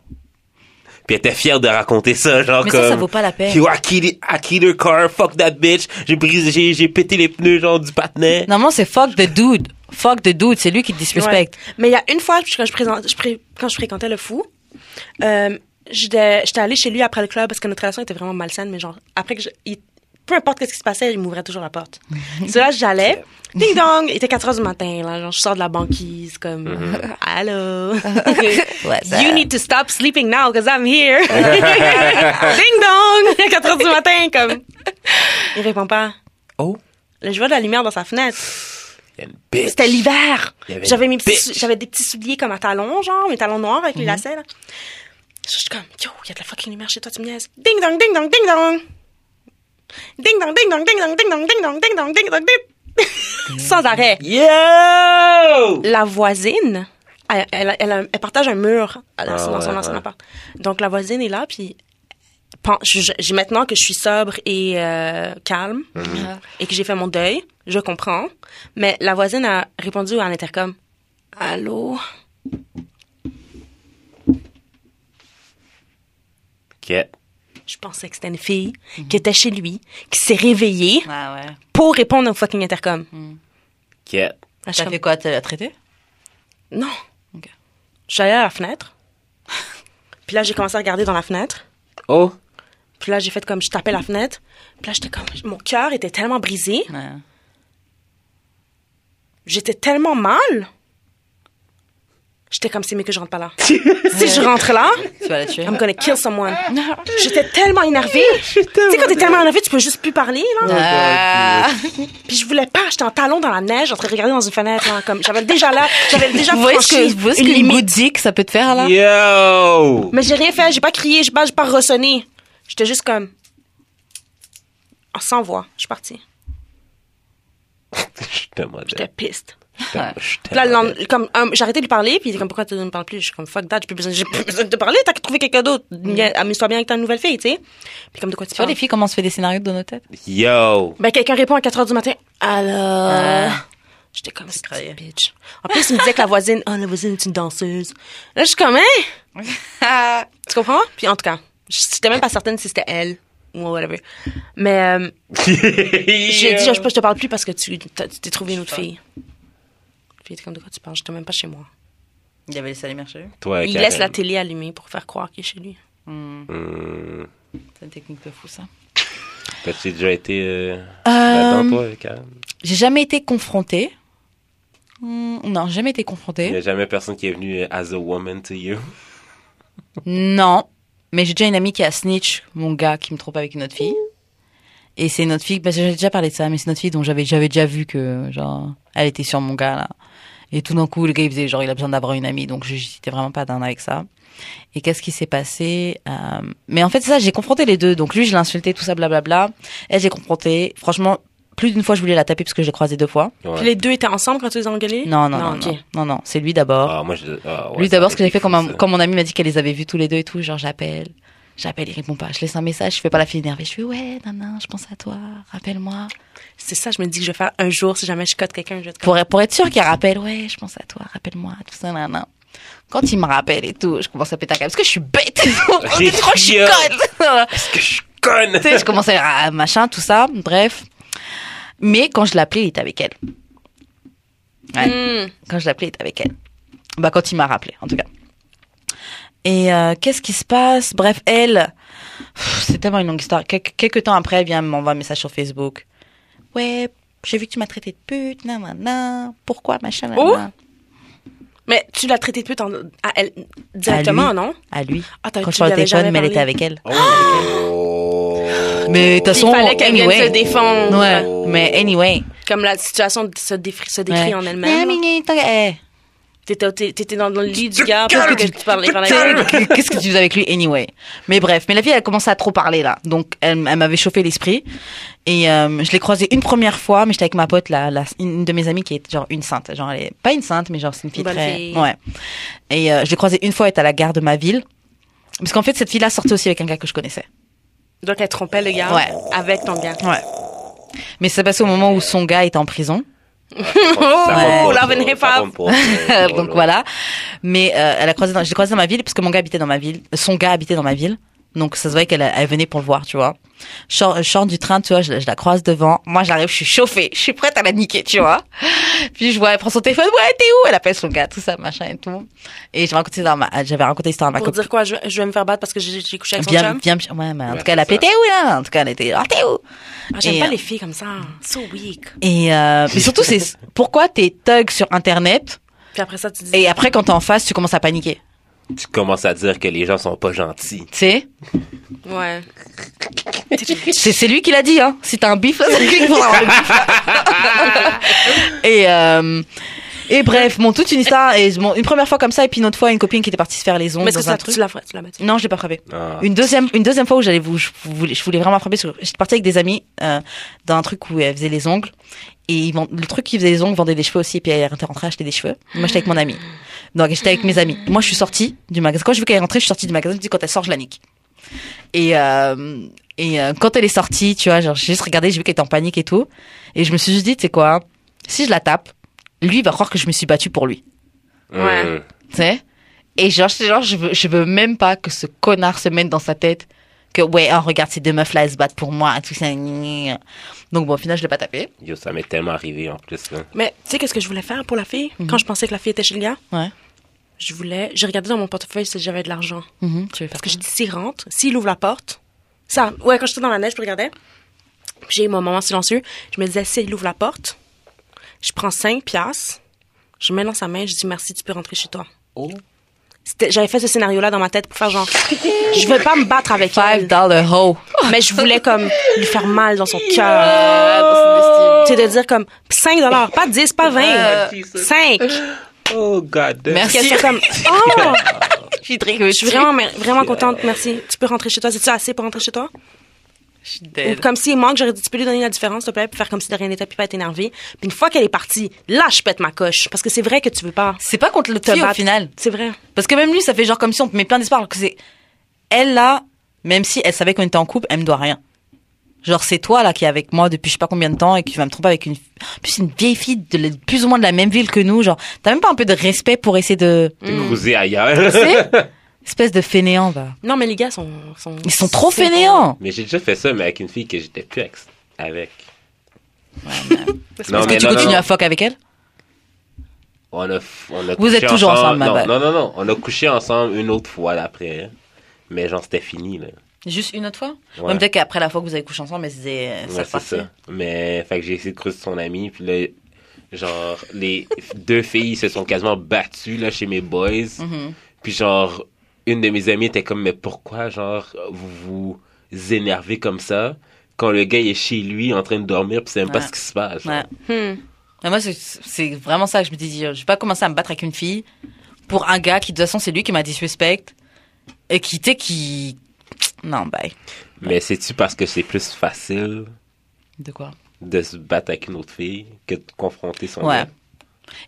Puis elle était fière de raconter ça, genre,
Mais ça,
comme.
ça vaut pas la peine.
Yo, I killed, I killed her car, fuck that bitch, j'ai brisé, j'ai, j'ai pété les pneus, genre, du patinet.
Normalement, c'est fuck the dude. Fuck the dude. C'est lui qui te disrespecte.
Ouais. Mais il y a une fois, quand je, présente- je pré- quand je fréquentais le fou, euh, j'étais j'étais allée chez lui après le club parce que notre relation était vraiment malsaine, mais genre, après que je- il- peu importe ce qui se passait, il m'ouvrait toujours la porte. C'est là que j'allais. Ding dong! Il était 4 heures du matin, là. Genre, je sors de la banquise, comme, allô?
What's
you
up?
need to stop sleeping now, because I'm here. Ding dong! 4 heures du matin, comme. Il répond pas.
Oh,
Là, je vois de la lumière dans sa fenêtre.
y a une bitch.
C'était l'hiver.
Il y avait
J'avais
une
mes petits, sou-
bitch.
j'avais des petits souliers comme à talons, genre, mes talons noirs avec les lacets, là. Je suis comme, yo, il y a de la fucking lumière chez toi, tu me niaises. Ding dong, ding dong, ding dong. Ding dong, ding dong, ding dong, ding dong, ding dong, ding dong, ding dong, ding. Sans arrêt.
Yo!
La voisine, elle, elle, elle a- elle partage un mur à- dans
Ah
son, dans son-
ouais,
dans son
ouais.
appart. Donc la voisine est là, puis pen- je- je- j'ai- maintenant que je suis sobre et euh, calme
Mhm.
Ah.
et que j'ai fait mon deuil, je comprends. Mais la voisine a répondu à l'intercom. Allô.
Ok.
Je pensais que c'était une fille qui était chez lui, qui s'est réveillée
Ah Mhm. ouais.
pour répondre au fucking intercom.
Ok.
Là, je suis
T'as
comme,
fait quoi? T'as traité?
Non.
Ok.
Je suis allée à la fenêtre. Puis là, j'ai commencé à regarder dans la fenêtre.
Oh.
Puis là, j'ai fait comme, je tapais la fenêtre. Puis là, j'étais comme, mon cœur était tellement brisé.
Ouais.
J'étais tellement mal. J'étais comme, c'est mieux que je rentre pas là. si je rentre là,
Tu vas la tuer?
I'm gonna kill someone. J'étais tellement énervée. Tu sais, quand t'es tellement énervée, tu peux juste plus parler, là.
Ah.
Puis je voulais pas. J'étais en talons dans la neige, en train de regarder dans une fenêtre, là. Comme, j'avais déjà là, j'avais déjà
Vous voyez ce
franchi
que, vous voyez ce
une
que
limite.
que ça peut te faire, là?
Yo!
Mais j'ai rien fait, j'ai pas crié, j'ai pas, j'ai pas ressonné. J'étais juste comme. Ah, sans voix, je suis partie.
Je te modèle.
J'étais piste.
Je te
Puis là, le
modèle.
lendem- comme, hum, j'ai arrêté de lui parler, puis il était comme, pourquoi tu ne me parles plus? Je suis comme, fuck that, j'ai plus besoin, j'ai plus besoin de te parler, t'as qu'à trouver quelqu'un d'autre. Bien, Amuse-toi bien avec ta nouvelle fille, tu sais. Puis comme, de quoi Mm. tu
Tu vois,
parles?
les filles, comment on se fait des scénarios dans nos têtes?
Yo!
Ben, quelqu'un répond à 4 h du matin, alors.
Ah.
J'étais comme, c'est
croyais.
bitch. En plus, il me disait que la voisine, oh, la voisine est une danseuse. Là, je suis comme, hein?
Ah.
Tu comprends? Puis en tout cas, j'étais même pas certaine si c'était elle ou whatever. Mais euh, j'ai dit, je, je te parle plus parce que tu t'as- tu t'es trouvé une autre fille. Puis il était comme, de quoi tu parles? J'étais même pas chez moi.
Il y avait laissé la lumière chez eux.
Toi,
il
Karen.
laisse la télé allumée pour faire croire qu'il est chez lui.
Hmm.
C'est une technique de fou, ça.
T'as-tu déjà été euh, là-dedans, toi, Karen?
J'ai jamais été confrontée. Hmm, Non, j'ai jamais été confrontée.
Il n'y a jamais personne qui est venu euh, as a woman to you.
Non, mais j'ai déjà une amie qui a snitch mon gars qui me trompe avec une autre fille. Et c'est notre fille, parce que j'avais déjà parlé de ça, mais c'est notre fille dont j'avais j'avais déjà vu que, genre, elle était sur mon gars, là. Et tout d'un coup, le gars, il faisait genre, il a besoin d'avoir une amie, donc j'étais vraiment pas d'un avec ça. Et qu'est-ce qui s'est passé Euh, Mais en fait, c'est ça, j'ai confronté les deux. Donc lui, je l'ai insulté, tout ça, blablabla. Elle, j'ai confronté. Franchement, plus d'une fois, je voulais la taper parce que je l'ai croisée deux fois.
Ouais.
Puis les deux étaient ensemble quand tu les as engueulés?
Non, non, non,
ok.
non, non, non, c'est lui d'abord.
Ah, moi, je- ah, ouais,
Lui
ça
d'abord, ce que j'ai fait
été
quand,
fou,
ma-
ça.
quand mon ami m'a dit qu'elle les avait vus tous les deux et tout, genre j'appelle, j'appelle, il répond pas, je laisse un message, je fais pas la fille énervée, je fais ouais, nan, nan, je pense à toi, rappelle-moi.
C'est ça, je me dis que je vais faire un jour, si jamais je cote quelqu'un, je vais te coter.
Pour, pour être sûr qu'elle rappelle, ouais, je pense à toi, rappelle-moi, tout ça, nan, nan. Quand il me rappelle et tout, je commence à péter un câble parce que je suis bête. On dit trop que je suis
Idiot.
conne.
Est-ce que je suis conne?
tu sais, je commençais à ah, machin, tout ça, bref. Mais quand je l'appelais, il était avec elle. Ouais.
Hmm.
quand je l'appelais, il était avec elle. Bah, quand il m'a rappelé, en tout cas. Et euh, qu'est-ce qui se passe Bref, elle, pff, c'est tellement une longue histoire. Quelque quelques temps après, elle vient m'envoie un message sur Facebook. Ouais, j'ai vu que tu m'as traité de pute, nanana. Pourquoi, machin, nanana.
Mais tu l'as traité de pute en- à elle, directement,
lui.
non?
À lui.
Ah, t'as-
Quand
tu
je parlais au
lui avais
téléphone,
jamais
mais elle était
parlé.
avec elle.
Oh.
Mais de toute façon,
Il fallait qu'elle vienne
anyway.
se défendre.
Ouais, mais anyway.
Comme la situation se, défri- se décrit
Ouais.
en
Ah,
elle-même. là.
mais t'as- eh,
T'étais, au- t'é- t'étais dans le lit du
te
gars parce que
calmes,
tu
tu
tu parlais par la gueule.
T'sais, Qu'est-ce que tu faisais avec lui anyway Mais bref, mais la fille elle commençait à trop parler là, donc elle, elle m'avait chauffé l'esprit et euh, je l'ai croisée une première fois, mais j'étais avec ma pote là, une de mes amies qui est genre une sainte, genre elle est pas une sainte, mais genre c'est une fille
Bonne
très
fille.
ouais. Et euh, je l'ai croisée une fois, elle était à la gare de ma ville, parce qu'en fait cette fille là sortait aussi avec un gars que je connaissais.
Donc elle trompait le gars
Ouais.
avec ton gars.
Ouais. Mais ça s'est passé au moment où son gars était en prison.
Oh,
Ça
la
compte
venez
pas, ça
pas.
compte pas.
Euh, Donc voilà. Mais euh, elle a croisé dans, je l'ai croisée dans ma ville parce que mon gars habitait dans ma ville, son gars habitait dans ma ville. Donc ça se voyait qu'elle elle venait pour le voir, tu vois. Je sors, je sors du train, tu vois, je, la- je la croise devant. Moi j'arrive, je suis chauffée, je suis prête à la niquer, tu vois. Puis je vois, elle prend son téléphone, ouais t'es où Elle appelle son gars, tout ça, machin et tout. Et je racontais dans ma, j'avais raconté l'histoire à ma
Pour
copine.
dire quoi, je, je vais me faire battre parce que j'ai, j'ai couché avec son
Bien,
chum.
bien, ouais, mais en
Ouais,
tout cas elle
c'est
appelait
ça.
t'es où là En tout cas elle était, ah t'es où
Ah, j'aime
Et,
pas
euh,
les filles comme ça. hein. So weak.
Et euh, mais surtout c'est pourquoi t'es thug sur internet
Puis après ça, tu dis.
et après quand t'es en face tu commences à paniquer,
Tu commences à dire que les gens sont pas gentils.
tu sais euh,
Ouais.
C'est, c'est lui qui l'a dit, hein. Si t'as un bif, c'est lui qui faudra avoir le bif. et, euh, et bref, bon, toute une histoire. Et, bon, une première fois comme ça, et puis une autre fois, une copine qui était partie se faire les ongles
Mais est-ce
dans
que tu
un
la,
truc.
tu la ferais- tu la battrais?
Non, je l'ai pas frappé.
Ah.
Une deuxième, une deuxième fois où j'allais vous, je voulais, je voulais vraiment frapper. parce que J'étais partie avec des amis euh, dans un truc où elle faisait les ongles. Et ils vend- le truc qui faisait les ongles vendait des cheveux aussi. Et puis elle était rentrée acheter des cheveux. Moi, j'étais avec mon ami. Donc, j'étais avec mes amis. Moi, je suis sortie du magasin. Quand je vu qu'elle est rentrée, je suis sortie du magasin. Je me dis, quand elle sort, je la nique. Et, euh, et euh, quand elle est sortie, tu vois, genre, j'ai juste regardé, j'ai vu qu'elle était en panique et tout. Et je me suis juste dit, tu sais quoi, si je la tape, lui, il va croire que je me suis battue pour lui
Ouais.
Hum.
tu sais. Et genre, je, genre je, veux, je veux même pas que ce connard se mette dans sa tête que, ouais, oh, regarde, ces deux meufs-là, elles se battent pour moi, tout ça. gna, gna, gna. Donc, bon, au final, je l'ai pas tapé.
Yo, ça m'est tellement arrivé en plus. là.
Mais tu sais, qu'est-ce que je voulais faire pour la fille? Quand je pensais que la fille était chez le gars,
Ouais.
je voulais. J'ai regardé dans mon portefeuille si j'avais de l'argent.
Mm-hmm. tu veux faire
Parce que j'ai dit, s'il rentre, s'il ouvre la porte, ça, ouais, quand j'étais dans la neige, je regardais. Puis J'ai eu mon moment silencieux. Je me disais, s'il ouvre la porte, je prends 5 piastres, je mets dans sa main, je dis merci, tu peux rentrer chez toi. C'était- J'avais fait ce scénario-là dans ma tête pour faire genre, je veux pas me battre avec
Five
elle,
dollar hoe.
mais je voulais comme lui faire mal dans son
Ah,
cœur. C'est de dire comme 5 dollars, pas 10, pas 20, 5.
Oh, God.
Merci.
Qu'elle soit comme, oh,
Je suis très Je
je suis vraiment, mer- vraiment contente, merci. Tu peux rentrer chez toi. C'est-tu assez pour rentrer chez toi?
Euh,
Ou comme s'il manque, j'aurais dit, tu peux lui donner la différence, s'il te plaît, puis faire comme si de rien n'était, puis pas être énervé. Puis une fois qu'elle est partie, là, je pète ma coche. Parce que c'est vrai que tu veux pas
C'est pas contre le
te
fille, au
battre.
final.
C'est vrai.
Parce que même lui, ça fait genre comme si on te met plein d'espoir. alors que c'est. Elle, là, même si elle savait qu'on était en couple, elle me doit rien. Genre, c'est toi, là, qui est avec moi depuis je sais pas combien de temps et qui va me tromper avec une. En plus, une vieille fille de la- plus ou moins de la même ville que nous. Genre, t'as même pas un peu de respect pour essayer de.
T'es cruisé ailleurs.
Mm. Tu sais Espèce de fainéant, va.
Non, mais les gars sont. sont
Ils sont trop
c'est-
fainéants.
Mais j'ai déjà fait ça, mais avec une fille que j'étais plus ex- avec.
Est-ce que tu continues à fuck avec elle
On a, f- on a
Vous
couché
êtes toujours ensemble, ma
non,
balle.
Non, non, non. On a couché ensemble une autre fois là, après. hein. Mais genre, c'était fini. Là.
Juste une autre fois
Ouais.
Ouais, Peut-être qu'après la fois que vous avez couché ensemble, mais c'est
Ouais, c'est ça. Mais, fait que j'ai essayé de creuser son ami, puis là, genre, les deux filles se sont quasiment battues, là, chez mes boys.
Mm. Mm-hmm.
Puis genre, une de mes amies était comme, mais pourquoi, genre, vous vous énervez comme ça? quand le gars il est chez lui en train de dormir, puis c'est même pas
Ouais.
ce qui se passe.
Ouais.
genre.
Hmm.
Mais moi, c'est- c'est vraiment ça que je me dis. Je vais pas commencer à me battre avec une fille pour un gars qui, de toute façon, c'est lui qui m'a disrespect et qui, tu sais, qui. Non, bye.
Mais c'est-tu parce que c'est plus facile
De quoi
de se battre avec une autre fille que de confronter son
Ouais.
gars?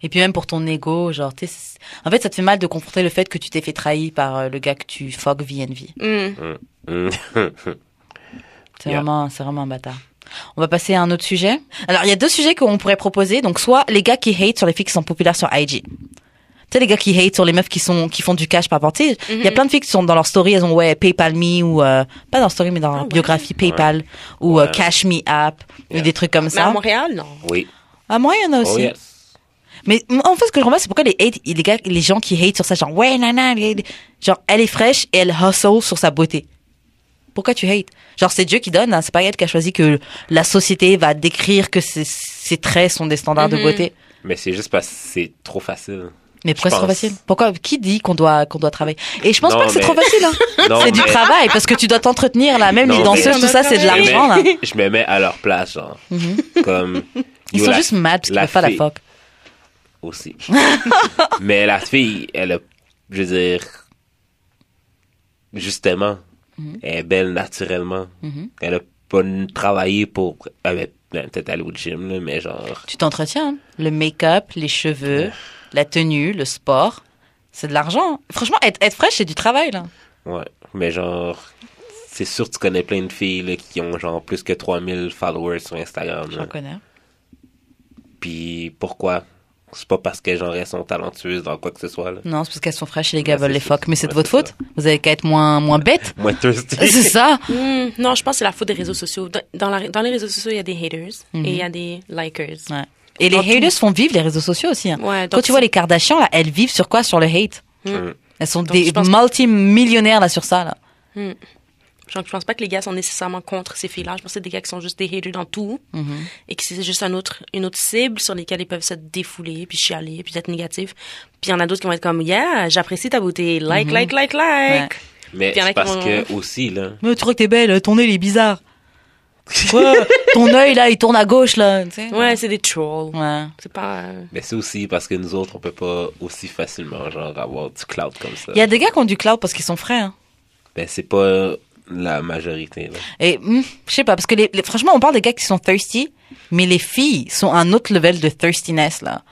Et puis même pour ton ego, genre, tu sais, c'est- en fait, ça te fait mal de confronter le fait que tu t'es fait trahir par euh, le gars que tu fuck VNV.
Hmm.
Hum.
C'est
Yeah.
vraiment, c'est vraiment un bâtard. On va passer à un autre sujet. Alors, il y a deux sujets qu'on pourrait proposer. Donc, soit les gars qui hate sur les filles qui sont populaires sur IG. Tu sais, les gars qui hate sur les meufs qui sont, qui font du cash par rapport. Tu sais, il y a
Mhm.
plein de filles qui sont dans leur story, elles ont, ouais, PayPal me ou, euh, pas dans leur story, mais dans leur
ouais.
biographie PayPal ou euh,
Ah Ouais.
Cash me app
Yeah. Bah,
ou des trucs comme
Mais à
ça.
Montréal, non.
oui.
Ah, moi, il y en a aussi.
Oh yes.
Mais m- en fait, ce que je comprends, pas, c'est pourquoi les, hate, les, gars, les gens qui hate sur ça, genre, ouais, nana, les- les- genre, elle est fraîche et elle hustle sur sa beauté. Pourquoi tu hates Genre, c'est Dieu qui donne, hein, c'est pas elle qui a choisi que la société va décrire que ses, ses traits sont des standards de
Mhm.
beauté.
Mais c'est juste parce que c'est trop facile.
Mais pourquoi c'est trop
pense.
facile Pourquoi Qui dit qu'on doit, qu'on doit travailler Et je pense
Non,
pas que c'est
mais-
trop facile, hein.
Non,
C'est du
mais-
travail, parce que tu dois t'entretenir, là, même
Non,
les
mais-
danseuses, tout ça, c'est de
je me
l'argent, hein? là.
mets- Je me mets à leur place, genre. Comme.
Ils
yo,
sont
la-
juste mad parce qu'ils
la
peuvent pas la
fille-
fuck.
aussi. Mais la fille, elle a, je veux dire, justement,
Mm-hmm.
elle est belle naturellement. Elle a pas n- travaillé pour, elle est ben, peut-être aller au gym, là, mais genre,
Tu t'entretiens. hein. Le make-up, les cheveux, la tenue, le sport, c'est de l'argent. Franchement, être, être fraîche, c'est du travail. Là.
ouais. Mais genre, c'est sûr que tu connais plein de filles là, qui ont genre plus que 3000 followers sur Instagram.
Je
là.
reconnais.
Puis pourquoi? C'est pas parce que genre elles sont talentueuses dans quoi que ce soit. Là.
Non, c'est parce qu'elles sont fraîches et les gars
Ouais,
veulent
c'est
les
ça.
fuck. Mais c'est de
Ouais,
votre
c'est
faute. Vous avez qu'à être moins, moins bête.
Moi, thirsty.
c'est ça.
Hmm. Non, je pense que c'est la faute des réseaux sociaux. Dans, dans la- dans les réseaux sociaux, il y a des haters
Mhm.
et il y a des likers.
Ouais. Et les
Dans tout.
haters font vivre les réseaux sociaux aussi. hein.
Ouais, donc
Quand tu
c'est-
vois les Kardashians, là, elles vivent sur quoi Sur le hate.
Mm.
Elles sont
Donc,
des
je pense que-
multimillionnaires là, sur ça. Là.
Genre, je pense pas que les gars sont nécessairement contre ces filles-là. Je pense que c'est des gars qui sont juste des haters dans tout
Mm-hmm.
et que c'est juste un autre, une autre cible sur lesquelles ils peuvent se défouler, puis chialer, puis être négatifs. Puis il y en a d'autres qui vont être comme, yeah, j'apprécie ta beauté, like,
Mm-hmm.
like, like, like.
Mais
Puis y en a
c'est
qui
parce
vont-
que aussi, là,
Mais tu crois que t'es belle, ton œil il est bizarre. Ouais, ton œil là, il tourne à gauche là. tu sais.
Ouais, c'est des trolls.
Ouais.
C'est pas. euh,
Mais c'est aussi parce que nous autres, on peut pas aussi facilement genre avoir du cloud comme ça.
Il y a des gars qui ont du cloud parce qu'ils sont frais. hein.
Ben c'est pas la majorité. Là.
Et hmm, je sais pas, parce que les, les- franchement, on parle des gars qui sont thirsty, mais les filles sont à un autre level de thirstiness, là.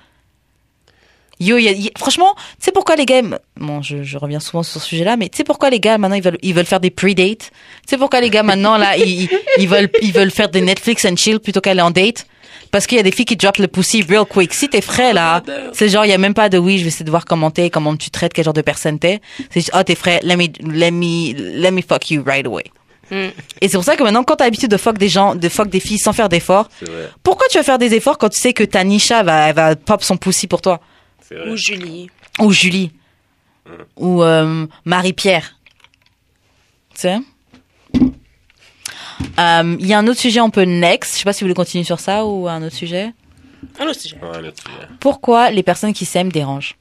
Yo, y a- y- franchement, tu sais pourquoi les gars, aiment- bon, je, je reviens souvent sur ce sujet-là, mais tu sais pourquoi les gars maintenant ils veulent, ils veulent faire des pre-dates? Tu sais pourquoi les gars maintenant là, ils, ils- ils veulent, ils veulent faire des Netflix and chill plutôt qu'aller en date? Parce qu'il y a des filles qui drop le pussy real quick. Si t'es frais là, c'est genre, il y a même pas de oui, je vais essayer de voir comment t'es, comment tu traites, quel genre de personne t'es. C'est juste, oh, t'es frais, let me, let me, let me fuck you right away.
mm.
Et c'est pour ça que maintenant, quand t'as l'habitude de fuck des gens, de fuck des filles sans faire d'efforts,
C'est vrai,
pourquoi tu vas faire des efforts quand tu sais que ta Nisha va, elle va pop son poussi pour toi
c'est vrai.
Ou Julie.
Ou Julie Ou euh, Marie-Pierre Tu sais Euh, Il y a un autre sujet un peu next. Je sais pas si vous voulez continuer sur ça ou un autre sujet.
Un autre sujet.
Ouais, là, tu vois.
Pourquoi les personnes qui s'aiment dérangent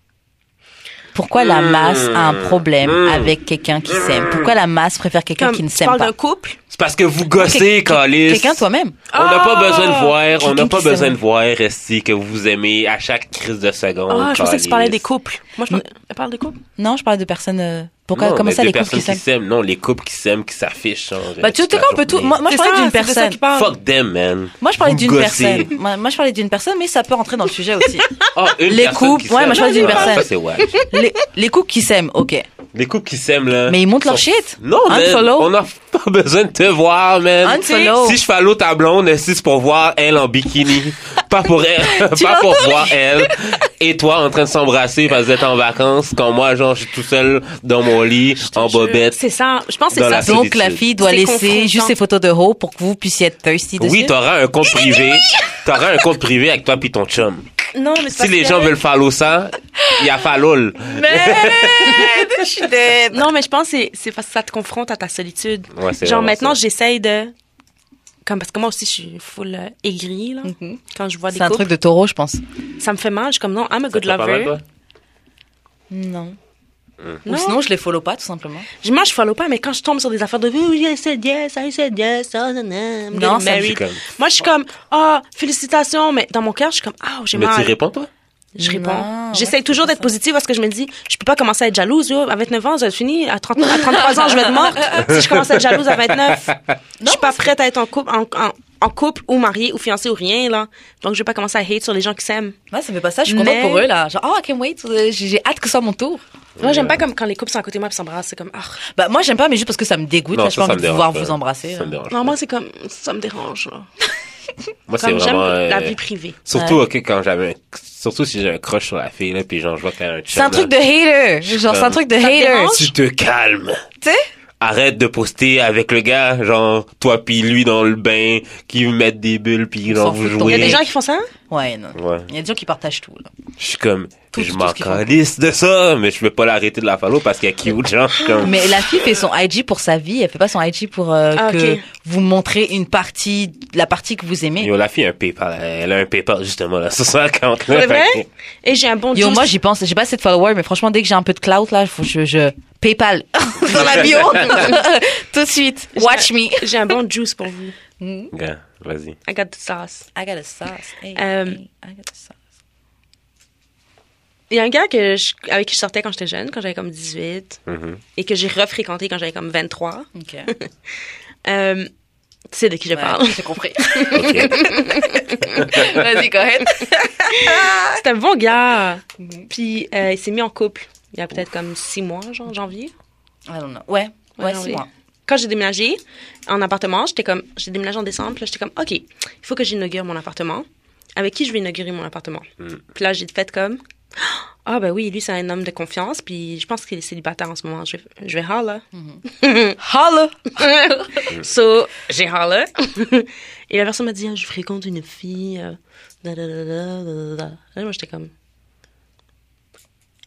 Pourquoi la masse a un problème avec quelqu'un qui s'aime Pourquoi la masse préfère quelqu'un
Comme,
qui ne
tu
s'aime
parles
pas
d'un couple.
C'est parce que vous gossez, Bah, Calis.
Quelqu'un toi-même
On n'a pas
Ah!
besoin de voir, on n'a
Quelqu'un
pas
qui s'aime.
besoin de voir Esti que vous aimez à chaque crise de seconde.
Ah, je pensais que tu parlais
Calis.
des couples.
Mm.
Moi, je pensais. Elle parle de couples?
Non, je parle de personnes. euh, Pourquoi
Non,
Comment
mais
ça
des
les couples
personnes
qui s'aiment
Non, les couples qui s'aiment, qui s'affichent. genre,
Bah, tu
toute
sais
la
quoi, on peut tout.
journée.
Moi, moi je
C'est
parlais
ça,
d'une
c'est de ça
personne.
qu'il parle.
Fuck them, man.
Moi, je parlais
Vous
d'une
gossez.
personne. Moi, moi, je parlais d'une personne, mais ça peut rentrer dans le sujet aussi.
Ah, une
Les
personne
couples,
qui
ouais,
s'aime.
moi, je parlais d'une
Ah,
personne.
ça, c'est wack.
les, les couples qui s'aiment, ok.
Les couples qui s'aiment, là.
Mais ils montent leur
sont-
shit.
Non, man,
Unfollow.
on n'a pas besoin de te voir, man.
Unfollow.
Si je follow ta blonde, si c'est pour voir elle en bikini, pas pour elle,
Tu
pas pour
l'entends?
voir elle et toi en train de s'embrasser parce que vous êtes en vacances, quand moi, genre, je suis tout seul dans mon lit, en bobette.
C'est ça. Je pense que
Dans
c'est ça.
la-
Donc, la
solitude.
fille doit
C'est
laisser juste
confrontant.
ses photos de haut pour que vous puissiez être thirsty dessus.
Oui, t'auras un compte privé. T'auras un compte privé avec toi puis ton chum.
Non, mais c'est
Si
parce
les
que-
gens veulent follow ça, il y a follow.
je suis dead.
Non, mais je pense que c'est- c'est parce que ça te confronte à ta solitude.
Ouais, c'est
Genre
vraiment
maintenant,
ça.
j'essaye de. Comme, parce que moi aussi, je suis full euh, aigrie, là. Quand je vois
Mm-hmm.
des
C'est un
couples,
truc de taureau, je pense.
ça me fait mal. Je suis comme, non, I'm a good
Ça fait pas mal,
lover.
toi?
Non. Ou
Non.
sinon, je les follow pas, tout simplement.
Je- Moi, je follow pas, mais quand je tombe sur des affaires de oui, oui, I said yes, I said yes, oh, no, no, I'm
Non,
getting
ça me-
C'est
married.
comme-
Moi, je suis comme, ah, félicitations, mais dans mon cœur, je suis comme, ah, j'ai
Mais tu
mal.
réponds, toi?
Je réponds.
Non,
J'essaie
ouais, c'est
toujours
pas
d'être
ça.
positive parce que je me dis, je peux pas commencer à être jalouse, yo. À 29 ans, j'ai fini. À, 30 à 33 ans, je vais être morte. Si je commence à être jalouse à 29, je suis pas prête à être en couple, en, en- en couple ou mariée ou fiancée ou rien, là. Donc, je vais pas commencer à hate sur les gens qui s'aiment.
Moi, ça me fait pas ça. Je suis contente
Mais-
pour eux, là. Genre, oh, I can't wait. J'ai j'ai hâte que ce soit mon tour.
Moi, j'aime pas comme quand les couples sont à côté de moi et s'embrassent. C'est comme, ah.
Bah, moi, j'aime pas, mais juste parce que ça me dégoûte. là, j'ai pas
ça, ça
envie
me
de
dérange
pouvoir
pas.
vous embrasser. hein.
Ça me dérange
Non,
pas.
moi, c'est comme, ça me dérange, là.
Moi, c'est
Comme j'aime
vraiment. euh,
la vie privée.
Surtout, ok, quand j'avais. un- Surtout si j'ai un crush sur la fille, là, puis genre, je vois qu'elle a un
C'est un truc de hater. Genre,
Euh,
c'est un truc de
Ça te
hater.
dérange?
Tu te calmes.
Tu sais?
Arrête de poster avec le gars, genre, toi puis lui dans le bain, qui vous mettent des bulles, puis genre,
s'en
vous
fout de ton
Il y
jouez.
a des gens qui font ça?
Ouais, non.
Ouais.
Il y a des gens qui partagent tout, là.
Je suis comme,
Tout-
je
tout
m'en
ce qu'ils font.
calisse de ça, mais je peux pas l'arrêter de la follow parce qu'elle est cute, genre, je suis comme...
Mais la fille fait son IG pour sa vie, elle fait pas son IG pour euh,
Ah,
que
ok.
vous montrez une partie, la partie que vous aimez. Yo,
Yo, la fille a un PayPal, elle a un PayPal justement là, sur son account.
Pour
là,
de vrai?
fait que-
Et j'ai un bon juice.
moi j'y pense, j'ai pas assez de followers, mais franchement dès que j'ai un peu de clout là, faut que je, je PayPal dans la bio tout de suite. Watch me.
J'ai un bon juice pour vous.
Gars, vas-y.
I got the sauce.
I got a sauce. Hey,
Euh,
hey, I got a sauce.
Il y a un gars que je- avec qui je sortais quand j'étais jeune, quand j'avais comme 18,
Mhm.
et que j'ai refréquenté quand j'avais comme 23.
OK.
Euh, tu sais de qui je parle.
Ouais, j'ai compris.
Ok.
Vas-y, go ahead.
C'est un bon gars. Puis euh, il s'est mis en couple il y a peut-être comme six mois, genre janvier.
I don't know. Ouais.
Ouais,
Ouais,
non,
c'est
oui.
moi.
Quand j'ai déménagé en appartement, j'étais comme, j'ai déménagé en décembre, puis là, j'étais comme, OK, il faut que j'inaugure mon appartement. Avec qui je vais inaugurer mon appartement? Puis là, j'ai fait comme, ah ben oui, lui, c'est un homme de confiance, puis je pense qu'il est célibataire en ce moment. Je vais, je vais holla.
Holla.
so, j'ai holla. Et la personne m'a dit, Ah, je fréquente une fille. euh, da, da, da, da, da, da, da. Là, moi, j'étais comme.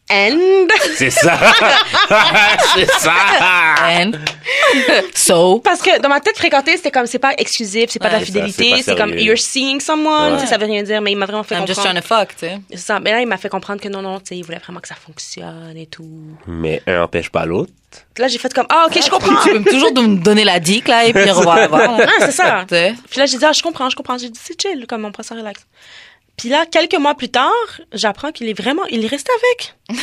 And.
C'est ça! c'est ça!
And so
Parce que dans ma tête, fréquenter, c'était comme, c'est pas exclusif, c'est pas de la
Ouais,
c'est ça,
fidélité,
c'est pas
c'est comme,
sérieux.
you're seeing someone,
Ouais.
tu sais, ça veut rien dire, mais il m'a vraiment fait
I'm just
comprendre.
trying to fuck, tu sais.
C'est ça. Mais là, il m'a fait comprendre que non, non, tu sais, il voulait vraiment que ça fonctionne et tout.
Mais un empêche pas l'autre.
Là, j'ai fait comme, ah, ok, je comprends.
Tu peux me- toujours me donner la dick là et puis on va voir.
Ah, c'est ça.
Tu sais.
Puis là, j'ai dit, ah, je comprends, je comprends. J'ai dit, c'est chill, comme on prend ça relax. Puis là, quelques mois plus tard, j'apprends qu'il est vraiment, il reste avec. là,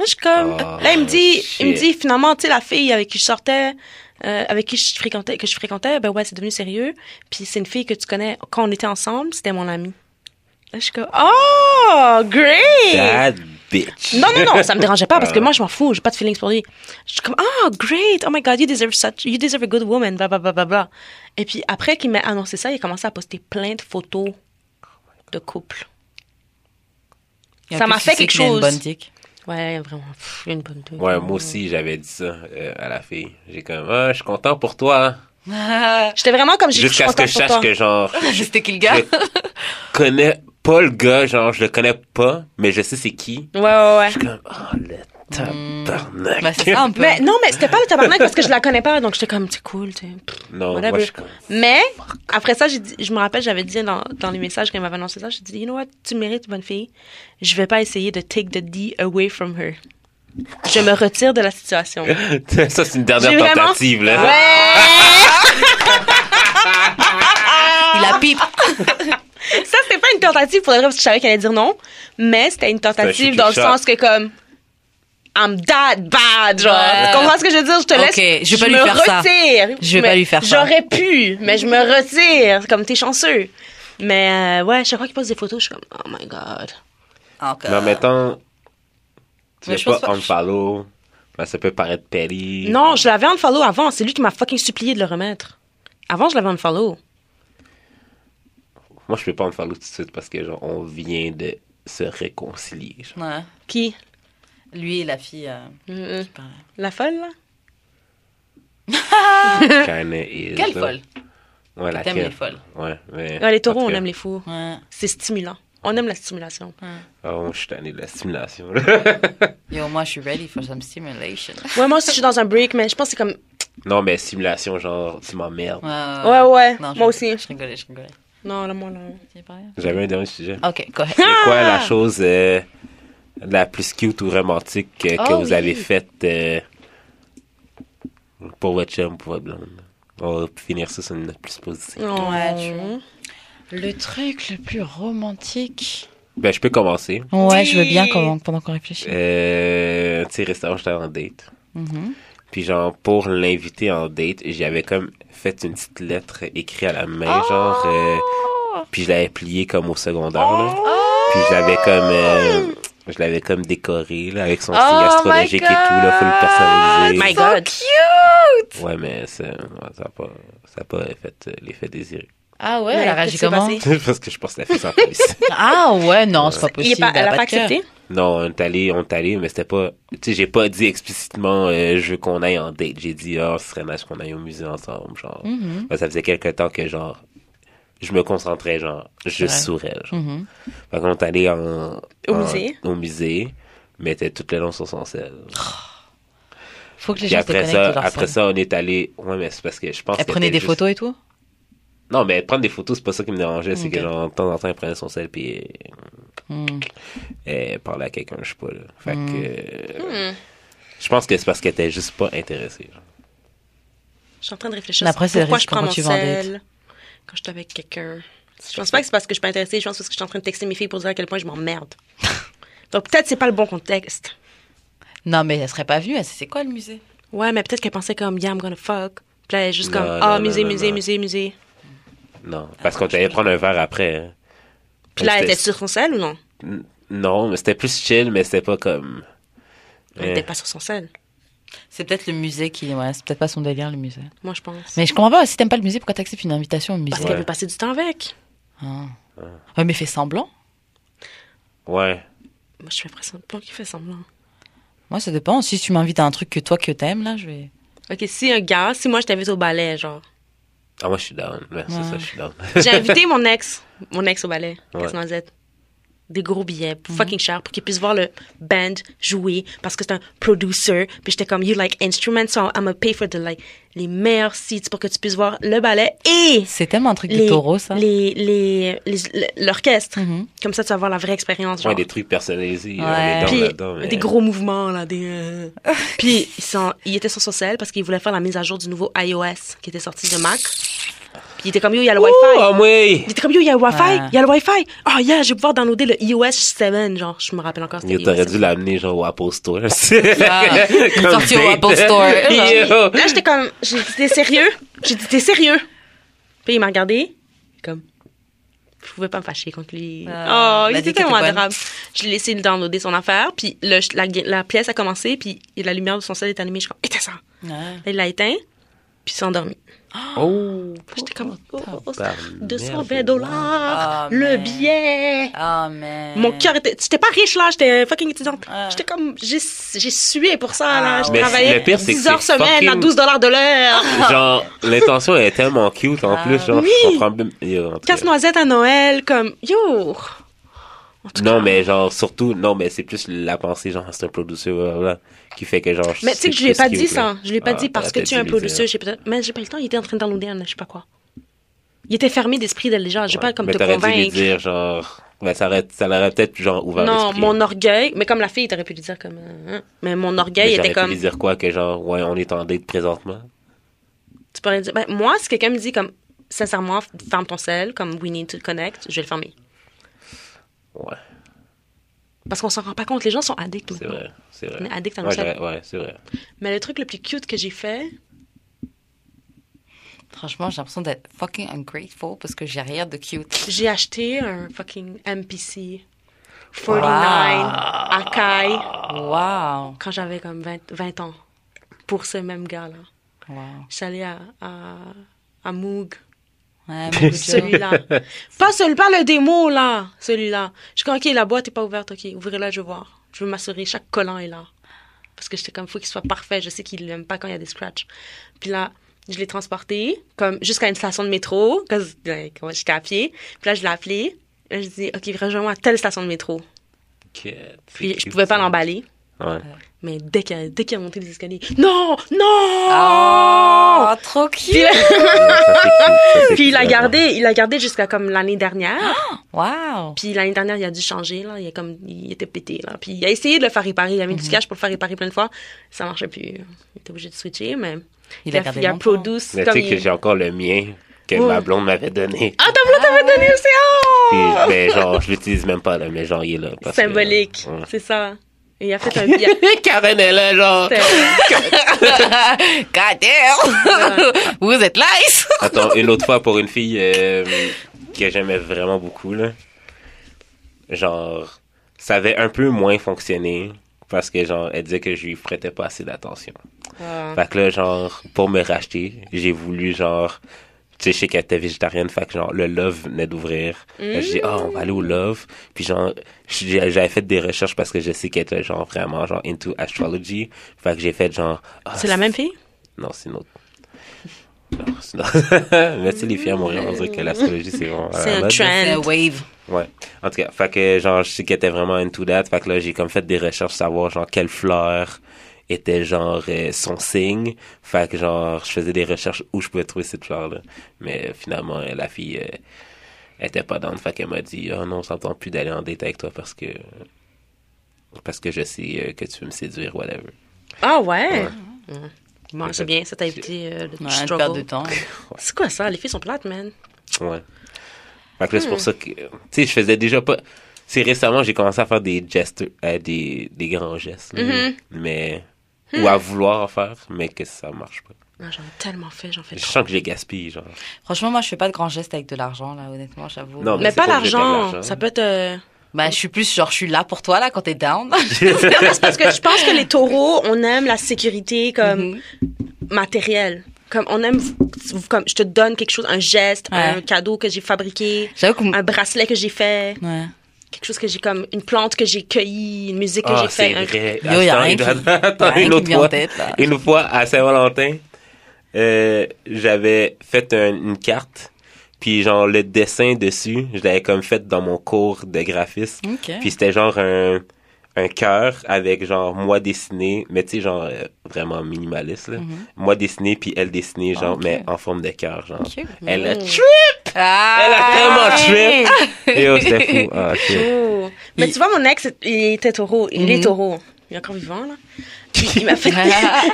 je suis comme,
Oh,
là, il me dit, il me
shit.
dit, finalement, tu sais, la fille avec qui je sortais, euh, avec qui je fréquentais, que je fréquentais, ben ouais, c'est devenu sérieux. Puis c'est une fille que tu connais, quand on était ensemble, c'était mon amie. Là, je suis comme, oh, great!
That bitch.
Non, non, non, ça me dérangeait pas
Euh.
parce que moi, je m'en fous, j'ai pas de feelings pour lui. Je suis comme, ah, great, oh my god, you deserve such, you deserve a good woman, bla, bla, bla, bla, bla. Et puis après qu'il m'a annoncé ça, il a commencé à poster plein de photos de couple.
Il y a
Ça
un
m'a
petit
fait
tu sais
quelque
qu'il a une
chose.
bonne dick.
Ouais, vraiment, pff, une bonne tête.
Ouais, moi aussi, j'avais dit ça euh, à la fille. J'ai comme, ah, je suis content pour toi. hein.
J'étais vraiment comme, j'ai
Jusqu'à ce que je sache que, genre,
C'était qui le gars
je connais pas le gars, genre, je le connais pas, mais je sais c'est qui.
Ouais, ouais, ouais.
Comme, oh, le tabarnak.
Bah, c'est ça un peu.
Mais non, mais c'était pas le tabarnak parce que je la connais pas, donc j'étais comme, c'est cool, tu sais. pff,
Non, moi, je
whatever.
suis comme,
Mais après ça, j'ai dit, je me rappelle, j'avais dit dans, dans les messages quand il m'avait annoncé ça, j'ai dit, you know what, tu mérites, bonne fille. Je vais pas essayer de take the D away from her. Je me retire de la situation.
ça, c'est une dernière
J'ai vraiment-
tentative, là.
Il a pipe.
Ça, c'était pas une tentative pour le vrai parce que je savais qu'elle allait dire non, mais c'était une tentative
shooting
dans le
shot.
sens que comme. I'm that bad, genre.
Ouais.
Tu comprends ce que je veux dire? Je te
Ok,
laisse.
je vais pas lui
me
faire ça.
retire.
Je vais
Mais
pas lui faire ça.
J'aurais pu, mais je me retire. Comme t'es chanceux. Mais euh, ouais, chaque fois qu'il pose des photos, je suis comme, oh my god.
Ah, Encore.
Mais en même temps, tu
Mais
veux
je pense
pas
pas-
unfollow, mais ça peut paraître petty.
Non, je l'avais unfollow avant. C'est lui qui m'a fucking supplié de le remettre. Avant, je l'avais unfollow.
Moi, je peux pas unfollow tout de suite parce que, genre, on vient de se réconcilier. genre.
Ouais.
Qui?
Lui et la fille. euh,
Mm, mm.
qui parlait.
La folle, là?
Kinda is,
Quelle
là.
folle.
Ouais, laquelle?
T'aimes les folles.
Ouais, mais...
Ouais, les taureaux,
en tout
on
cas,
aime les fous.
Ouais.
C'est stimulant. On aime la stimulation.
Oh, je suis tanné de la stimulation.
Yo, moi, je suis ready for some stimulation.
Ouais, moi aussi, je suis dans un break, mais je pense que c'est comme.
non, mais stimulation, genre, tu m'emmerdes.
Ouais, ouais.
Ouais, ouais.
Non, je-
moi aussi.
Je rigolais, je rigolais.
Non, là, moi, là.
Tu veux parler Ah!
J'avais un dernier sujet.
Ok, go ahead.
C'est quoi la chose euh, la plus cute ou romantique euh, que
Oh,
vous
oui.
avez faite euh, pour votre chum, pour votre blonde. On va finir ça sur une note plus positive.
Ouais, tu vois.
Le truc le plus romantique.
Ben, je peux commencer.
Ouais, je veux
Oui.
bien qu'on- pendant qu'on réfléchit.
Euh, tu sais, restaurant, j'étais en date.
Mhm.
Puis genre, pour l'inviter en date, j'avais comme fait une petite lettre écrite à la main, genre... euh,
Oh!
puis je l'avais pliée comme au secondaire, là.
Oh,
Puis je l'avais comme... euh, je l'avais comme décorée, là, avec son signe
my
astrologique et tout, là, full
God.
personnalisé.
Oh My God.
Ouais, mais ça ouais, ça a pas, ça a pas fait euh, l'effet désiré.
Ah ouais,
Mais
elle a
qu'est-ce
réagi
qui s'est
comment
passé?
Parce que je pense que la fille s'en calisse.
Ah ouais, non, c'est pas possible.
Il est pas,
elle
elle
a
a pas
de cœur.
accepté.
Non, on est allé, on est allé, mais c'était pas... Tu sais, j'ai pas dit explicitement euh, je veux qu'on aille en date. J'ai dit, ah, ce serait nice qu'on aille au musée ensemble, genre.
Mm-hmm.
Mhm,
Ben, ça faisait quelques temps que, genre, je me concentrais, genre, je
Ouais.
sourais, genre.
mhm.
Fait qu'on est allé en...
Mm. Au
en-
musée.
Au musée, mais était tout le long sur son sel.
Faut que les
Puis
gens se
après
déconnectent
ça,
de leur
après
scène.
ça, on est allé... Ouais, mais c'est parce que je pense
Elle
qu'elle
prenait
était
des
juste-
photos et tout
Non, mais prendre des photos, c'est pas ça qui me dérangeait. C'est que,
Ok.
genre, de temps en temps, elle prenait son sel, puis
Hmm.
elle parlait à quelqu'un, je sais pas, là. Fait que...
Hmm.
euh, Je pense que c'est parce qu'elle était juste pas intéressée. genre.
Je suis en train de réfléchir.
Mais après,
sur
c'est
pourquoi
risque
je prends
quand
mon
tu vas en date.
sel quand je suis avec quelqu'un. Je pense pas que c'est parce que je suis pas intéressée. Je pense parce que je suis en train de texter mes filles pour dire à quel point je m'emmerde. Donc peut-être c'est pas le bon contexte.
Non, mais elle serait pas venue. Elle sait c'est quoi le musée
Ouais, mais peut-être qu'elle pensait comme yeah I'm gonna fuck. Puis là, elle est juste comme
Non,
ah
non,
musée
non, non,
musée
non.
musée musée.
Non, parce
Ah,
qu'on allait prendre un verre après. hein.
Puis là,
Comme
elle était
c'était-
sur son sel ou non
N- Non, mais c'était plus chill, mais c'était pas comme.
Elle
Euh,
était pas sur son sel.
C'est peut-être le musée qui. Ouais, c'est peut-être pas son délire le musée.
Moi, je pense.
Mais je comprends pas. Si t'aimes pas le musée, pourquoi t'acceptes une invitation au musée
Parce
Ouais.
qu'elle veut passer du temps avec.
Ah. Ouais, mais fais semblant.
Ouais.
Moi, je suis impressionnée. Pourquoi il fait semblant
Moi, ça dépend. Si tu m'invites à un truc que toi que t'aimes, là, je vais.
Ok, si un gars, si moi je t'invite au ballet, genre.
Ah, moi, je suis down. Ouais, C'est
Ouais.
ça, je suis down.
J'ai invité mon ex, mon ex au ballet,
Ouais.
Casse-Noisette. Des gros billets, fucking cher, pour qu'il puisse voir le band jouer, parce que c'est un producer. Puis j'étais comme, you like instruments, so I'm gonna pay for the, like, les meilleurs seats pour que tu puisses voir le ballet et
C'est tellement un truc de
les-
taureau, ça.
les- les- les- l'orchestre.
Mhm.
Comme ça, tu vas avoir la vraie expérience.
Ouais,
genre.
des trucs personnalisés. euh, On
Ouais.
est down
Puis,
là-dedans. mais-
des gros mouvements, là, des... euh. Puis, ils, sont, ils étaient sur son sel parce qu'ils voulaient faire la mise à jour du nouveau iOS qui était sorti de Mac. Puis, ils étaient comme, yo, il y a le
Ouh,
Wi-Fi.
ah, oui!
Ils étaient comme, yo, il y a le Wi-Fi,
Ouais.
il y a le Wi-Fi. Oh, yeah, je vais pouvoir downloader le iOS 7, genre, je me rappelle encore. c'était
Yo, T'aurais
iOS
dû l'amener, genre, au Apple Store.
Ah,
Comme
sortie au
date.
Apple Store.
Yo.
Là, j'étais comme, j'ai dit, t'es sérieux? J'ai dit, t'es sérieux? Puis il m'a regardé, comme, je pouvais pas me fâcher contre lui.
Ah,
oh, il
la
était
vie qui était
tellement
bonne.
adorable. Je l'ai laissé lui downloader son affaire, puis le- la, la pièce a commencé, puis la lumière de son sel est allumée. Je suis comme, éteins ça.
Ouais.
Là, il l'a éteint, puis il s'est endormi.
Oh!
J'étais comme, oh, oh,
tabarnak.
220 dollars,
Ah,
le
mais-
billet.
Ah, mais.
Mon cœur était. J'étais pas riche là, j'étais fucking étudiante.
Ouais.
J'étais comme. J'ai j'ai sué pour ça
Ah,
là. Je
ouais.
travaillais
le pire, c'est que
10 heures
c'est
semaine à
fucking-
12 dollars de l'heure.
Genre, l'intention est tellement cute
Ah.
en plus. Genre, je
Oui.
comprends même. Yo, en tout cas.
Casse-noisette à Noël, comme. Yo!
Non, mais genre, surtout, non, mais c'est plus la pensée, genre, c'est un producer, blablabla, qui fait que genre.
Mais tu sais que je lui ai pas dit ça. Je lui ai
Ah,
pas dit parce que tu es un peu
producer
lucieux. J'ai peut-être. Mais j'ai pas eu le temps, il était en train de downloader un, je sais pas quoi. Il était fermé d'esprit d'aller genre. J'ai pas comme
mais
te
t'aurais dû lui
convaincre.
dire, genre. Ben, ça aurait, ça l'aurait peut-être, genre, ouvert
Non,
l'esprit.
mon orgueil. Mais comme la fille, t'aurais pu lui dire comme. euh, hein. Mais mon
Mais
orgueil
j'aurais
était
pu
comme.
lui dire quoi, que genre, ouais, on est en date présentement.
Tu pourrais dire. Ben, moi, si quelqu'un me dit comme. Sincèrement, ferme ton sel, comme we need to connect, je vais le fermer.
Ouais,
Parce qu'on s'en rend pas compte. Les gens sont addicts
c'est
maintenant.
vrai, c'est vrai.
On est addict à
Ouais,
nos sels.
j'aurais- ouais, c'est vrai.
Mais le truc le plus cute que j'ai fait,
Franchement, j'ai l'impression d'être fucking ungrateful parce que j'ai rien de cute.
j'ai acheté un fucking MPC 49
Wow.
Akai
Ah.
Waouh.
quand j'avais comme 20, 20 ans pour ce même gars-là.
Waouh.
J'allais à, à, à Moog,
Ouais, mais good job.
celui-là. pas celui, pas le démo, là, celui-là. Je suis comme, OK, la boîte est pas ouverte, OK, ouvrez-la, je veux voir. Je veux m'assurer, chaque collant est là. Parce que j'étais comme, faut qu'il soit parfait. Je sais qu'il n'aime pas quand il y a des scratchs. Puis là, je l'ai transporté comme jusqu'à une station de métro, cause like, ouais, j'étais à pied. Puis là, je l'ai appelé. Là, je dis, OK, rejoins-moi à telle station de métro.
Quête,
Puis
c'est
je pouvais
cute,
pas
ça.
l'emballer.
Ouais.
Mais dès qu'elle dès qu'elle a monté les escaliers, non, non
Oh, trop
Puis,
cute.
puis il a gardé, il a gardé jusqu'à comme l'année dernière.
Wow.
Puis l'année dernière, il a dû changer là, il a comme il était pété là. Puis il a essayé de le faire réparer, il a mis
Mhm.
du cash pour le faire réparer plein de fois, ça marchait plus. Il était obligé de switcher mais
Il a gardé
il a
longtemps.
produce
Mais tu
comme
sais que
il-
j'ai encore le mien que
Ouais.
ma blonde m'avait donné.
Ah, t'as voulu t'avais donné aussi.
Puis,
oh!
ben, genre, je l'utilise même pas, là, mais genre, il est là. parce que-
Symbolique,
Ouais.
c'est ça. Et il a fait un il a-
Karen est là, genre.
God damn. Vous êtes nice.
Attends, une autre fois pour une fille euh, que j'aimais vraiment beaucoup, là. Genre, ça avait un peu moins fonctionné parce que, genre, elle disait que je lui prêtais pas assez d'attention.
Ah.
Fait que là, genre, pour me racheter, j'ai voulu, genre, tu sais, je sais qu'elle était végétarienne, fait que, genre, le Love venait d'ouvrir. Fait que J'ai dit, ah, on va aller au Love. Puis, genre, j'ai- j'avais fait des recherches parce que je sais qu'elle était, genre, vraiment, genre, into astrology. Fait que j'ai fait, genre, ah,
C'est la même fille
non, c'est une autre. Non, c'est une autre. Mais tu sais, les filles à Montréal, on dirait que l'astrologie, c'est vraiment. à la
C'est un
mode.
La
trend.
wave.
Ouais. En tout cas, fait que, genre, je sais qu'elle était vraiment into that. Fait que là, j'ai comme fait des recherches, savoir, genre, quelle fleur était, genre, euh, son signe. Fait que, genre, je faisais des recherches où je pouvais trouver cette fleur-là. Mais euh, finalement, euh, la fille euh, était pas dans. Fait qu'elle m'a dit, oh non, on s'entend plus d'aller en détail avec toi parce que. Parce que je sais euh, que tu veux me séduire, whatever.
Ah ouais.
Ouais.
Bon, c'est bien, ça t'a évité euh, le
Ouais, une perte de
struggle.
temps.
C'est quoi ça Les filles sont plates, man.
Ouais. Fait que là, c'est pour ça que, tu sais, je faisais déjà pas. C'est récemment, j'ai commencé à faire des gestes, euh, des, des grands gestes. là. Mais. Ou à vouloir en faire, mais que ça marche pas.
Ah, j'en ai tellement fait, j'en fais
Je
trop.
sens que j'ai gaspillé, genre.
Franchement, moi, je fais pas de grands gestes avec de l'argent, là, honnêtement, j'avoue.
Non,
Mais
c'est
pas
pas obligé de faire de
l'argent.
l'argent.
Ça peut être. euh,
Bah, je suis plus genre, je suis là pour toi, là, quand t'es down.
Non, mais c'est parce que je pense que les taureaux, on aime la sécurité comme matérielle. Comme on aime, comme je te donne quelque chose, un geste,
Ouais.
un cadeau que j'ai fabriqué,
J'avoue que.
un bracelet que j'ai fait,
Ouais.
quelque chose que j'ai comme, une plante que j'ai cueillie, une musique que
Ah,
j'ai
c'est
fait. un-
vrai.
Yo, y a rien qui-
attends,
y a
attends,
rien
une
qui
autre
vient en
fois.
tête, là.
une fois, à Saint-Valentin, euh, j'avais fait un- une carte, puis genre, le dessin dessus, je l'avais comme fait dans mon cours de graphisme.
Ok.
Puis c'était genre un, un cœur avec genre moi dessiné, mais tu sais, genre euh, vraiment minimaliste, là.
Mhm.
Moi dessiné, puis elle dessinée, genre,
Ok.
mais en forme de cœur, genre.
Cute.
Elle a
Mm.
trip! Elle a tellement
Ah.
trip! Et oh, c'était fou. Ah, shit.
Oh. Mais tu vois, mon ex, il était taureau. Il est taureau. Il est encore vivant, là. Puis il m'a fait,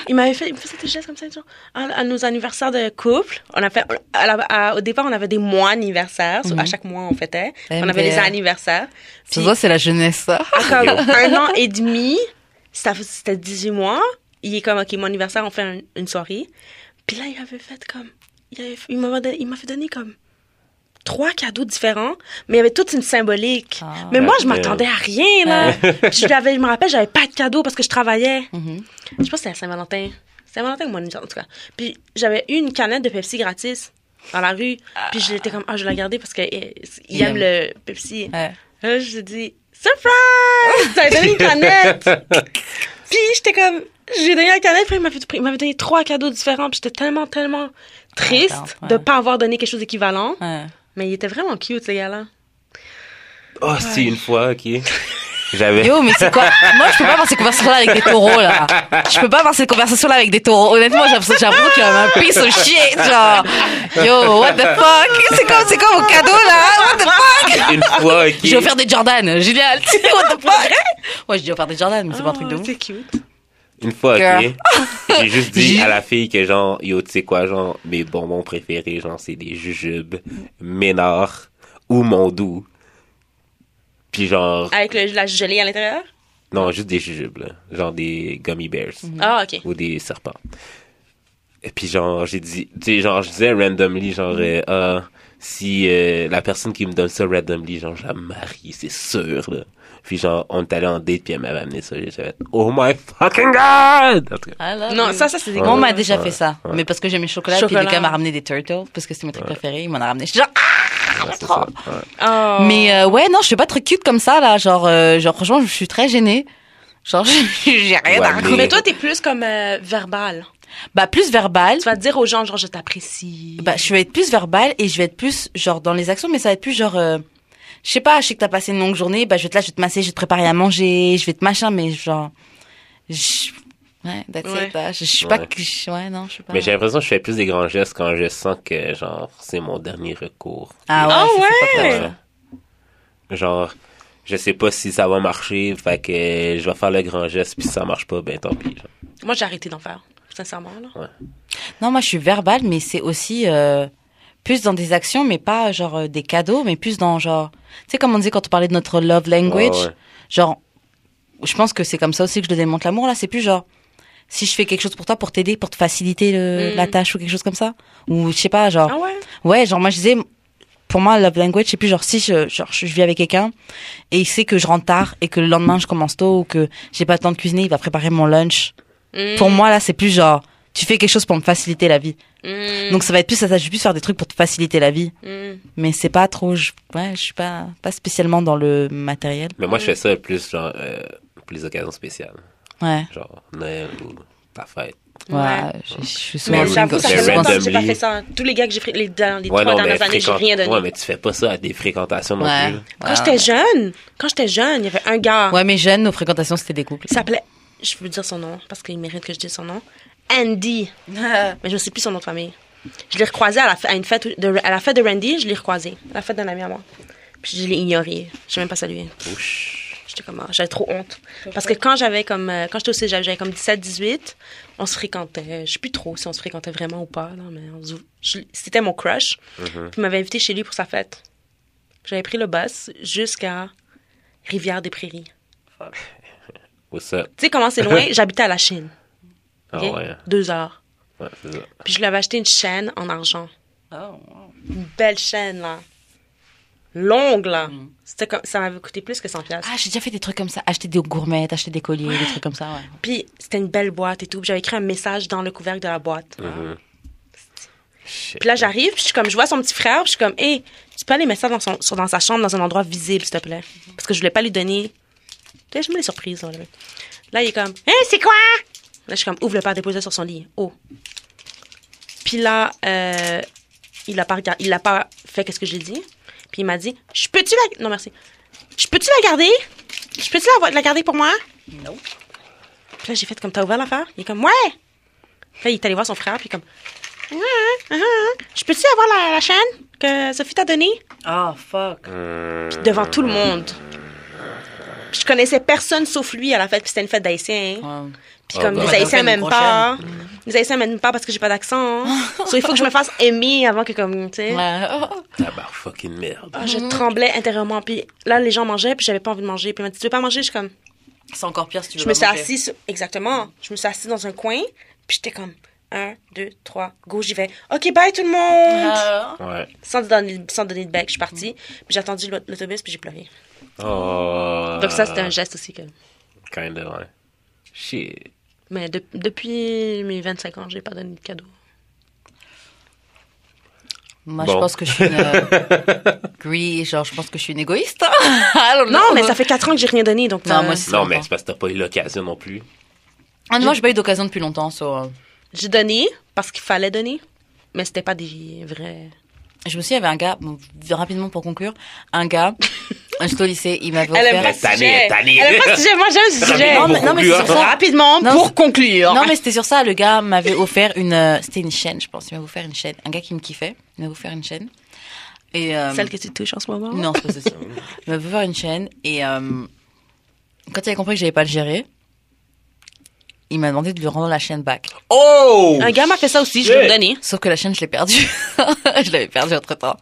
il m'avait fait, il me faisait des gestes comme ça, genre, à, à nos anniversaires de couple, on a fait, à la- à- au départ, on avait des mois anniversaires, So, à chaque mois, on fêtait, on avait les
MDR.
anniversaires.
Ça
Puis,
se voit, c'est la jeunesse, ça.
à comme un an et demi, ça f- c'était 18 mois, il est comme, OK, mon anniversaire, on fait un- une soirée. Puis là, il avait fait comme, il avait fait- il m'avait don- il m'a fait donner comme trois cadeaux différents, mais il y avait toute une symbolique.
Ah.
Mais moi, je
Ouais.
m'attendais à rien, là. je, lui avais- je me rappelle, j'avais pas de cadeaux parce que je travaillais.
Mhm.
Je pense que c'était à Saint-Valentin. Saint-Valentin ou mon anniversaire, en tout cas. Puis j'avais eu une canette de Pepsi gratis dans la rue. Puis j'étais comme, ah, je vais la garder parce qu'il
Il
aime le Pepsi.
Ouais.
Là, je dis Surprise! T'avais donné une canette! puis j'étais comme, j'ai donné la canette, puis il m'avait- il m'avait donné trois cadeaux différents, puis j'étais tellement, tellement triste
Contente, ouais.
de pas avoir donné quelque chose d'équivalent.
Ouais.
Mais il était vraiment cute, ce gars-là.
Oh, si, une fois, ok. J'avais.
Yo, mais c'est quoi Moi, je peux pas avoir ces conversations-là avec des taureaux, là. Je peux pas avoir ces conversations-là avec des taureaux. Honnêtement, j'ai l'impression j'ai l'impression qu'il y a un piece of shit, genre. Yo, what the fuck C'est quoi, c'est quoi vos cadeaux, là What the fuck
Une fois, ok.
J'ai offert des Jordan, génial. what the fuck Ouais, j'ai offert des Jordan, mais c'est pas un truc de
Oh,
ouf.
C'est cute.
Une fois,
Girl.
ok. J'ai juste dit
J'ai-
à la fille que genre, yo, tu sais quoi, genre, mes bonbons préférés, genre, c'est des jujubes, Ménard ou Mondou. Puis genre,
Ah.
Avec le- la gelée à l'intérieur?
non, juste des jujubes, là. Genre des gummy bears
Ah, OK.
ou des serpents. Et puis genre, j'ai dit, tu sais, genre, je disais randomly, genre, euh, ah, si euh, la personne qui me donne ça randomly, genre, je la marie, c'est sûr, là. Puis genre, on est allé en date, puis elle m'avait amené ça, j'ai fait, oh my fucking god! En tout cas,
Non, ça, ça, c'est des
Moi, on
gros.
m'a déjà
Ouais,
fait ça.
ouais.
Mais parce que j'aimais le chocolat,
Chocolat.
puis le gars m'a ramené des turtles, parce que c'est mon truc préféré, il m'en a ramené. J'étais genre, ah!
ouais, c'est ça. Ouais.
Oh.
Mais euh, ouais, non, je fais pas de trucs cute comme ça, là. Genre, euh, genre franchement, je suis très gênée. Genre, j'ai rien
Ouais,
à raconter.
mais-
Mais toi, t'es plus comme euh, verbal.
Bah, plus verbal.
Tu vas dire aux gens, genre, je t'apprécie.
Bah, je vais être plus verbal et je vais être plus, genre, dans les actions, mais ça va être plus, genre, euh, je sais pas, je sais que t'as passé une longue journée, bah, je vais te là, je vais te masser, je vais te préparer à manger, je vais te machin, mais genre, Je... Ouais, that's it,
Ouais.
ah, Je je suis pas...
Ouais.
que- je- Ouais, non, je suis pas...
Mais j'ai l'impression que je fais plus des grands gestes quand je sens que, genre, c'est mon dernier recours.
Ah ouais,
Ah
ça, c'est pas
ouais.
comme ça.
Genre, je sais pas si ça va marcher, fait que je vais faire le grand geste, puis si ça marche pas, ben tant pis. genre.
Moi, j'ai arrêté d'en faire, sincèrement. Là.
Non, moi, je suis verbale, mais c'est aussi euh, plus dans des actions, mais pas genre euh, des cadeaux, mais plus dans genre. Tu sais, comme on disait quand on parlait de notre love language,
Ouais, ouais.
genre, je pense que c'est comme ça aussi que je démontre l'amour. Là, c'est plus genre, si je fais quelque chose pour toi, pour t'aider, pour te faciliter le-
Mm.
la tâche ou quelque chose comme ça. Ou je sais pas, genre.
Ah ouais?
Ouais, genre, moi, je disais. Pour moi, love language, c'est plus genre si je, genre, je vis avec quelqu'un et il sait que je rentre tard et que le lendemain je commence tôt ou que j'ai pas le temps de cuisiner, il va préparer mon lunch.
Mm.
Pour moi, là, c'est plus genre tu fais quelque chose pour me faciliter la vie.
Mm.
Donc ça va être plus ça, ça, je vais plus faire des trucs pour te faciliter la vie. Mais c'est pas trop, je, ouais, je suis pas, pas spécialement dans le matériel.
Mais moi, je fais ça plus, genre, euh, pour les occasions spéciales.
Ouais,
Genre, Noël ou ta fête.
ouais,
Ouais.
je, je suis souvent
Mais
Ouais,
j'avoue, ça
c'est
fait longtemps que j'ai
randomly.
pas fait ça. hein. Tous les gars que j'ai fait les, dans les
Ouais,
trois
non, mais
dernières années, j'ai
fréquent-
rien donné.
Ouais, mais ah. tu fais pas ça à des fréquentations non
Ouais.
plus. là.
Quand j'étais jeune, quand j'étais jeune, il y avait un gars.
Ouais, mais jeunes, nos fréquentations, c'était des couples.
Il s'appelait. Je veux dire son nom parce qu'il mérite que je dise son nom. Andy. Mais je ne sais plus son nom de famille. Je l'ai recroisé à la, fe- à une fête de, à la fête de Randy, je l'ai recroisé. À la fête d'un ami à moi. Puis je l'ai ignoré. Je même pas salué.
Ouch.
J'étais comme, ah, j'avais trop honte. Parce que quand j'avais comme, euh, quand j'étais au cégep, j'avais comme 17, 18, on se fréquentait. Je sais plus trop si on se fréquentait vraiment ou pas, là, mais on se- je- c'était mon crush.
Mm-hmm.
Puis il m'avait invité chez lui pour sa fête. J'avais pris le bus jusqu'à Rivière-des-Prairies.
What's up?
Tu sais comment c'est loin? J'habitais à la Chine.
Ah
ok?
ouais.
Deux heures.
Ouais, c'est ça.
Puis je lui avais acheté une chaîne en argent.
Ah,
Une belle chaîne, là. Longue, là. C'était comme, ça m'avait coûté plus que 100$. piastres.
Ah, j'ai déjà fait des trucs comme ça, acheter des gourmettes, acheter des colliers, des trucs comme ça, ouais.
Puis c'était une belle boîte et tout. Puis J'avais écrit un message dans le couvercle de la boîte.
Mm. Shit.
Puis là, j'arrive, puis je suis comme, je vois son petit frère, puis je suis comme, hé, tu peux aller mettre ça dans, son, sur- dans sa chambre, dans un endroit visible, s'il te plaît. Parce que je voulais pas lui donner. Tu sais, je mets les surprises, là. Là, il est comme, hé, c'est quoi? Là, je suis comme, ouvre le pas déposé sur son lit. Oh. Puis là, euh, il l'a pas, regard- il l'a pas fait qu'est-ce que j'ai dit. Puis il m'a dit, je peux-tu la. Non, merci. Je peux-tu la garder? Je peux-tu la, la garder pour moi? Non. Puis là, j'ai fait comme, t'as ouvert l'affaire? Il est comme, ouais! Puis là, il est allé voir son frère, puis il est comme, ah, ah, ah. Je peux-tu avoir la, la chaîne que Sophie t'a donnée?
Oh, fuck.
Puis devant tout le monde. Je connaissais personne sauf lui à la fête, puis c'était une fête d'Haïtiens. hein. Puis
Ah
comme
bah.
les
Ouais,
Haïtiens
donc,
m'aiment
une
pas. hein. Les Haïtiens m'aiment pas parce que j'ai pas d'accent. hein. So, il faut que je me fasse aimer avant que comme, tu sais.
Ouais.
Tabar fucking merde.
Ah, Je tremblais intérieurement. Puis là, les gens mangeaient, puis j'avais pas envie de manger. Puis il m'a dit, tu veux pas manger? Je suis comme,
C'est encore pire si tu veux
je me suis assise, sur- exactement. Je me suis assise dans un coin, puis j'étais comme, un, deux, trois, go, j'y vais. OK, bye tout le monde!
Ah, Euh,
Ouais.
sans donner, sans donner de bec. Je suis partie, puis j'ai attendu l'aut- l'autobus, puis j'ai pleuré.
Oh.
Donc ça, c'était un geste aussi que...
Kinda, ouais. Shit.
Mais de- depuis mes 25 ans, j'ai pas donné de cadeau.
Moi, je
Bon.
pense que je suis une... euh, gris, genre, je pense que je suis une égoïste. I don't
Non,
know.
mais ça fait 4 ans que j'ai rien donné, donc...
Non,
euh,
moi aussi.
Non,
longtemps.
mais c'est parce que t'as pas eu l'occasion non plus.
Ah, non, moi, j'ai pas eu d'occasion depuis longtemps, so... euh,
J'ai donné parce qu'il fallait donner, mais c'était pas des vrais...
Je me souviens, il y avait un gars, bon, rapidement pour conclure, un gars, j'étais au lycée, il m'avait
Elle aime
offert...
pas
Mais tanné,
ce sujet.
tanné.
Elle aime pas ce sujet. Moi, j'aime ce sujet.
Non,
Rapidement
mais,
pour
non, mais
conclure.
c'est sur ça.
Rapidement,
Non,
pour conclure.
Non, mais c'était sur ça, le gars m'avait offert une... euh, C'était une chaîne, je pense, il m'avait offert une chaîne. Un gars qui me kiffait, il m'avait offert une chaîne. Et, euh,
Celle que tu touches en ce moment?
Non, c'est pas ça. il m'avait offert une chaîne et euh, quand il a compris que j'avais pas le gérer, il m'a demandé de lui rendre la chaîne back.
Oh!
Un gars m'a fait ça aussi, je lui ai
Shit.
donné.
Sauf que la chaîne, je l'ai perdue. je l'avais perdue entre temps.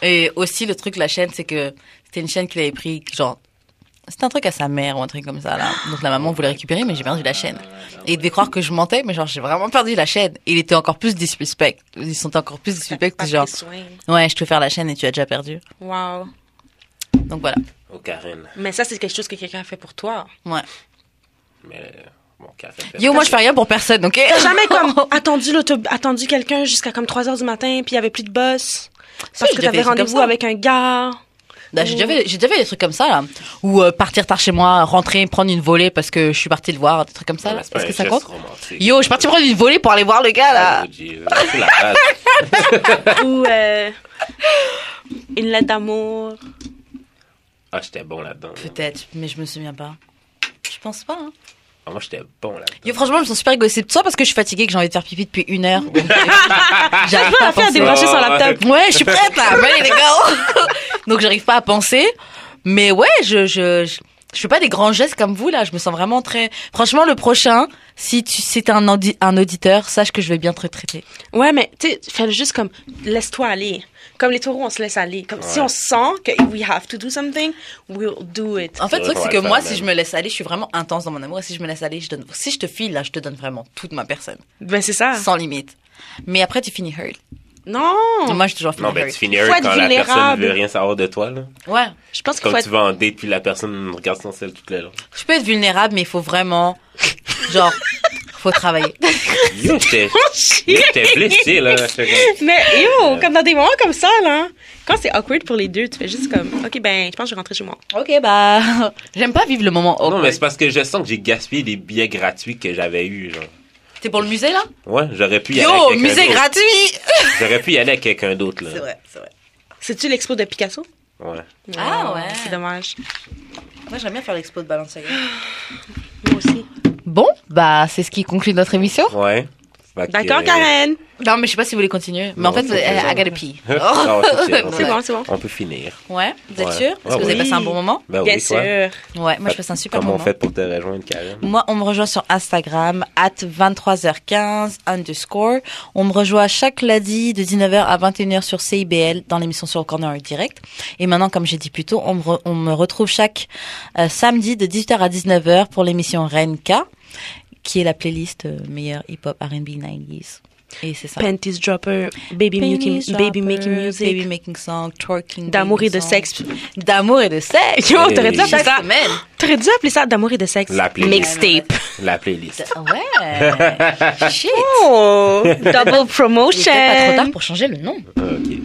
Et aussi, le truc, la chaîne, c'est que c'était une chaîne qu'il avait pris, genre, c'était un truc à sa mère ou un truc comme ça, là. Donc la maman voulait récupérer, mais j'ai perdu la chaîne. Et il devait croire que je mentais, mais genre, j'ai vraiment perdu la chaîne. Et il était encore plus disrespect. Ils sont encore plus disrespect que genre, ouais, je te faire la chaîne et tu as déjà perdu.
Wow.
Donc voilà.
Oh, Karen.
Mais ça, c'est quelque chose que quelqu'un a fait pour toi.
Ouais.
Mais euh, bon, Karen.
Yo, moi, je fais rien pour personne, ok?
T'as jamais comme attendu l'autob- attendu quelqu'un jusqu'à comme 3 heures du matin puis il y avait plus de boss parce
j'ai
que
déjà fait
t'avais
des trucs
rendez-vous
comme ça.
avec un gars.
Bah, j'ai déjà fait, j'ai déjà fait des trucs comme ça, là. Ou euh, partir tard chez moi, rentrer, prendre une volée parce que je suis partie le voir, des trucs comme ça, là. Est-ce que ça compte? Yo, ah. je suis partie prendre une volée pour aller voir le gars
Ah, oh, la
là.
face.
ou euh, une lettre d'amour.
Ah, j'étais bon là-dedans. là.
Peut-être, mais je me souviens pas. Je pense pas. hein.
Ah, moi, j'étais bon là.
Yo, franchement, je me sens super égoïste. C'est soit parce que je suis fatiguée que j'ai envie de faire pipi depuis une heure. Donc, euh, J'arrive
Pas à faire
penser.
des branchés sur
Ouais, ouais.
la table.
Ouais, je suis prête là. Ready to go. donc, j'arrive pas à penser. Mais ouais, je, je, je, je fais pas des grands gestes comme vous là. Je me sens vraiment très. Franchement, le prochain, si tu, si t'es un, audi- un auditeur, sache que je vais bien te retraiter.
Ouais, mais tu sais, fais juste comme laisse-toi aller. Comme les taureaux, on se laisse aller. Comme si
Ouais.
on sent que we have to do something, we'll do it.
En fait, le
Ouais,
truc, c'est
ouais,
que
ça,
moi,
même.
si je me laisse aller, je suis vraiment intense dans mon amour. Et si je me laisse aller, je donne. Si je te file là, je te donne vraiment toute ma personne,
Ben c'est ça.
sans limite. Mais après, tu finis hurt.
Non.
Moi, j'ai toujours fini
Non,
hurt.
ben, tu finis
Faut
hurt
être
quand la personne
vulnérable.
veut rien savoir de toi, là.
Ouais.
Je pense qu'il
Comme
faut
tu
être.
vas en date, puis la personne regarde son sel toute la long.
Je peux être vulnérable, mais il faut vraiment, genre, faut travailler.
Yo, j'étais yo, j'étais blessé, là. J'étais comme-
Mais yo,
Euh.
comme dans des moments comme ça là, quand c'est awkward pour les deux, tu fais juste comme ok ben je pense que je vais rentrer chez moi.
Ok, bah, j'aime pas vivre le moment
Non,
awkward.
mais c'est parce que je sens que j'ai gaspillé des billets gratuits que j'avais eus, genre.
T'es pour le musée, là?
Ouais, j'aurais pu y aller
Yo,
avec quelqu'un
musée
d'autre. Euh.
gratuit!
J'aurais pu y aller avec quelqu'un d'autre, là.
vrai, c'est vrai.
C'est-tu l'expo de Picasso?
Ouais.
Ah,
Oh,
ouais.
C'est dommage.
Moi, j'aime bien faire l'expo de Balenciaga.
Moi aussi.
Bon, bah, c'est ce qui conclut notre émission.
Ouais. Fait que,
D'accord
euh,
Karen.
Non, mais je sais pas si vous voulez continuer. Mais
Non,
en fait,
c'est
vous-
bon.
euh, I gotta pee.
Non, Ah, c'est chill, on
Ouais.
C'est
peut-
bon c'est bon.
On peut finir.
Ouais, vous êtes
Ouais.
sûr? Est-ce
Ouais,
que vous avez
ouais.
passé un bon moment?
Ben
Bien
oui,
sûr.
toi.
Ouais,
Fait-
moi, je passe un super
Comment on
moment.
fait pour te rejoindre, Karen?
Moi, on me rejoint sur Instagram, at 23h15 underscore. On me rejoint chaque lundi de 19h à 21h sur CIBL dans l'émission sur le corner direct. Et maintenant, comme j'ai dit plus tôt, on me, re- on me retrouve chaque euh, samedi de 18h à 19h pour l'émission Renka, qui est la playlist euh, meilleur hip-hop R&B 90s. Et c'est ça.
Panties dropper, baby
Penny
making, baby
Dropper,
making music.
Baby making song, twerking.
D'amour
baby
et de
song.
sexe.
D'amour et de sexe.
Yo, t'aurais dû
Hey.
appeler
Chaque
ça.
semaine.
T'aurais dû appeler ça d'amour et de sexe.
La playlist.
Mixtape.
La playlist.
Ouais. Shit.
Oh, double
Il est peut-être pas trop
promotion.
tard pour changer le nom.
Ah, OK.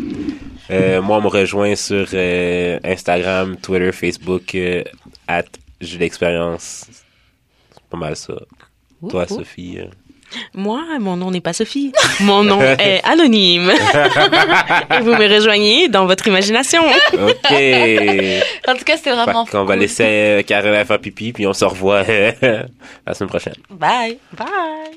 Euh, moi, on me rejoint sur euh, Instagram, Twitter, Facebook, euh, at J'ai l'expérience. C'est pas mal ça. Toi,
ouh.
Sophie. euh,
Moi, mon nom n'est pas Sophie. Mon nom est anonyme. et vous me rejoignez dans votre imagination.
OK. Fait
En tout cas, c'était vraiment.
qu'on Bah, va
cool.
laisser euh, Karen faire pipi, puis on se revoit euh, la semaine prochaine.
Bye.
Bye.